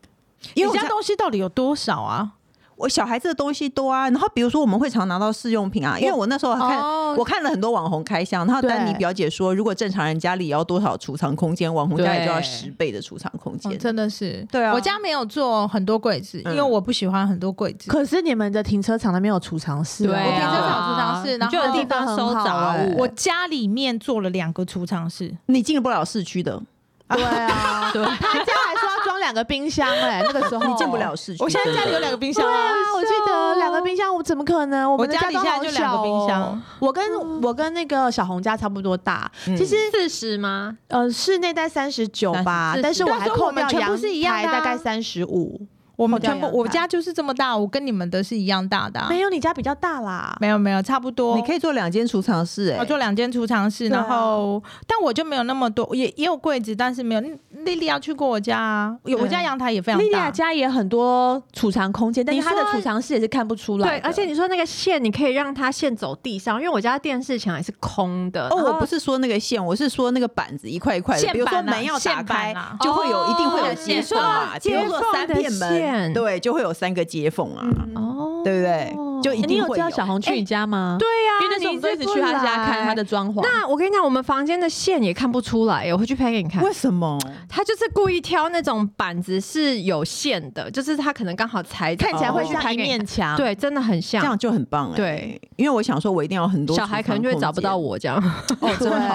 [SPEAKER 3] 因为
[SPEAKER 4] 你
[SPEAKER 3] 我
[SPEAKER 4] 家
[SPEAKER 3] 家
[SPEAKER 4] 东西到底有多少啊？
[SPEAKER 3] 我小孩子的东西多啊。然后比如说我们会常拿到试用品啊，因为我那时候看、
[SPEAKER 4] 哦
[SPEAKER 3] 我看了很多网红开箱，然后
[SPEAKER 1] 对
[SPEAKER 3] 丹尼表姐说，如果正常人家里要多少储藏空间，网红家里就要
[SPEAKER 5] 对
[SPEAKER 3] 十倍的储藏空间
[SPEAKER 4] 哦，。真的是，
[SPEAKER 3] 对啊
[SPEAKER 4] 我家没有做很多柜子，因为
[SPEAKER 3] 嗯
[SPEAKER 4] 我不喜欢很多柜子。
[SPEAKER 1] 可是你们的停车场那边有储藏室、
[SPEAKER 5] 对
[SPEAKER 1] 啊，
[SPEAKER 5] 啊
[SPEAKER 4] 我停车场储藏室，然
[SPEAKER 5] 你就有
[SPEAKER 4] 后
[SPEAKER 5] 地方收
[SPEAKER 1] 很好
[SPEAKER 5] 杂
[SPEAKER 1] 欸
[SPEAKER 5] 物。
[SPEAKER 4] 啊我家里面做了两个储藏室，
[SPEAKER 3] 你进不了市区的，
[SPEAKER 1] 对啊， 他家还说要装两个冰箱、哎，那个时候
[SPEAKER 3] 你进不了市区。
[SPEAKER 4] 哦我现在家里有两个冰箱啊。
[SPEAKER 1] 啊，我记得两个冰箱，我怎么可能？我们的
[SPEAKER 4] 我家
[SPEAKER 1] 家
[SPEAKER 4] 里
[SPEAKER 1] 都
[SPEAKER 4] 现在
[SPEAKER 1] 好
[SPEAKER 4] 就两个
[SPEAKER 1] 小
[SPEAKER 4] 冰
[SPEAKER 1] 哦
[SPEAKER 4] 箱。
[SPEAKER 1] 我跟我跟那个小红家差不多大，
[SPEAKER 3] 嗯
[SPEAKER 1] 其实
[SPEAKER 5] 四十吗？
[SPEAKER 1] 呃室内在三十九吧
[SPEAKER 5] 30，
[SPEAKER 1] 但是我
[SPEAKER 4] 对啊
[SPEAKER 1] 还
[SPEAKER 4] 所以
[SPEAKER 1] 扣
[SPEAKER 4] 我们
[SPEAKER 1] 掉
[SPEAKER 4] 全部
[SPEAKER 1] 阳
[SPEAKER 4] 是一样
[SPEAKER 1] 台
[SPEAKER 4] 的啊
[SPEAKER 1] 大概三十五，
[SPEAKER 4] 我们
[SPEAKER 1] 扣掉
[SPEAKER 4] 全部，
[SPEAKER 1] 阳
[SPEAKER 4] 我
[SPEAKER 1] 台
[SPEAKER 4] 家就是这么大，我跟你们的是一样大的啊。
[SPEAKER 1] 没有你啊家比较大啦。
[SPEAKER 4] 没有没有，差不多。
[SPEAKER 3] 你可以做两间储藏室、哎，
[SPEAKER 4] 我啊做两间储藏室，
[SPEAKER 1] 对啊
[SPEAKER 4] 然后但我就没有那么多，也也有柜子，但是没有。嗯莉莉亚去过我家啊，有我家阳台也非常
[SPEAKER 1] 莉莉
[SPEAKER 4] 大
[SPEAKER 1] 亚。家也很多储藏空间，但是
[SPEAKER 5] 你
[SPEAKER 1] 她的
[SPEAKER 5] 说
[SPEAKER 1] 储藏室也是看不出来
[SPEAKER 5] 对
[SPEAKER 1] 的。，
[SPEAKER 5] 而且你说那个线，你可以让它线走地上，因为我家电视墙也是空的。
[SPEAKER 3] 哦，
[SPEAKER 5] 然后
[SPEAKER 3] 我不是说那个线，我是说那个板子一块一块的，
[SPEAKER 4] 线
[SPEAKER 3] 比如说
[SPEAKER 4] 板啊
[SPEAKER 3] 门要打
[SPEAKER 4] 线
[SPEAKER 3] 开
[SPEAKER 4] 板啊，
[SPEAKER 3] 就会有一定会有
[SPEAKER 5] 哦
[SPEAKER 3] 接缝啊，
[SPEAKER 5] 你
[SPEAKER 3] 比
[SPEAKER 5] 说
[SPEAKER 3] 如说三片
[SPEAKER 5] 接缝的
[SPEAKER 3] 门，
[SPEAKER 5] 线
[SPEAKER 3] 对，就会有三个接缝啊，
[SPEAKER 5] 哦，
[SPEAKER 3] 对不对？就一
[SPEAKER 1] 哎你
[SPEAKER 3] 定
[SPEAKER 1] 有
[SPEAKER 3] 会
[SPEAKER 1] 叫小红去你家吗？对
[SPEAKER 5] 对呀、啊
[SPEAKER 1] 因为那时候我们都一直
[SPEAKER 5] 你
[SPEAKER 1] 去她
[SPEAKER 5] 不
[SPEAKER 1] 家
[SPEAKER 5] 来
[SPEAKER 1] 看她的。装潢。
[SPEAKER 5] 那我跟你讲，我们房间的线也看不出来，我回去拍给你 看。
[SPEAKER 3] 为什么？
[SPEAKER 5] 他就是故意挑那种板子是有线的，就是他可能刚好裁，
[SPEAKER 1] 看起来
[SPEAKER 3] 哦
[SPEAKER 1] 会
[SPEAKER 5] 去拍
[SPEAKER 1] 像一
[SPEAKER 5] 给你看
[SPEAKER 1] 面墙，，
[SPEAKER 5] 对，真的很像。
[SPEAKER 3] 这样就很棒哎、
[SPEAKER 5] 对，
[SPEAKER 3] 因为我想说，我一定要很多
[SPEAKER 5] 小孩可能就会找不到我这样。
[SPEAKER 3] 储藏空间。哦，
[SPEAKER 1] 对
[SPEAKER 3] 真好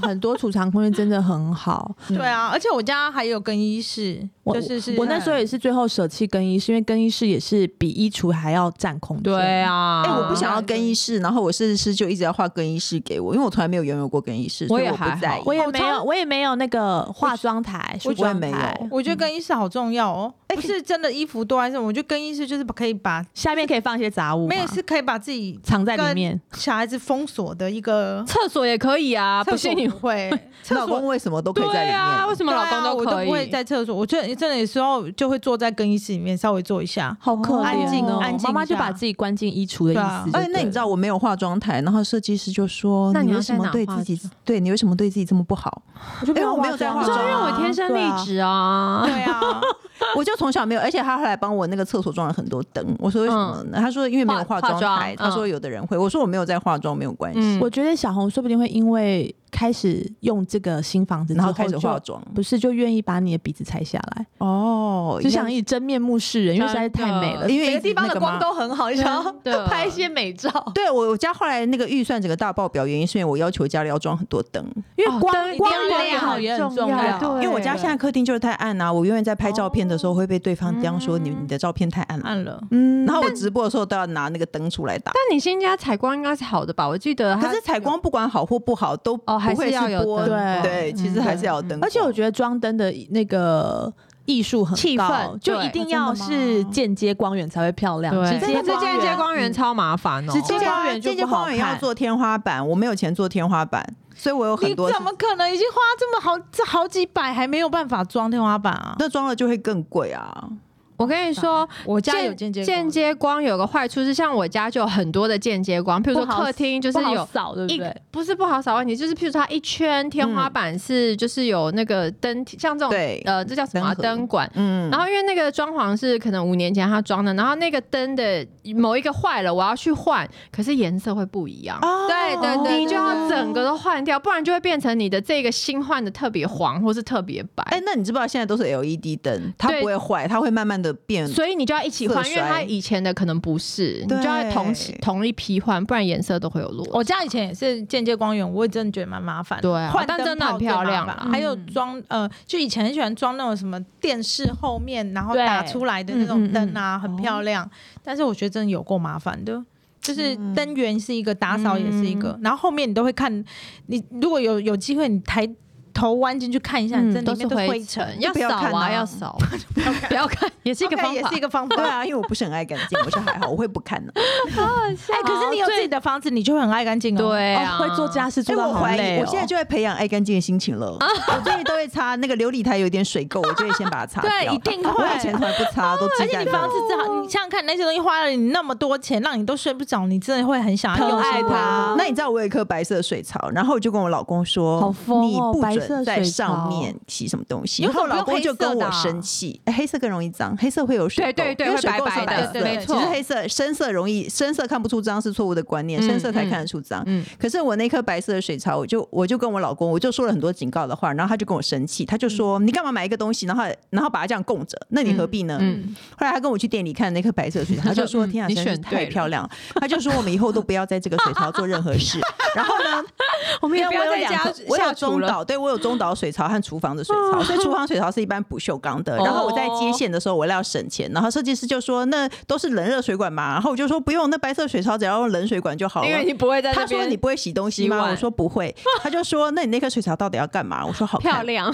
[SPEAKER 1] 啊，很多储藏空间真的很好。
[SPEAKER 4] 对啊，而且我家还有更衣室，
[SPEAKER 1] 我
[SPEAKER 4] 就是是嗯
[SPEAKER 1] 我那时候也是最后舍弃更衣室，因为更衣室也是比衣橱还要占空间。
[SPEAKER 5] 啊
[SPEAKER 3] 哎、我不想要更衣室，然后我设计师就一直要画更衣室给我，因为我从来没有拥有过更衣室，所
[SPEAKER 5] 我
[SPEAKER 3] 以
[SPEAKER 5] 也
[SPEAKER 3] 我不
[SPEAKER 5] 还
[SPEAKER 3] 在
[SPEAKER 5] 好
[SPEAKER 3] 意。
[SPEAKER 1] 我也没有，我也没有那个化妆台，
[SPEAKER 3] 我
[SPEAKER 1] 梳妆
[SPEAKER 3] 我也
[SPEAKER 1] 台
[SPEAKER 3] 没有
[SPEAKER 4] 我觉得更衣室好重要哦，不是真的衣服多还是什么，我觉得更衣室就是可以把
[SPEAKER 1] 下面可以放一些杂物吗，
[SPEAKER 4] 没有是可以把自己
[SPEAKER 1] 藏在里面。
[SPEAKER 4] 小孩子封锁的一个。
[SPEAKER 5] 厕所也可以啊，不
[SPEAKER 4] 厕
[SPEAKER 5] 信
[SPEAKER 4] 所
[SPEAKER 5] 你
[SPEAKER 4] 不会，
[SPEAKER 3] 老
[SPEAKER 4] 厕所
[SPEAKER 3] 公为什么都可以在
[SPEAKER 5] 对
[SPEAKER 3] 里面？
[SPEAKER 5] 啊，为什么
[SPEAKER 4] 对
[SPEAKER 5] 老
[SPEAKER 4] 啊
[SPEAKER 5] 公
[SPEAKER 4] 我
[SPEAKER 5] 可以？
[SPEAKER 4] 不会在厕所，我觉得真的有时候就会坐在更衣室里面稍微坐一下。
[SPEAKER 1] 好可
[SPEAKER 4] 安
[SPEAKER 1] 怜
[SPEAKER 4] 静
[SPEAKER 1] 哦
[SPEAKER 4] 安静一下
[SPEAKER 1] 妈妈就把自己关进衣橱的
[SPEAKER 4] 对啊
[SPEAKER 1] 意思就对
[SPEAKER 3] 哎、
[SPEAKER 1] 了。
[SPEAKER 3] 那你知道我没有化妆台，然后设计师就说：“
[SPEAKER 5] 那你要
[SPEAKER 3] 为什
[SPEAKER 5] 在
[SPEAKER 3] 么
[SPEAKER 5] 哪
[SPEAKER 3] 对
[SPEAKER 5] 化
[SPEAKER 3] 自己
[SPEAKER 5] 妆，
[SPEAKER 3] 对你为什么对自己这么不好？”
[SPEAKER 1] 我就没
[SPEAKER 3] 哎
[SPEAKER 1] 有
[SPEAKER 3] 我没有在
[SPEAKER 1] 化
[SPEAKER 3] 化
[SPEAKER 1] 妆
[SPEAKER 3] 妆
[SPEAKER 1] 啊，
[SPEAKER 5] 因为我天生
[SPEAKER 1] 对啊
[SPEAKER 5] 丽。质啊，
[SPEAKER 4] 对啊，
[SPEAKER 3] 我就从小没有，而且他后来帮我那个厕所装了很多灯。我说为什么呢？他说因为没有
[SPEAKER 5] 化
[SPEAKER 3] 嗯化妆嗯台
[SPEAKER 5] 化妆，
[SPEAKER 3] 他说有的人会。我说我没有在化妆，没有关系。
[SPEAKER 5] 嗯
[SPEAKER 1] 我觉得小红说不定会因为开始用这个新房子之
[SPEAKER 3] 然
[SPEAKER 1] 后
[SPEAKER 3] 后
[SPEAKER 1] 就，
[SPEAKER 3] 开始化妆。
[SPEAKER 1] 不是就愿意把你的鼻子拆下来，
[SPEAKER 3] 哦
[SPEAKER 1] 就想以真面目示人，因为实在太美了。
[SPEAKER 3] 因为
[SPEAKER 6] 每个地方
[SPEAKER 3] 那
[SPEAKER 6] 的
[SPEAKER 3] 个嘛
[SPEAKER 6] 光都很好，你想要拍一些美照。
[SPEAKER 3] 对我我家后来那个预算整个大爆表，原因是因为我要求家里要装很多灯，
[SPEAKER 1] 因为光
[SPEAKER 5] 灯
[SPEAKER 1] 光
[SPEAKER 5] 光
[SPEAKER 1] 源
[SPEAKER 5] 亮
[SPEAKER 1] 好也很
[SPEAKER 5] 很
[SPEAKER 1] 重
[SPEAKER 5] 重
[SPEAKER 1] 要
[SPEAKER 5] 要。对
[SPEAKER 3] 因为我家现在客厅就是太暗啊，我永远在拍照片的时候会被对方这样说：“你你的照片太暗了。
[SPEAKER 4] 按了。
[SPEAKER 1] 嗯”
[SPEAKER 3] 然后我直播的时候都要拿那个灯出来打。
[SPEAKER 5] 那你新家采光应该是好的吧？我记得它
[SPEAKER 3] 可是采光不管好或不好都
[SPEAKER 5] 哦还
[SPEAKER 3] 不会
[SPEAKER 5] 是要有
[SPEAKER 3] 播
[SPEAKER 5] 灯
[SPEAKER 1] 光
[SPEAKER 3] 对，其实还是要有灯光。
[SPEAKER 1] 而且我觉得装灯的那个艺术很高
[SPEAKER 5] 气氛
[SPEAKER 1] 就
[SPEAKER 5] 对
[SPEAKER 1] 一定要是间接光源才会漂亮。
[SPEAKER 5] 对，
[SPEAKER 1] 直接
[SPEAKER 5] 这
[SPEAKER 1] 光
[SPEAKER 5] 间接光源超麻烦哦，
[SPEAKER 1] 直接光源就
[SPEAKER 3] 这些
[SPEAKER 1] 不好
[SPEAKER 3] 光源要
[SPEAKER 1] 看
[SPEAKER 3] 做天花板，我没有钱做天花板，所以我有
[SPEAKER 4] 你
[SPEAKER 3] 很多。
[SPEAKER 4] 怎么可能已经花这么好这好几百还没有办法装天花板啊？
[SPEAKER 3] 那装了就会更贵啊？
[SPEAKER 5] 我跟你说，
[SPEAKER 4] 我
[SPEAKER 5] 间
[SPEAKER 4] 家有间接光
[SPEAKER 5] 间接光有个坏处是，像我家就有很多的间接光，譬如说
[SPEAKER 1] 不好
[SPEAKER 5] 客厅就
[SPEAKER 1] 就是是有哦
[SPEAKER 5] 有。
[SPEAKER 1] 扫，对
[SPEAKER 5] 一？不是不好扫问题，就是譬如说它一圈天花板是就是有那个灯体，像这种
[SPEAKER 3] 对
[SPEAKER 5] 呃，这叫什么啊
[SPEAKER 3] 灯盒
[SPEAKER 5] 灯管。
[SPEAKER 3] 嗯，
[SPEAKER 5] 然后因为那个装潢是可能五年前他装的，然后那个灯的某一个坏了，我要去换，可是颜色会不一样。
[SPEAKER 3] 哦
[SPEAKER 5] 对对对，你就要整个都换掉，不然就会变成你的这个新换的特别黄或是特别白。
[SPEAKER 3] 哎、那你知不知道现在都是 LED 灯，它
[SPEAKER 5] 对
[SPEAKER 3] 不会坏，它会慢慢的变
[SPEAKER 5] 所以你就要一起换，
[SPEAKER 3] 色
[SPEAKER 5] 因为它
[SPEAKER 3] 衰
[SPEAKER 5] 以前的可能不是，你就要同起
[SPEAKER 3] 对
[SPEAKER 5] 同一批换，不然颜色都会有落差。
[SPEAKER 4] 我家以前也是间接光源，我也真的觉得蛮麻烦的。
[SPEAKER 5] 对啊
[SPEAKER 4] 换
[SPEAKER 5] 但
[SPEAKER 4] 灯
[SPEAKER 5] 真的
[SPEAKER 4] 泡
[SPEAKER 5] 很
[SPEAKER 4] 最
[SPEAKER 5] 漂
[SPEAKER 4] 麻
[SPEAKER 5] 亮啊
[SPEAKER 4] 烦
[SPEAKER 5] 啦
[SPEAKER 4] 还有
[SPEAKER 3] 嗯
[SPEAKER 4] 装呃，就以前很喜欢装那种什么电视后面然后
[SPEAKER 6] 对
[SPEAKER 4] 打出来的那种灯
[SPEAKER 3] 嗯
[SPEAKER 4] 啊，很漂亮。但是我觉得真的有够麻烦的。就是
[SPEAKER 3] 嗯
[SPEAKER 4] 灯源是一个，打扫也是一
[SPEAKER 5] 嗯
[SPEAKER 4] 个，然后后面你都会看，你如果有有机会，你抬头弯进去看一下，
[SPEAKER 1] 嗯
[SPEAKER 4] 真
[SPEAKER 5] 都
[SPEAKER 4] 的里
[SPEAKER 5] 是
[SPEAKER 4] 面
[SPEAKER 5] 灰
[SPEAKER 4] 尘
[SPEAKER 5] 尘，，要
[SPEAKER 3] 不要
[SPEAKER 5] 扫
[SPEAKER 3] 看啊
[SPEAKER 5] 啊，要扫， 不要看，也是一个
[SPEAKER 4] OK，
[SPEAKER 5] 方
[SPEAKER 4] 也
[SPEAKER 5] 法
[SPEAKER 4] 是一。个方法。
[SPEAKER 3] 对啊，因为我不是很爱干净，我是还好，我会不 看的、
[SPEAKER 4] 哎，可是你有自己的房子，你就会很爱干净哦。
[SPEAKER 5] 对
[SPEAKER 1] 哦
[SPEAKER 5] 啊，
[SPEAKER 1] 会做家事做
[SPEAKER 3] 所以
[SPEAKER 4] 哎
[SPEAKER 1] 到
[SPEAKER 3] 我
[SPEAKER 1] 好
[SPEAKER 3] 怀疑，
[SPEAKER 1] 累、哦
[SPEAKER 3] 我现在就在培养爱干净的心情 了。我最近都会擦那个琉璃台有点水垢，我就会先把它擦掉。
[SPEAKER 4] 对一定会
[SPEAKER 3] 我以前从来不擦，都
[SPEAKER 4] 而
[SPEAKER 3] 自
[SPEAKER 4] 且
[SPEAKER 3] 干
[SPEAKER 4] 你
[SPEAKER 3] 的。
[SPEAKER 4] 房子只好，你想想看，那些东西花了你那么多钱，让你都睡不着，你真的会很想要用
[SPEAKER 1] 爱它
[SPEAKER 3] 那你知道我有一颗白色水槽，然后我就跟我老公说，
[SPEAKER 1] 好疯哦
[SPEAKER 3] 你不
[SPEAKER 1] 白色
[SPEAKER 3] 准在
[SPEAKER 1] 水
[SPEAKER 3] 上
[SPEAKER 1] 槽
[SPEAKER 3] 面洗什么东西。
[SPEAKER 4] 有
[SPEAKER 3] 然
[SPEAKER 4] 什么
[SPEAKER 3] 后我老公就跟
[SPEAKER 4] 不用
[SPEAKER 3] 我
[SPEAKER 4] 黑色的啊
[SPEAKER 3] 生气，哎黑色更容易脏，黑色会有水垢，
[SPEAKER 5] 对对对
[SPEAKER 3] 因为水
[SPEAKER 5] 会
[SPEAKER 3] 垢
[SPEAKER 5] 白
[SPEAKER 3] 是
[SPEAKER 5] 白
[SPEAKER 3] 白
[SPEAKER 5] 的
[SPEAKER 3] 色
[SPEAKER 4] 对对没
[SPEAKER 3] 其
[SPEAKER 4] 错
[SPEAKER 3] 实黑色深色容易深色看不出脏是错误的观
[SPEAKER 4] 嗯
[SPEAKER 3] 念，深色才看得出脏。
[SPEAKER 5] 嗯
[SPEAKER 3] 可是我那颗白色的水槽，我就我就跟我老公，我就说了很多警告的话，然后他就跟我生气，他就说、
[SPEAKER 4] 嗯
[SPEAKER 3] 你干嘛买一个东西，然后然后把它这样供着，那你何必呢？
[SPEAKER 5] 嗯
[SPEAKER 3] 后来他跟我去店里看那颗白色的 水槽，他就说：“天啊，
[SPEAKER 5] 你
[SPEAKER 3] 真是
[SPEAKER 5] 选对
[SPEAKER 3] 太
[SPEAKER 5] 了
[SPEAKER 3] 漂亮了！”他就说：“我们以后都不要在这个水槽做任何事。” 然后呢，
[SPEAKER 5] 我们也
[SPEAKER 3] 因
[SPEAKER 5] 不
[SPEAKER 3] 为
[SPEAKER 5] 要
[SPEAKER 3] 我有
[SPEAKER 5] 在
[SPEAKER 3] 两
[SPEAKER 5] 家
[SPEAKER 3] 个，我有
[SPEAKER 5] 下厨
[SPEAKER 3] 中
[SPEAKER 5] 了。
[SPEAKER 3] 岛，对我有中岛水槽和厨房的水 槽，所以厨房水槽是一般不锈钢
[SPEAKER 5] 哦
[SPEAKER 3] 的。然后我在接线的时候，我为了要省钱，然后设计师就说：“那都是冷热水管嘛。”然后我就说：“不用，那白色水槽只要用冷水管就好了。”
[SPEAKER 5] 哦因为你不会在
[SPEAKER 3] 他
[SPEAKER 5] 那
[SPEAKER 3] 说
[SPEAKER 5] 边
[SPEAKER 3] 你不会洗东西
[SPEAKER 5] 洗
[SPEAKER 3] 吗？
[SPEAKER 5] 碗
[SPEAKER 3] 我说不会。他就说：“那你那颗水槽到底要干嘛？”我说：“好看
[SPEAKER 6] 漂 亮，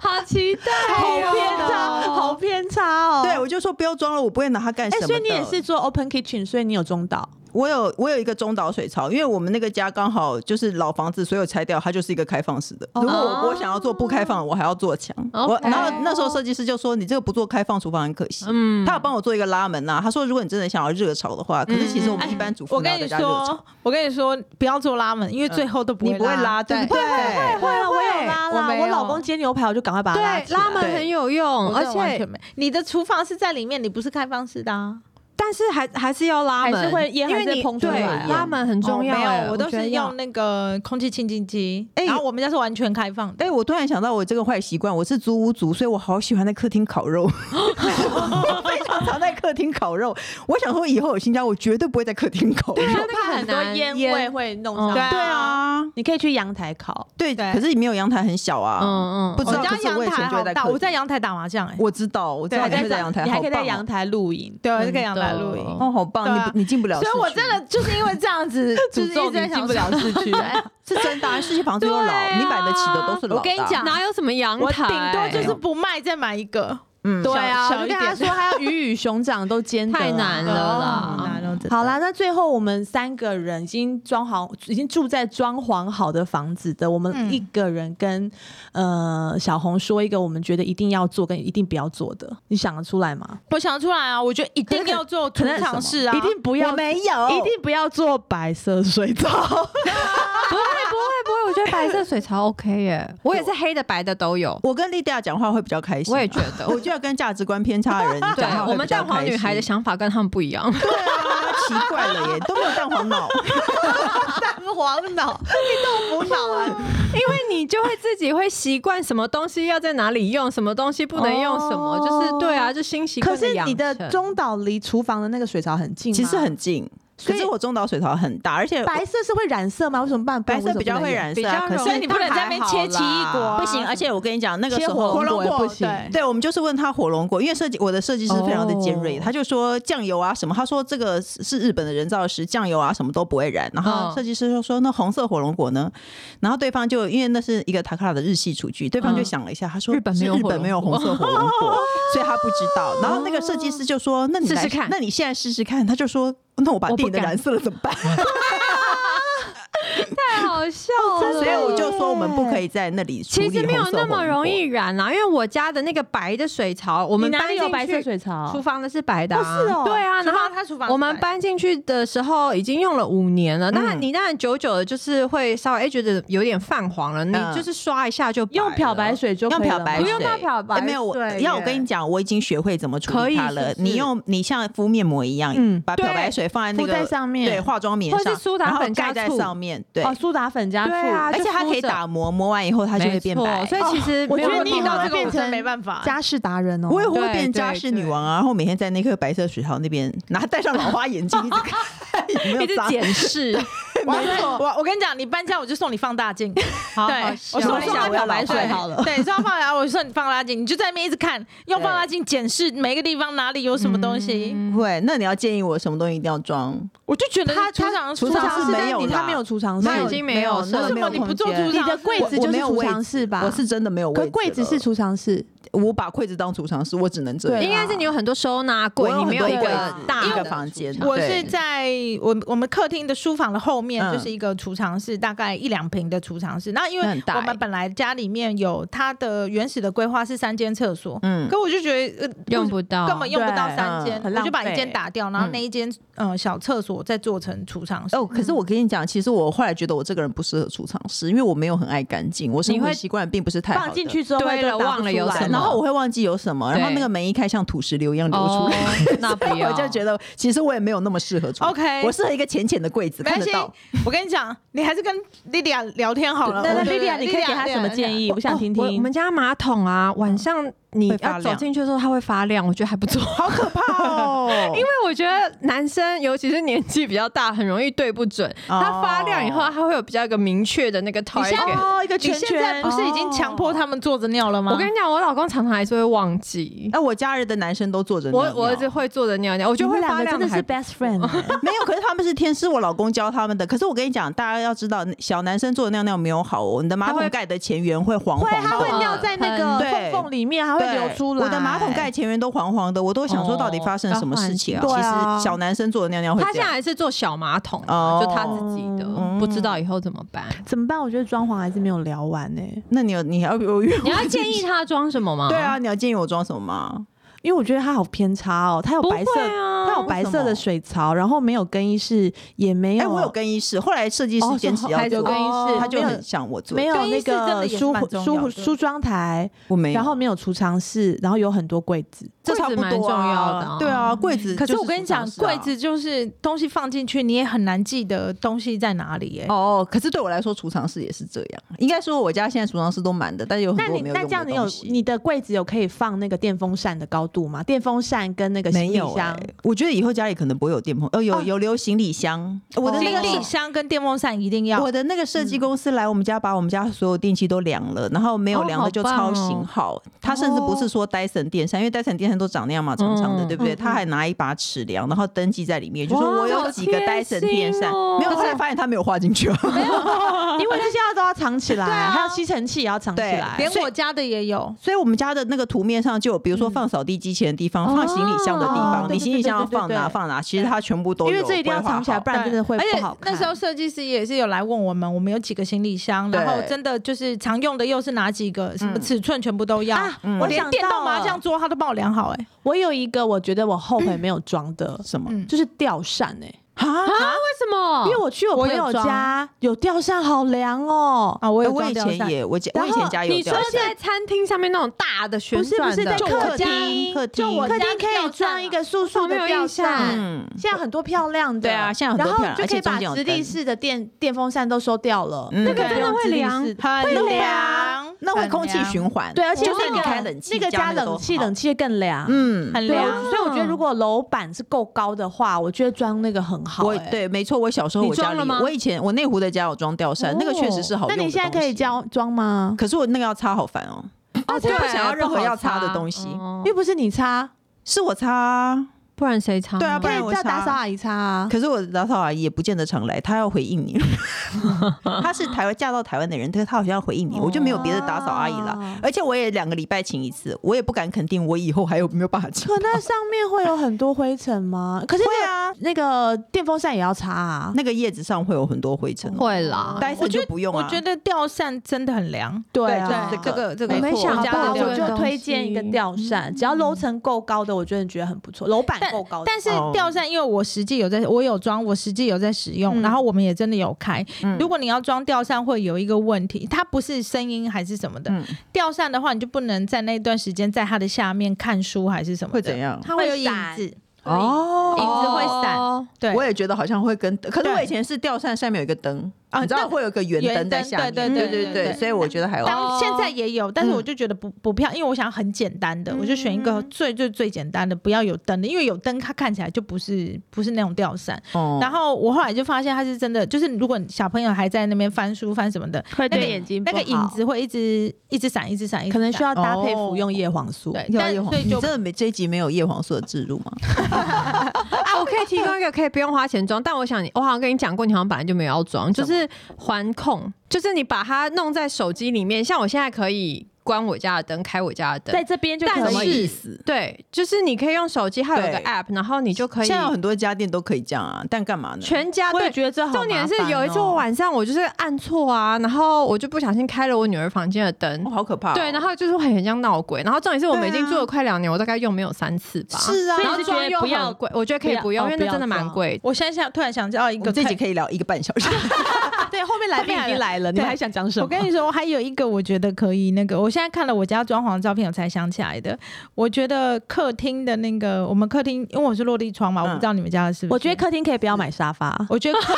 [SPEAKER 6] 好期待
[SPEAKER 5] 哎
[SPEAKER 1] 好
[SPEAKER 6] 哦，
[SPEAKER 1] 偏差，好偏差哦。
[SPEAKER 3] 对，我就说不要装了，我不会拿它干什
[SPEAKER 1] 哎、
[SPEAKER 3] 么的。
[SPEAKER 1] 所以你也是做 open kitchen，所以你有中岛。
[SPEAKER 3] 我有我有一个中岛水槽，因为我们那个家刚好就是老房子，所有拆掉，它就是一个开放式的。
[SPEAKER 4] 哦
[SPEAKER 3] 如果我我想要做不开放，我还要做墙。我然后那时候设计师就说：“你这个不做开放厨房很可惜。”嗯，他有帮我做一个拉门呐、他说：“如果你真的想要热炒的话，可是其实我们一般主妇
[SPEAKER 4] 嗯我
[SPEAKER 3] 哪有
[SPEAKER 4] 跟
[SPEAKER 3] 在
[SPEAKER 4] 你
[SPEAKER 3] 家热炒，
[SPEAKER 4] 说，我跟你说，不要做拉门，因为最后都不
[SPEAKER 3] 你
[SPEAKER 4] 会
[SPEAKER 3] 不会拉，对不对？
[SPEAKER 1] 会啊，我有拉
[SPEAKER 4] 我
[SPEAKER 1] 啦，
[SPEAKER 4] 没
[SPEAKER 1] 我
[SPEAKER 4] 有
[SPEAKER 1] 老公煎牛排，我就赶快把它拉
[SPEAKER 5] 对
[SPEAKER 1] 起来。
[SPEAKER 5] 拉门很有用，
[SPEAKER 4] 而
[SPEAKER 5] 而
[SPEAKER 4] 且完
[SPEAKER 5] 且
[SPEAKER 4] 全没。你的厨房是在里面，你不是开放式的啊。
[SPEAKER 5] 但是还还是要拉
[SPEAKER 4] 还
[SPEAKER 5] 门，
[SPEAKER 4] 是会
[SPEAKER 5] 因
[SPEAKER 4] 烟还
[SPEAKER 5] 为
[SPEAKER 4] 是
[SPEAKER 5] 你
[SPEAKER 4] 喷出
[SPEAKER 5] 对
[SPEAKER 4] 来啊
[SPEAKER 5] 拉门很重要
[SPEAKER 4] 没
[SPEAKER 5] 欸。
[SPEAKER 4] 有，我都
[SPEAKER 5] 觉得
[SPEAKER 4] 是
[SPEAKER 5] 要
[SPEAKER 4] 用那个空气清净机，
[SPEAKER 3] 哎
[SPEAKER 4] 然后我们家是完全开放的。
[SPEAKER 3] 哎、我突然想到我这个坏习惯，我是租屋族，所以我好喜欢在客厅烤肉， 我非常常在客厅烤肉。我想说以后有新家，我绝对不会在客厅 烤肉。
[SPEAKER 4] 啊
[SPEAKER 5] 那个
[SPEAKER 1] 很多烟
[SPEAKER 5] 烟
[SPEAKER 1] 味会弄上。
[SPEAKER 4] 对
[SPEAKER 3] 对啊，
[SPEAKER 1] 你可以去阳台烤。
[SPEAKER 3] 对，
[SPEAKER 4] 对
[SPEAKER 3] 可是你没有阳台很小啊，
[SPEAKER 5] 嗯嗯
[SPEAKER 3] 不知
[SPEAKER 4] 我
[SPEAKER 3] 道。
[SPEAKER 4] 家
[SPEAKER 3] 可是
[SPEAKER 4] 阳
[SPEAKER 3] 我以
[SPEAKER 4] 台
[SPEAKER 3] 前就会
[SPEAKER 4] 好
[SPEAKER 3] 在
[SPEAKER 4] 大，
[SPEAKER 3] 客厅
[SPEAKER 4] 我在阳台打麻将，哎，
[SPEAKER 3] 我知道，我知道
[SPEAKER 4] 对
[SPEAKER 3] 你会在阳台，
[SPEAKER 1] 你还可以在
[SPEAKER 3] 好棒哦
[SPEAKER 1] 阳台露营。
[SPEAKER 4] 对，我是跟阳台露营。
[SPEAKER 3] 哦，好棒！
[SPEAKER 4] 对
[SPEAKER 3] 你
[SPEAKER 4] 啊
[SPEAKER 3] 不你进不了市
[SPEAKER 4] 所
[SPEAKER 3] 区，
[SPEAKER 4] 以，我真的就是因为这样子，就是一直在想说
[SPEAKER 1] 市区，
[SPEAKER 3] 是真的啊，市区房子有老，你买得起的都是老的啊。
[SPEAKER 4] 我跟你讲
[SPEAKER 5] 哪有什么阳
[SPEAKER 4] 我顶
[SPEAKER 5] 台，
[SPEAKER 4] 多就是不卖，再买一个。
[SPEAKER 3] 嗯
[SPEAKER 1] 对啊，
[SPEAKER 4] 小
[SPEAKER 1] 我就
[SPEAKER 4] 小一
[SPEAKER 1] 跟他
[SPEAKER 4] 点
[SPEAKER 1] 说他要鱼与熊掌都兼得啊，
[SPEAKER 5] 太难了
[SPEAKER 4] 好
[SPEAKER 5] 啦。
[SPEAKER 4] 难哦
[SPEAKER 1] 啊嗯
[SPEAKER 4] 真的
[SPEAKER 1] 好啦，那最后我们三个人已经装好，已经住在装潢好的房子的，我们
[SPEAKER 4] 嗯
[SPEAKER 1] 一个人跟、呃小红说一个我们觉得一定要做跟一定不要做的，你想得出来吗？
[SPEAKER 4] 我想出来啊，我觉得一定要做土尝试啊，
[SPEAKER 1] 一定不要，
[SPEAKER 3] 我没有，
[SPEAKER 1] 一定不要做白色水槽。
[SPEAKER 5] 不会 不会不会，我觉得白色水槽 OK 耶，我也是黑的白的都有，
[SPEAKER 3] 我跟莉迪亚讲话会比较开心啊。
[SPEAKER 5] 我也觉得
[SPEAKER 3] 我就要跟价值观偏差的人
[SPEAKER 5] 对啊
[SPEAKER 3] 讲话，
[SPEAKER 5] 我
[SPEAKER 3] 会比
[SPEAKER 5] 们
[SPEAKER 3] 较
[SPEAKER 5] 蛋
[SPEAKER 3] 开
[SPEAKER 5] 黄
[SPEAKER 3] 心。
[SPEAKER 5] 女孩的想法跟他们不一样。
[SPEAKER 3] 对啊，奇怪了耶，都没有蛋黄脑。
[SPEAKER 1] 蛋黄脑，
[SPEAKER 3] 无脑啊！
[SPEAKER 5] 因为你就会自己会习惯什么东西要在哪里用，什么东西不能用什么，
[SPEAKER 1] 哦
[SPEAKER 5] 就是对啊，就新习
[SPEAKER 1] 可
[SPEAKER 5] 惯。
[SPEAKER 1] 是你的，中岛离厨房的那个水槽很近吗，
[SPEAKER 3] 其实很近，
[SPEAKER 1] 所
[SPEAKER 3] 可
[SPEAKER 1] 以
[SPEAKER 3] 是我中岛水槽很大，而且
[SPEAKER 1] 白色是会染色吗？为什么办？
[SPEAKER 3] 白色比较会染色啊，
[SPEAKER 5] 比较
[SPEAKER 3] 可
[SPEAKER 5] 容易
[SPEAKER 3] 是
[SPEAKER 4] 所以你不能在那边切奇异果啊
[SPEAKER 3] 不行，而且我跟你讲，那个
[SPEAKER 1] 切
[SPEAKER 3] 时
[SPEAKER 1] 火
[SPEAKER 3] 候
[SPEAKER 1] 龙果也不
[SPEAKER 4] 火龙果
[SPEAKER 1] 行。
[SPEAKER 4] 对
[SPEAKER 3] 对，我们就是问他火龙果，因为设计我的设计师非常的尖锐，
[SPEAKER 1] 哦
[SPEAKER 3] 他就说酱油啊什么，他说这个是是日本的人造石，酱油啊什么都不会染。然后
[SPEAKER 5] 嗯
[SPEAKER 3] 设计师就说那红色火龙果呢？然后对方就因为那是一个塔卡拉的日系厨具，对方就想了一下，他说
[SPEAKER 5] 嗯日本
[SPEAKER 3] 是
[SPEAKER 5] 没有
[SPEAKER 3] 日
[SPEAKER 5] 火
[SPEAKER 3] 本
[SPEAKER 5] 龙
[SPEAKER 3] 没有红色火龙果，所以他不知道。然后那个设计师就说那你来
[SPEAKER 5] 试试看
[SPEAKER 3] 那你现在试试看。他就说那我把
[SPEAKER 5] 我不
[SPEAKER 3] 店里的
[SPEAKER 5] 敢
[SPEAKER 3] 染色了怎么办？
[SPEAKER 5] 太好笑
[SPEAKER 1] 哦
[SPEAKER 5] 了。
[SPEAKER 3] 所以我就说我们不可以在那里处理
[SPEAKER 5] 其实没有
[SPEAKER 3] 红色
[SPEAKER 5] 那
[SPEAKER 3] 火
[SPEAKER 5] 么
[SPEAKER 3] 龙
[SPEAKER 5] 容
[SPEAKER 3] 果
[SPEAKER 5] 易染啦、因为我家的那个白的水槽，我
[SPEAKER 1] 我
[SPEAKER 5] 们
[SPEAKER 1] 哪
[SPEAKER 5] 搬
[SPEAKER 1] 里
[SPEAKER 5] 进
[SPEAKER 1] 有
[SPEAKER 5] 去
[SPEAKER 1] 白色水槽？
[SPEAKER 5] 厨房的是白的、啊
[SPEAKER 1] 哦是哦
[SPEAKER 5] 对啊，然后。
[SPEAKER 4] 他厨房
[SPEAKER 5] 我们搬进去的时候已经用了五年了，
[SPEAKER 1] 嗯
[SPEAKER 5] 那你当然久久的，就是会稍微哎觉得有点泛黄了，
[SPEAKER 3] 嗯
[SPEAKER 5] 你就是刷一下就白
[SPEAKER 1] 用漂白
[SPEAKER 5] 了
[SPEAKER 1] 水就
[SPEAKER 3] 用
[SPEAKER 1] 可以
[SPEAKER 3] 漂
[SPEAKER 1] 了
[SPEAKER 3] 白
[SPEAKER 1] 吗
[SPEAKER 3] 水，
[SPEAKER 5] 不用到漂白
[SPEAKER 3] 哎没有我
[SPEAKER 5] 水
[SPEAKER 3] 要我
[SPEAKER 5] 耶
[SPEAKER 3] 跟你讲，我已经学会怎么处
[SPEAKER 5] 可
[SPEAKER 3] 理
[SPEAKER 5] 以
[SPEAKER 3] 它
[SPEAKER 5] 是
[SPEAKER 3] 了。
[SPEAKER 5] 不
[SPEAKER 3] 你
[SPEAKER 5] 是
[SPEAKER 3] 用你像敷面膜一样，
[SPEAKER 1] 嗯
[SPEAKER 3] 把漂
[SPEAKER 5] 对
[SPEAKER 3] 白水放在那
[SPEAKER 1] 敷在
[SPEAKER 3] 个
[SPEAKER 1] 上面
[SPEAKER 3] 对化妆棉
[SPEAKER 5] 或
[SPEAKER 3] 上，
[SPEAKER 5] 是苏打
[SPEAKER 3] 然后
[SPEAKER 5] 粉加
[SPEAKER 3] 盖在
[SPEAKER 5] 醋
[SPEAKER 3] 上面，对
[SPEAKER 1] 哦，苏打粉加醋，
[SPEAKER 5] 对啊，
[SPEAKER 3] 而且
[SPEAKER 5] 就
[SPEAKER 3] 它可以
[SPEAKER 5] 敷着
[SPEAKER 3] 打磨，磨完以后它就会变白。哦
[SPEAKER 5] 没错所以其实
[SPEAKER 1] 哦我
[SPEAKER 5] 没
[SPEAKER 1] 觉
[SPEAKER 5] 有
[SPEAKER 1] 得
[SPEAKER 5] 那
[SPEAKER 1] 你
[SPEAKER 5] 么
[SPEAKER 1] 到这个
[SPEAKER 4] 变成没办法。
[SPEAKER 1] 家事达人哦，
[SPEAKER 3] 我也会
[SPEAKER 5] 对
[SPEAKER 3] 变
[SPEAKER 5] 对
[SPEAKER 3] 家事
[SPEAKER 5] 对
[SPEAKER 3] 女王啊，然后每天在那颗白色水槽那边，然后戴上老花眼 镜，一直看有没
[SPEAKER 5] 一
[SPEAKER 3] 有
[SPEAKER 5] 直
[SPEAKER 3] 脏。
[SPEAKER 5] 检视，
[SPEAKER 4] 我我我跟你讲，你搬家我就送你放大镜，对，
[SPEAKER 3] 笑
[SPEAKER 4] 我送你
[SPEAKER 3] 我
[SPEAKER 4] 放
[SPEAKER 3] 要
[SPEAKER 4] 漂
[SPEAKER 3] 老
[SPEAKER 4] 白水
[SPEAKER 3] 派好
[SPEAKER 4] 了，对，说要放大，我说你放大镜，你就在那边一直看，用放大镜检视每个地方哪里有什么东西，
[SPEAKER 3] 不会，那你要建议我什么东西一定要装？
[SPEAKER 4] 我就觉得
[SPEAKER 1] 他
[SPEAKER 4] 厨藏
[SPEAKER 1] 储
[SPEAKER 3] 储藏
[SPEAKER 1] 藏
[SPEAKER 3] 室
[SPEAKER 1] 但
[SPEAKER 3] 没有
[SPEAKER 1] 你
[SPEAKER 3] 啦
[SPEAKER 1] 他没有储藏室，
[SPEAKER 5] 他已经没有
[SPEAKER 3] 那
[SPEAKER 5] 了
[SPEAKER 3] 个没有
[SPEAKER 4] 为什么你不做
[SPEAKER 3] 空间
[SPEAKER 4] 厨
[SPEAKER 1] 你的柜子就
[SPEAKER 3] 我我没
[SPEAKER 1] 是
[SPEAKER 3] 有
[SPEAKER 1] 储
[SPEAKER 3] 位
[SPEAKER 1] 藏
[SPEAKER 3] 置
[SPEAKER 1] 室吧？
[SPEAKER 3] 我是真的没有位
[SPEAKER 1] 可
[SPEAKER 3] 置，
[SPEAKER 1] 柜子是，储藏室，
[SPEAKER 3] 我把柜子当储藏室，我只能这样。
[SPEAKER 1] 对
[SPEAKER 5] 应该是你有很多收纳
[SPEAKER 3] 啊我
[SPEAKER 5] 柜，你没啊有
[SPEAKER 3] 很
[SPEAKER 5] 一
[SPEAKER 3] 多
[SPEAKER 5] 个
[SPEAKER 3] 柜子
[SPEAKER 5] 大
[SPEAKER 3] 一
[SPEAKER 5] 的
[SPEAKER 3] 个房间，
[SPEAKER 5] 储藏
[SPEAKER 4] 我
[SPEAKER 3] 对
[SPEAKER 4] 是在我我们客厅的书房的后面，
[SPEAKER 3] 嗯
[SPEAKER 4] 就是一个储藏室，大概一两平的储藏室。那因
[SPEAKER 5] 那很
[SPEAKER 4] 为
[SPEAKER 5] 大
[SPEAKER 4] 我
[SPEAKER 5] 欸
[SPEAKER 4] 们本来家里面有它的原始的规划是三间厕所，
[SPEAKER 3] 嗯，
[SPEAKER 4] 可我就觉得、呃、
[SPEAKER 5] 用不到，
[SPEAKER 4] 根本用不到
[SPEAKER 3] 对
[SPEAKER 4] 三间
[SPEAKER 3] 嗯，
[SPEAKER 1] 很
[SPEAKER 4] 我
[SPEAKER 1] 浪
[SPEAKER 4] 就把一间
[SPEAKER 1] 费
[SPEAKER 4] 打掉，然后
[SPEAKER 5] 嗯
[SPEAKER 4] 那一间呃小厕所再做成储藏室。
[SPEAKER 3] 哦，可是我跟你讲，其实我后来觉得我这个人不适合储藏室，因为我没有很爱干净，我生
[SPEAKER 5] 你
[SPEAKER 3] 活
[SPEAKER 5] 会
[SPEAKER 3] 习惯并不是太好的
[SPEAKER 1] 放进，去之后
[SPEAKER 5] 对
[SPEAKER 1] 就
[SPEAKER 5] 了
[SPEAKER 1] 打不
[SPEAKER 5] 忘了有
[SPEAKER 1] 出来
[SPEAKER 5] 什么
[SPEAKER 3] 然后我会忘记有什么，然后那个门一开，像土石流一样流出
[SPEAKER 5] 哦
[SPEAKER 3] 来，，
[SPEAKER 5] 那不要，
[SPEAKER 3] 我就觉得其实我也没有那么适合储
[SPEAKER 4] OK
[SPEAKER 3] 我适合一个浅浅的柜子，
[SPEAKER 4] 没
[SPEAKER 3] 看
[SPEAKER 4] 关
[SPEAKER 3] 得
[SPEAKER 4] 系
[SPEAKER 3] 到。，
[SPEAKER 4] 我跟你讲，你还是跟莉莉亚聊天好了。
[SPEAKER 1] 那那
[SPEAKER 4] 哦我觉得
[SPEAKER 1] Livia，你可以给他什么建议？我想听
[SPEAKER 5] 哦我我
[SPEAKER 1] 听
[SPEAKER 5] 们。家马桶啊，晚上你
[SPEAKER 3] 会发
[SPEAKER 5] 要走
[SPEAKER 3] 亮
[SPEAKER 5] 进去的时候，它会发亮，我觉得还不错。
[SPEAKER 3] 好可怕哦！ 因为
[SPEAKER 5] 因为我觉得男生，尤其是年纪比较大，很容易对不准。它发亮以后，它会有比较一个明确的那个
[SPEAKER 4] 你现在
[SPEAKER 5] target。
[SPEAKER 1] 哦，一个
[SPEAKER 4] 你
[SPEAKER 1] 圈哦
[SPEAKER 4] 现
[SPEAKER 1] 圈
[SPEAKER 4] 在不，是已经强迫他们坐着尿了吗？
[SPEAKER 5] 我跟你讲，我老公常常还是会忘记。
[SPEAKER 3] 哎，我家人的男生都坐着尿
[SPEAKER 5] 我
[SPEAKER 3] 尿，
[SPEAKER 5] 我儿子会坐着尿尿，我觉
[SPEAKER 1] 你
[SPEAKER 5] 得
[SPEAKER 1] 们
[SPEAKER 5] 会
[SPEAKER 1] 两
[SPEAKER 5] 发
[SPEAKER 1] 个
[SPEAKER 5] 亮
[SPEAKER 1] 真的
[SPEAKER 5] 还
[SPEAKER 1] 是 best friend 欸
[SPEAKER 3] 没有，可是他们是天师，我老公教他们的。可是我跟你讲，大家要知道，小男生坐的尿尿没有好哦，你的马
[SPEAKER 5] 他
[SPEAKER 3] 桶
[SPEAKER 5] 会
[SPEAKER 3] 盖的前缘会黄
[SPEAKER 1] 会，
[SPEAKER 3] 黄
[SPEAKER 1] 他会
[SPEAKER 3] 的。
[SPEAKER 1] 尿在那个
[SPEAKER 3] 对
[SPEAKER 1] 缝缝里面，还会
[SPEAKER 3] 对啊
[SPEAKER 1] 流出来。
[SPEAKER 3] 我的马桶盖，前缘都黄黄的，我都想说到底发生了什么事情。
[SPEAKER 5] 哦
[SPEAKER 3] 其
[SPEAKER 1] 要换掉
[SPEAKER 3] 实小男生坐的尿尿会
[SPEAKER 5] 他
[SPEAKER 3] 这
[SPEAKER 5] 现在
[SPEAKER 3] 样。
[SPEAKER 5] 还是做小马桶啊、
[SPEAKER 3] 哦嗯
[SPEAKER 5] 就他自己的，不知道以后怎么 办。
[SPEAKER 1] 怎么办？我觉得装潢还是没有聊完欸呢，
[SPEAKER 3] 那你有你要有约？
[SPEAKER 5] 你要建议他装什么吗？
[SPEAKER 3] 对，啊，你要建议我装什么吗？
[SPEAKER 1] 因为我觉得它好偏差哦，它有
[SPEAKER 5] 不
[SPEAKER 1] 白色，
[SPEAKER 5] 会啊
[SPEAKER 1] 它有白色
[SPEAKER 3] 为什么
[SPEAKER 1] 的水槽，然后没有更衣室，也没
[SPEAKER 3] 哎、
[SPEAKER 1] 有，
[SPEAKER 3] 我有更衣室，后来设计师
[SPEAKER 1] 哦
[SPEAKER 3] 坚持要
[SPEAKER 1] 还
[SPEAKER 3] 做，哦
[SPEAKER 1] 有更衣室
[SPEAKER 3] 他就
[SPEAKER 1] 没有
[SPEAKER 3] 很想我做，
[SPEAKER 1] 没有
[SPEAKER 4] 更衣
[SPEAKER 1] 那
[SPEAKER 4] 室真的
[SPEAKER 1] 个
[SPEAKER 4] 也是
[SPEAKER 1] 梳
[SPEAKER 4] 蛮重要
[SPEAKER 1] 梳
[SPEAKER 4] 的
[SPEAKER 1] 梳妆台，
[SPEAKER 3] 我没有，
[SPEAKER 1] 然后没有储藏室，然后有很多柜子，
[SPEAKER 3] 这差不多、啊、
[SPEAKER 5] 柜子蛮重要的啊
[SPEAKER 3] 对啊，柜子、
[SPEAKER 4] 可是我跟你讲，柜
[SPEAKER 3] 是储藏室啊
[SPEAKER 4] 子就是东西放进去，你也很难记得东西在哪里耶、
[SPEAKER 1] 欸
[SPEAKER 3] 哦，可是对我来说，储藏室也是这样。应该说，我家现在储藏室都满的，但是有很
[SPEAKER 1] 那
[SPEAKER 3] 多我
[SPEAKER 1] 你
[SPEAKER 3] 没有
[SPEAKER 1] 那
[SPEAKER 3] 用
[SPEAKER 1] 这样
[SPEAKER 3] 的
[SPEAKER 1] 你有
[SPEAKER 3] 东西。
[SPEAKER 1] 你的柜子有可以放那个电风扇的高度吗？电风扇跟那个行
[SPEAKER 3] 没
[SPEAKER 1] 李
[SPEAKER 3] 有、
[SPEAKER 1] 箱哦
[SPEAKER 3] 欸，我觉得以后家里可能不会有电风，呃，有有留行李箱。我的那
[SPEAKER 4] 行
[SPEAKER 3] 个
[SPEAKER 4] 李箱跟电风扇一定要。
[SPEAKER 3] 我的那个设计公司来我们家，把我们家所有电器都量了，然后没有
[SPEAKER 5] 哦
[SPEAKER 3] 量的就
[SPEAKER 5] 好棒
[SPEAKER 3] 超
[SPEAKER 5] 哦
[SPEAKER 3] 型号。
[SPEAKER 1] 嗯
[SPEAKER 3] 他甚至不是说 Dyson 电扇，因为 Dyson 电扇都长
[SPEAKER 1] 哦
[SPEAKER 3] 那样嘛，长长的，
[SPEAKER 5] 嗯
[SPEAKER 3] 对不对？他还拿一把尺量，然后登记在里面，就说我有几个
[SPEAKER 5] 好贴
[SPEAKER 3] Dyson 电扇
[SPEAKER 5] 心哦，
[SPEAKER 3] 没有。后来发现他没有画进去，啊
[SPEAKER 1] 因为这些要都要藏起来，还有吸尘器也要藏起
[SPEAKER 3] 对
[SPEAKER 1] 来。
[SPEAKER 4] 哎连我家的也有，
[SPEAKER 3] 所以我们家的那个图面上就有，比如说放扫地机器人的地方，放行李箱的地
[SPEAKER 1] 嗯哦
[SPEAKER 3] 方，
[SPEAKER 1] 对
[SPEAKER 3] 你行李箱要
[SPEAKER 1] 对对对
[SPEAKER 3] 放哪
[SPEAKER 1] 对对
[SPEAKER 3] 放哪，其实它全部都有
[SPEAKER 1] 因为这一定要
[SPEAKER 3] 规划
[SPEAKER 1] 藏起来，
[SPEAKER 3] 好
[SPEAKER 1] 不然真的会
[SPEAKER 4] 而且
[SPEAKER 1] 不好看。
[SPEAKER 4] 那时候设计师也是有来问我们，我们有几个行李箱，
[SPEAKER 3] 对
[SPEAKER 4] 然后真的就是常用的又是哪几个，什么尺寸全部都要。
[SPEAKER 1] 啊
[SPEAKER 3] 嗯
[SPEAKER 4] 我
[SPEAKER 1] 我
[SPEAKER 4] 连
[SPEAKER 1] 想
[SPEAKER 4] 电
[SPEAKER 1] 到
[SPEAKER 4] 动麻
[SPEAKER 1] 了
[SPEAKER 4] 将桌他都帮我量好、哎，
[SPEAKER 1] 我有一个我觉得我后悔没有装的，
[SPEAKER 3] 什么
[SPEAKER 4] 嗯
[SPEAKER 1] 就是吊扇哎、
[SPEAKER 3] 啊？
[SPEAKER 5] 为什么？
[SPEAKER 1] 因为我去我朋友家有吊扇，好凉哦、
[SPEAKER 4] 啊，我有
[SPEAKER 3] 我以
[SPEAKER 4] 装吊
[SPEAKER 3] 前
[SPEAKER 4] 扇
[SPEAKER 3] 也我家我以
[SPEAKER 1] 然后
[SPEAKER 3] 前家有
[SPEAKER 5] 你说
[SPEAKER 3] 吊
[SPEAKER 5] 是
[SPEAKER 3] 扇
[SPEAKER 5] 在餐厅上面那种大的旋
[SPEAKER 1] 不是不
[SPEAKER 5] 转
[SPEAKER 1] 是在
[SPEAKER 5] 的，哦
[SPEAKER 1] 客
[SPEAKER 3] 家
[SPEAKER 1] 厅，
[SPEAKER 3] 客
[SPEAKER 4] 就
[SPEAKER 3] 厅，
[SPEAKER 4] 我
[SPEAKER 1] 客
[SPEAKER 4] 家
[SPEAKER 1] 厅可以装一个素素的吊
[SPEAKER 5] 我没有印
[SPEAKER 1] 扇。啊
[SPEAKER 5] 象
[SPEAKER 3] 嗯，
[SPEAKER 1] 现在很多漂亮的，
[SPEAKER 3] 对啊现在很多
[SPEAKER 1] 然后
[SPEAKER 3] 漂亮
[SPEAKER 1] 就可以
[SPEAKER 3] 而且中
[SPEAKER 1] 把
[SPEAKER 3] 间有
[SPEAKER 1] 直立
[SPEAKER 3] 灯
[SPEAKER 1] 式的电电风扇都收掉了，
[SPEAKER 3] 嗯那个
[SPEAKER 1] 就不
[SPEAKER 5] 真的
[SPEAKER 1] 用
[SPEAKER 5] 会
[SPEAKER 1] 直立
[SPEAKER 5] 凉
[SPEAKER 1] 式
[SPEAKER 3] 很
[SPEAKER 4] 啊
[SPEAKER 1] 会
[SPEAKER 3] 凉
[SPEAKER 1] 凉，
[SPEAKER 3] 那会空气循环，
[SPEAKER 1] 对，而且
[SPEAKER 3] 就是
[SPEAKER 1] 那
[SPEAKER 3] 你
[SPEAKER 1] 个
[SPEAKER 3] 开冷气，
[SPEAKER 1] 那个加
[SPEAKER 3] 加
[SPEAKER 1] 冷气，
[SPEAKER 3] 那个都好
[SPEAKER 1] 冷气会更凉，
[SPEAKER 3] 嗯。
[SPEAKER 4] 很
[SPEAKER 1] 对
[SPEAKER 4] 凉。
[SPEAKER 1] 啊所以我觉得如果楼板是够高的话，我觉得装那个很好、
[SPEAKER 3] 我
[SPEAKER 1] 欸
[SPEAKER 3] 对，没错，我小时候
[SPEAKER 5] 你
[SPEAKER 3] 我家
[SPEAKER 5] 装了
[SPEAKER 3] 里，
[SPEAKER 5] 吗
[SPEAKER 3] 我以前我内湖的家有装吊扇，那个确实是好
[SPEAKER 1] 哦那
[SPEAKER 3] 用。
[SPEAKER 1] 你现在可以，装装吗？
[SPEAKER 3] 可是我那个要擦，好烦哦，
[SPEAKER 5] 哦，
[SPEAKER 3] 我不想要任何
[SPEAKER 5] 不好
[SPEAKER 3] 要擦的东西
[SPEAKER 5] 哦
[SPEAKER 1] 又不是你擦，
[SPEAKER 3] 是我擦啊，
[SPEAKER 5] 不然谁擦呢？
[SPEAKER 3] 对啊，不
[SPEAKER 1] 可
[SPEAKER 3] 然
[SPEAKER 1] 以
[SPEAKER 3] 我
[SPEAKER 1] 叫
[SPEAKER 3] 擦。
[SPEAKER 1] 打扫阿姨擦啊。
[SPEAKER 3] 可是我打扫阿姨也不见得常来，她要回应 你。她是台湾嫁到台湾的人，但她好像要回应
[SPEAKER 4] 哦
[SPEAKER 3] 你，我就没有别的打扫阿姨
[SPEAKER 1] 哦
[SPEAKER 3] 了。而且我也两个礼拜请一次，我也不敢肯定我以后还有没有办法 请
[SPEAKER 1] 可。那上面会有很多灰尘吗？可是那
[SPEAKER 3] 会
[SPEAKER 1] 个
[SPEAKER 3] 啊，
[SPEAKER 1] 那个电风扇也要擦啊。
[SPEAKER 3] 那个叶子上会有很多灰尘，
[SPEAKER 5] 会啦，
[SPEAKER 3] 戴森就不用
[SPEAKER 4] 我
[SPEAKER 3] 啊。
[SPEAKER 4] 觉得吊扇真的很凉。
[SPEAKER 1] 对
[SPEAKER 3] 对
[SPEAKER 1] 啊，
[SPEAKER 3] 就是
[SPEAKER 4] 这个这个
[SPEAKER 3] 没
[SPEAKER 5] 没
[SPEAKER 3] 错
[SPEAKER 5] 想
[SPEAKER 1] 好
[SPEAKER 5] 到
[SPEAKER 1] 不
[SPEAKER 4] 家
[SPEAKER 1] 好？
[SPEAKER 4] 的吊
[SPEAKER 1] 我
[SPEAKER 4] 扇
[SPEAKER 1] 就推荐一个吊扇，只要楼层够高的，我真的觉得很不错。楼板
[SPEAKER 4] 但
[SPEAKER 1] 够高的，
[SPEAKER 4] 但是
[SPEAKER 3] 哦
[SPEAKER 4] 吊扇，因为我实际有在，我有装，我实际有在使用，
[SPEAKER 1] 嗯
[SPEAKER 4] 然后我们也真的有开。
[SPEAKER 3] 嗯
[SPEAKER 4] 如果你要装吊扇，会有一个问题，它不是声音还是什么的。
[SPEAKER 3] 嗯
[SPEAKER 4] 吊扇的话，你就不能在那段时间在它的下面看书还是什么的，
[SPEAKER 3] 会怎？样？
[SPEAKER 4] 它
[SPEAKER 1] 会
[SPEAKER 4] 会有影
[SPEAKER 1] 闪
[SPEAKER 4] 子，
[SPEAKER 3] 哦
[SPEAKER 4] 影子会闪。
[SPEAKER 5] 哦
[SPEAKER 4] 对，
[SPEAKER 3] 我也觉得好像会跟，可是
[SPEAKER 4] 对
[SPEAKER 3] 我以前是吊扇上面有一个灯，啊，你知道
[SPEAKER 4] 那
[SPEAKER 3] 会有个圆
[SPEAKER 4] 圆
[SPEAKER 3] 灯在
[SPEAKER 4] 灯
[SPEAKER 3] 下
[SPEAKER 4] 对
[SPEAKER 3] 面，
[SPEAKER 4] 对
[SPEAKER 3] 对
[SPEAKER 4] 对对
[SPEAKER 3] 对，
[SPEAKER 4] 对
[SPEAKER 3] 所以我觉得还有
[SPEAKER 4] 当现在也有，但
[SPEAKER 3] 嗯
[SPEAKER 4] 是我就觉得不不漂亮，因为我想很简单的，我就选一个最最最简单的，不要有灯的，因为有灯它看起来就不是不是那种吊扇。
[SPEAKER 3] 哦
[SPEAKER 4] 然后我后来就发现它是真的，就是如果小朋友还在那边翻书翻什么的，
[SPEAKER 2] 会
[SPEAKER 4] 对
[SPEAKER 2] 眼睛
[SPEAKER 4] 那个影子会一直一直闪，一直闪，一直
[SPEAKER 1] 可能需
[SPEAKER 4] 闪
[SPEAKER 1] 要搭配服用叶黄素。
[SPEAKER 4] 对，
[SPEAKER 3] 要
[SPEAKER 4] 但
[SPEAKER 3] 叶黄
[SPEAKER 4] 所以
[SPEAKER 3] 你
[SPEAKER 4] 就
[SPEAKER 3] 真的没这一集没有叶黄素的置入吗？
[SPEAKER 5] 啊，我可以提供一个可以不用花钱装，但我想你，我好像跟你讲过，你好像本来就没有要装，就是环控，就是你把它弄在手机里面。像我现在可以关我家的灯，开我家的灯，
[SPEAKER 2] 在这边就
[SPEAKER 5] 但
[SPEAKER 2] 可
[SPEAKER 5] 是
[SPEAKER 2] 以。
[SPEAKER 3] 思？
[SPEAKER 5] 对，就是你可以用手机，它有一个
[SPEAKER 3] 对
[SPEAKER 5] app，然后你就可以
[SPEAKER 3] 现在有很多家店都可以这样啊，但干嘛呢？
[SPEAKER 5] 全家
[SPEAKER 1] 我
[SPEAKER 5] 对
[SPEAKER 1] 也觉得这好麻
[SPEAKER 5] 重
[SPEAKER 1] 烦哦
[SPEAKER 5] 点是有一次我晚上我就是按错啊，然后我就不小心开了我女儿房间的灯，
[SPEAKER 3] 哦好可怕哦！
[SPEAKER 5] 对，然后就是会很像闹鬼。然后重点是我们已经住了快两年，我大概用没有三次吧。
[SPEAKER 3] 是啊
[SPEAKER 5] 然后
[SPEAKER 2] 所以是觉
[SPEAKER 5] 装
[SPEAKER 2] 得
[SPEAKER 5] 又
[SPEAKER 2] 不要
[SPEAKER 5] 很贵，我觉得可以
[SPEAKER 2] 不要哦
[SPEAKER 5] 不用，因为
[SPEAKER 2] 不
[SPEAKER 5] 那
[SPEAKER 2] 要
[SPEAKER 5] 真的蛮
[SPEAKER 2] 装
[SPEAKER 5] 贵。
[SPEAKER 4] 我现在想突然想到一
[SPEAKER 3] 我
[SPEAKER 4] 个
[SPEAKER 3] 们这集可
[SPEAKER 4] 快，
[SPEAKER 3] 以聊一个半小时。
[SPEAKER 4] 对，后面来
[SPEAKER 1] 来
[SPEAKER 4] 宾
[SPEAKER 1] 宾已
[SPEAKER 4] 来
[SPEAKER 1] 经
[SPEAKER 4] 了。
[SPEAKER 1] 来了，你
[SPEAKER 4] 对
[SPEAKER 1] 们还想讲什么？
[SPEAKER 4] 我跟你说，我还有一个我觉得可以那个，我现在看了我家装潢的照片，我才想起来的。我觉得客厅的那个，我们客厅，因为我是落地窗嘛，我不知道你们家的是不是。
[SPEAKER 1] 我觉得，客厅可以不要买沙发，
[SPEAKER 4] 我觉得客，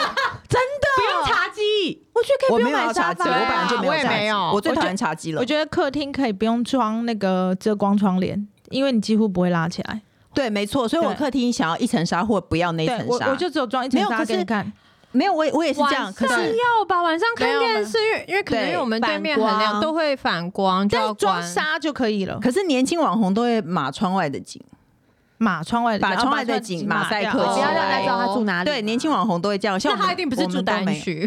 [SPEAKER 1] 茶几，我觉得可
[SPEAKER 3] 我
[SPEAKER 1] 以不
[SPEAKER 3] 没
[SPEAKER 1] 用买
[SPEAKER 3] 有要
[SPEAKER 1] 沙
[SPEAKER 3] 茶几，
[SPEAKER 1] 发，
[SPEAKER 3] 我本来就没有
[SPEAKER 5] 我也
[SPEAKER 3] 茶
[SPEAKER 5] 没
[SPEAKER 3] 几
[SPEAKER 5] 有，
[SPEAKER 3] 我最讨厌茶几了
[SPEAKER 4] 我。觉得客厅可以不用装那个遮光窗帘，因为你几乎不会拉起来。
[SPEAKER 3] 对，没错，所以我
[SPEAKER 4] 对
[SPEAKER 3] 客厅想要一层纱或不要那一
[SPEAKER 4] 对
[SPEAKER 3] 层
[SPEAKER 4] 我，
[SPEAKER 3] 纱。
[SPEAKER 4] 我就只有装一层
[SPEAKER 3] 没有
[SPEAKER 4] 纱
[SPEAKER 3] 可是
[SPEAKER 4] 给你看。
[SPEAKER 3] 没有，我也我也是这样。
[SPEAKER 5] 晚
[SPEAKER 3] 可
[SPEAKER 5] 上
[SPEAKER 3] 是
[SPEAKER 5] 要吧，晚上
[SPEAKER 7] 没
[SPEAKER 5] 看
[SPEAKER 7] 有
[SPEAKER 5] 电视，因为因为可能
[SPEAKER 3] 对
[SPEAKER 5] 因为我们对面
[SPEAKER 3] 反
[SPEAKER 5] 很亮，
[SPEAKER 3] 光
[SPEAKER 5] 都会反光，就
[SPEAKER 4] 但
[SPEAKER 5] 要
[SPEAKER 4] 是装
[SPEAKER 5] 关。
[SPEAKER 4] 纱就可以了，
[SPEAKER 3] 可是年轻网红都会码窗外的景，
[SPEAKER 4] 马窗外的
[SPEAKER 3] 把
[SPEAKER 4] 啊
[SPEAKER 3] 窗外的景马赛克
[SPEAKER 4] 掉哦
[SPEAKER 3] 起
[SPEAKER 1] 不要让
[SPEAKER 3] 来
[SPEAKER 1] 他知道他住哪里。
[SPEAKER 3] 啊对，年轻网红都会这样。像
[SPEAKER 5] 那
[SPEAKER 3] 我们
[SPEAKER 5] 他一定不是住单。区，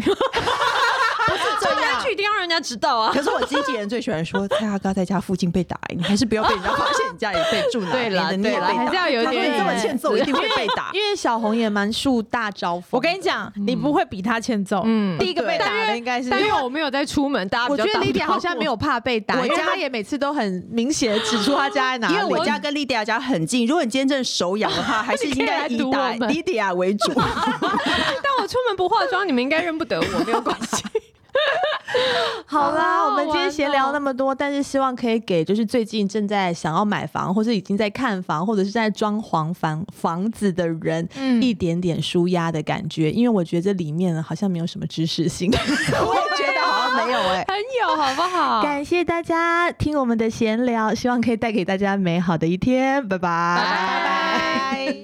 [SPEAKER 3] 我们都没有
[SPEAKER 5] 单区一定要让人家知道啊。
[SPEAKER 3] 可是我经纪人最喜欢说，蔡阿嘎在家附近被打，你还是不要被人家发现你家里被住哪 里，
[SPEAKER 5] 对啦
[SPEAKER 3] 免得你也
[SPEAKER 5] 对啦
[SPEAKER 3] 被打。
[SPEAKER 5] 还是要有一
[SPEAKER 3] 他说
[SPEAKER 5] 点
[SPEAKER 3] 你这么欠揍，一定会被打。
[SPEAKER 1] 因为小红也蛮树大招风。
[SPEAKER 4] 我跟你讲，你不会比他欠揍。
[SPEAKER 5] 嗯
[SPEAKER 4] 第一个被打
[SPEAKER 5] 但因
[SPEAKER 4] 的
[SPEAKER 5] 为
[SPEAKER 4] 应该是
[SPEAKER 5] 但因为我没有在出门，大家
[SPEAKER 1] 我
[SPEAKER 5] 比
[SPEAKER 1] 觉
[SPEAKER 5] 较
[SPEAKER 1] 得
[SPEAKER 5] 打
[SPEAKER 1] 李典
[SPEAKER 5] 不到
[SPEAKER 1] 好像没有怕被打，
[SPEAKER 3] 我
[SPEAKER 1] 因为她也每次都很明显指出她家在哪里。
[SPEAKER 3] 因为我家跟莉迪亚家很近，如果你今天真的手痒的 话，还是应该以打
[SPEAKER 5] 你可以来堵我们
[SPEAKER 3] 莉迪亚为主。
[SPEAKER 5] 我，但我出门不化妆，你们应该认不得我，没有关系。
[SPEAKER 1] 好哦啦，
[SPEAKER 5] 好好
[SPEAKER 1] 我们今天闲聊那么多，但是希望可以给就是最近正在想要买房，或是已经在看房，或者是在装潢房房子的人，一点点舒压的感觉。因为我觉得这里面好像没有什么知识 性。
[SPEAKER 3] 我也觉得好 像没有哎、
[SPEAKER 5] 很有好不好？
[SPEAKER 1] 感谢大家听我们的闲聊，希望可以带给大家美好的一天。拜拜，拜拜。
[SPEAKER 4] 拜。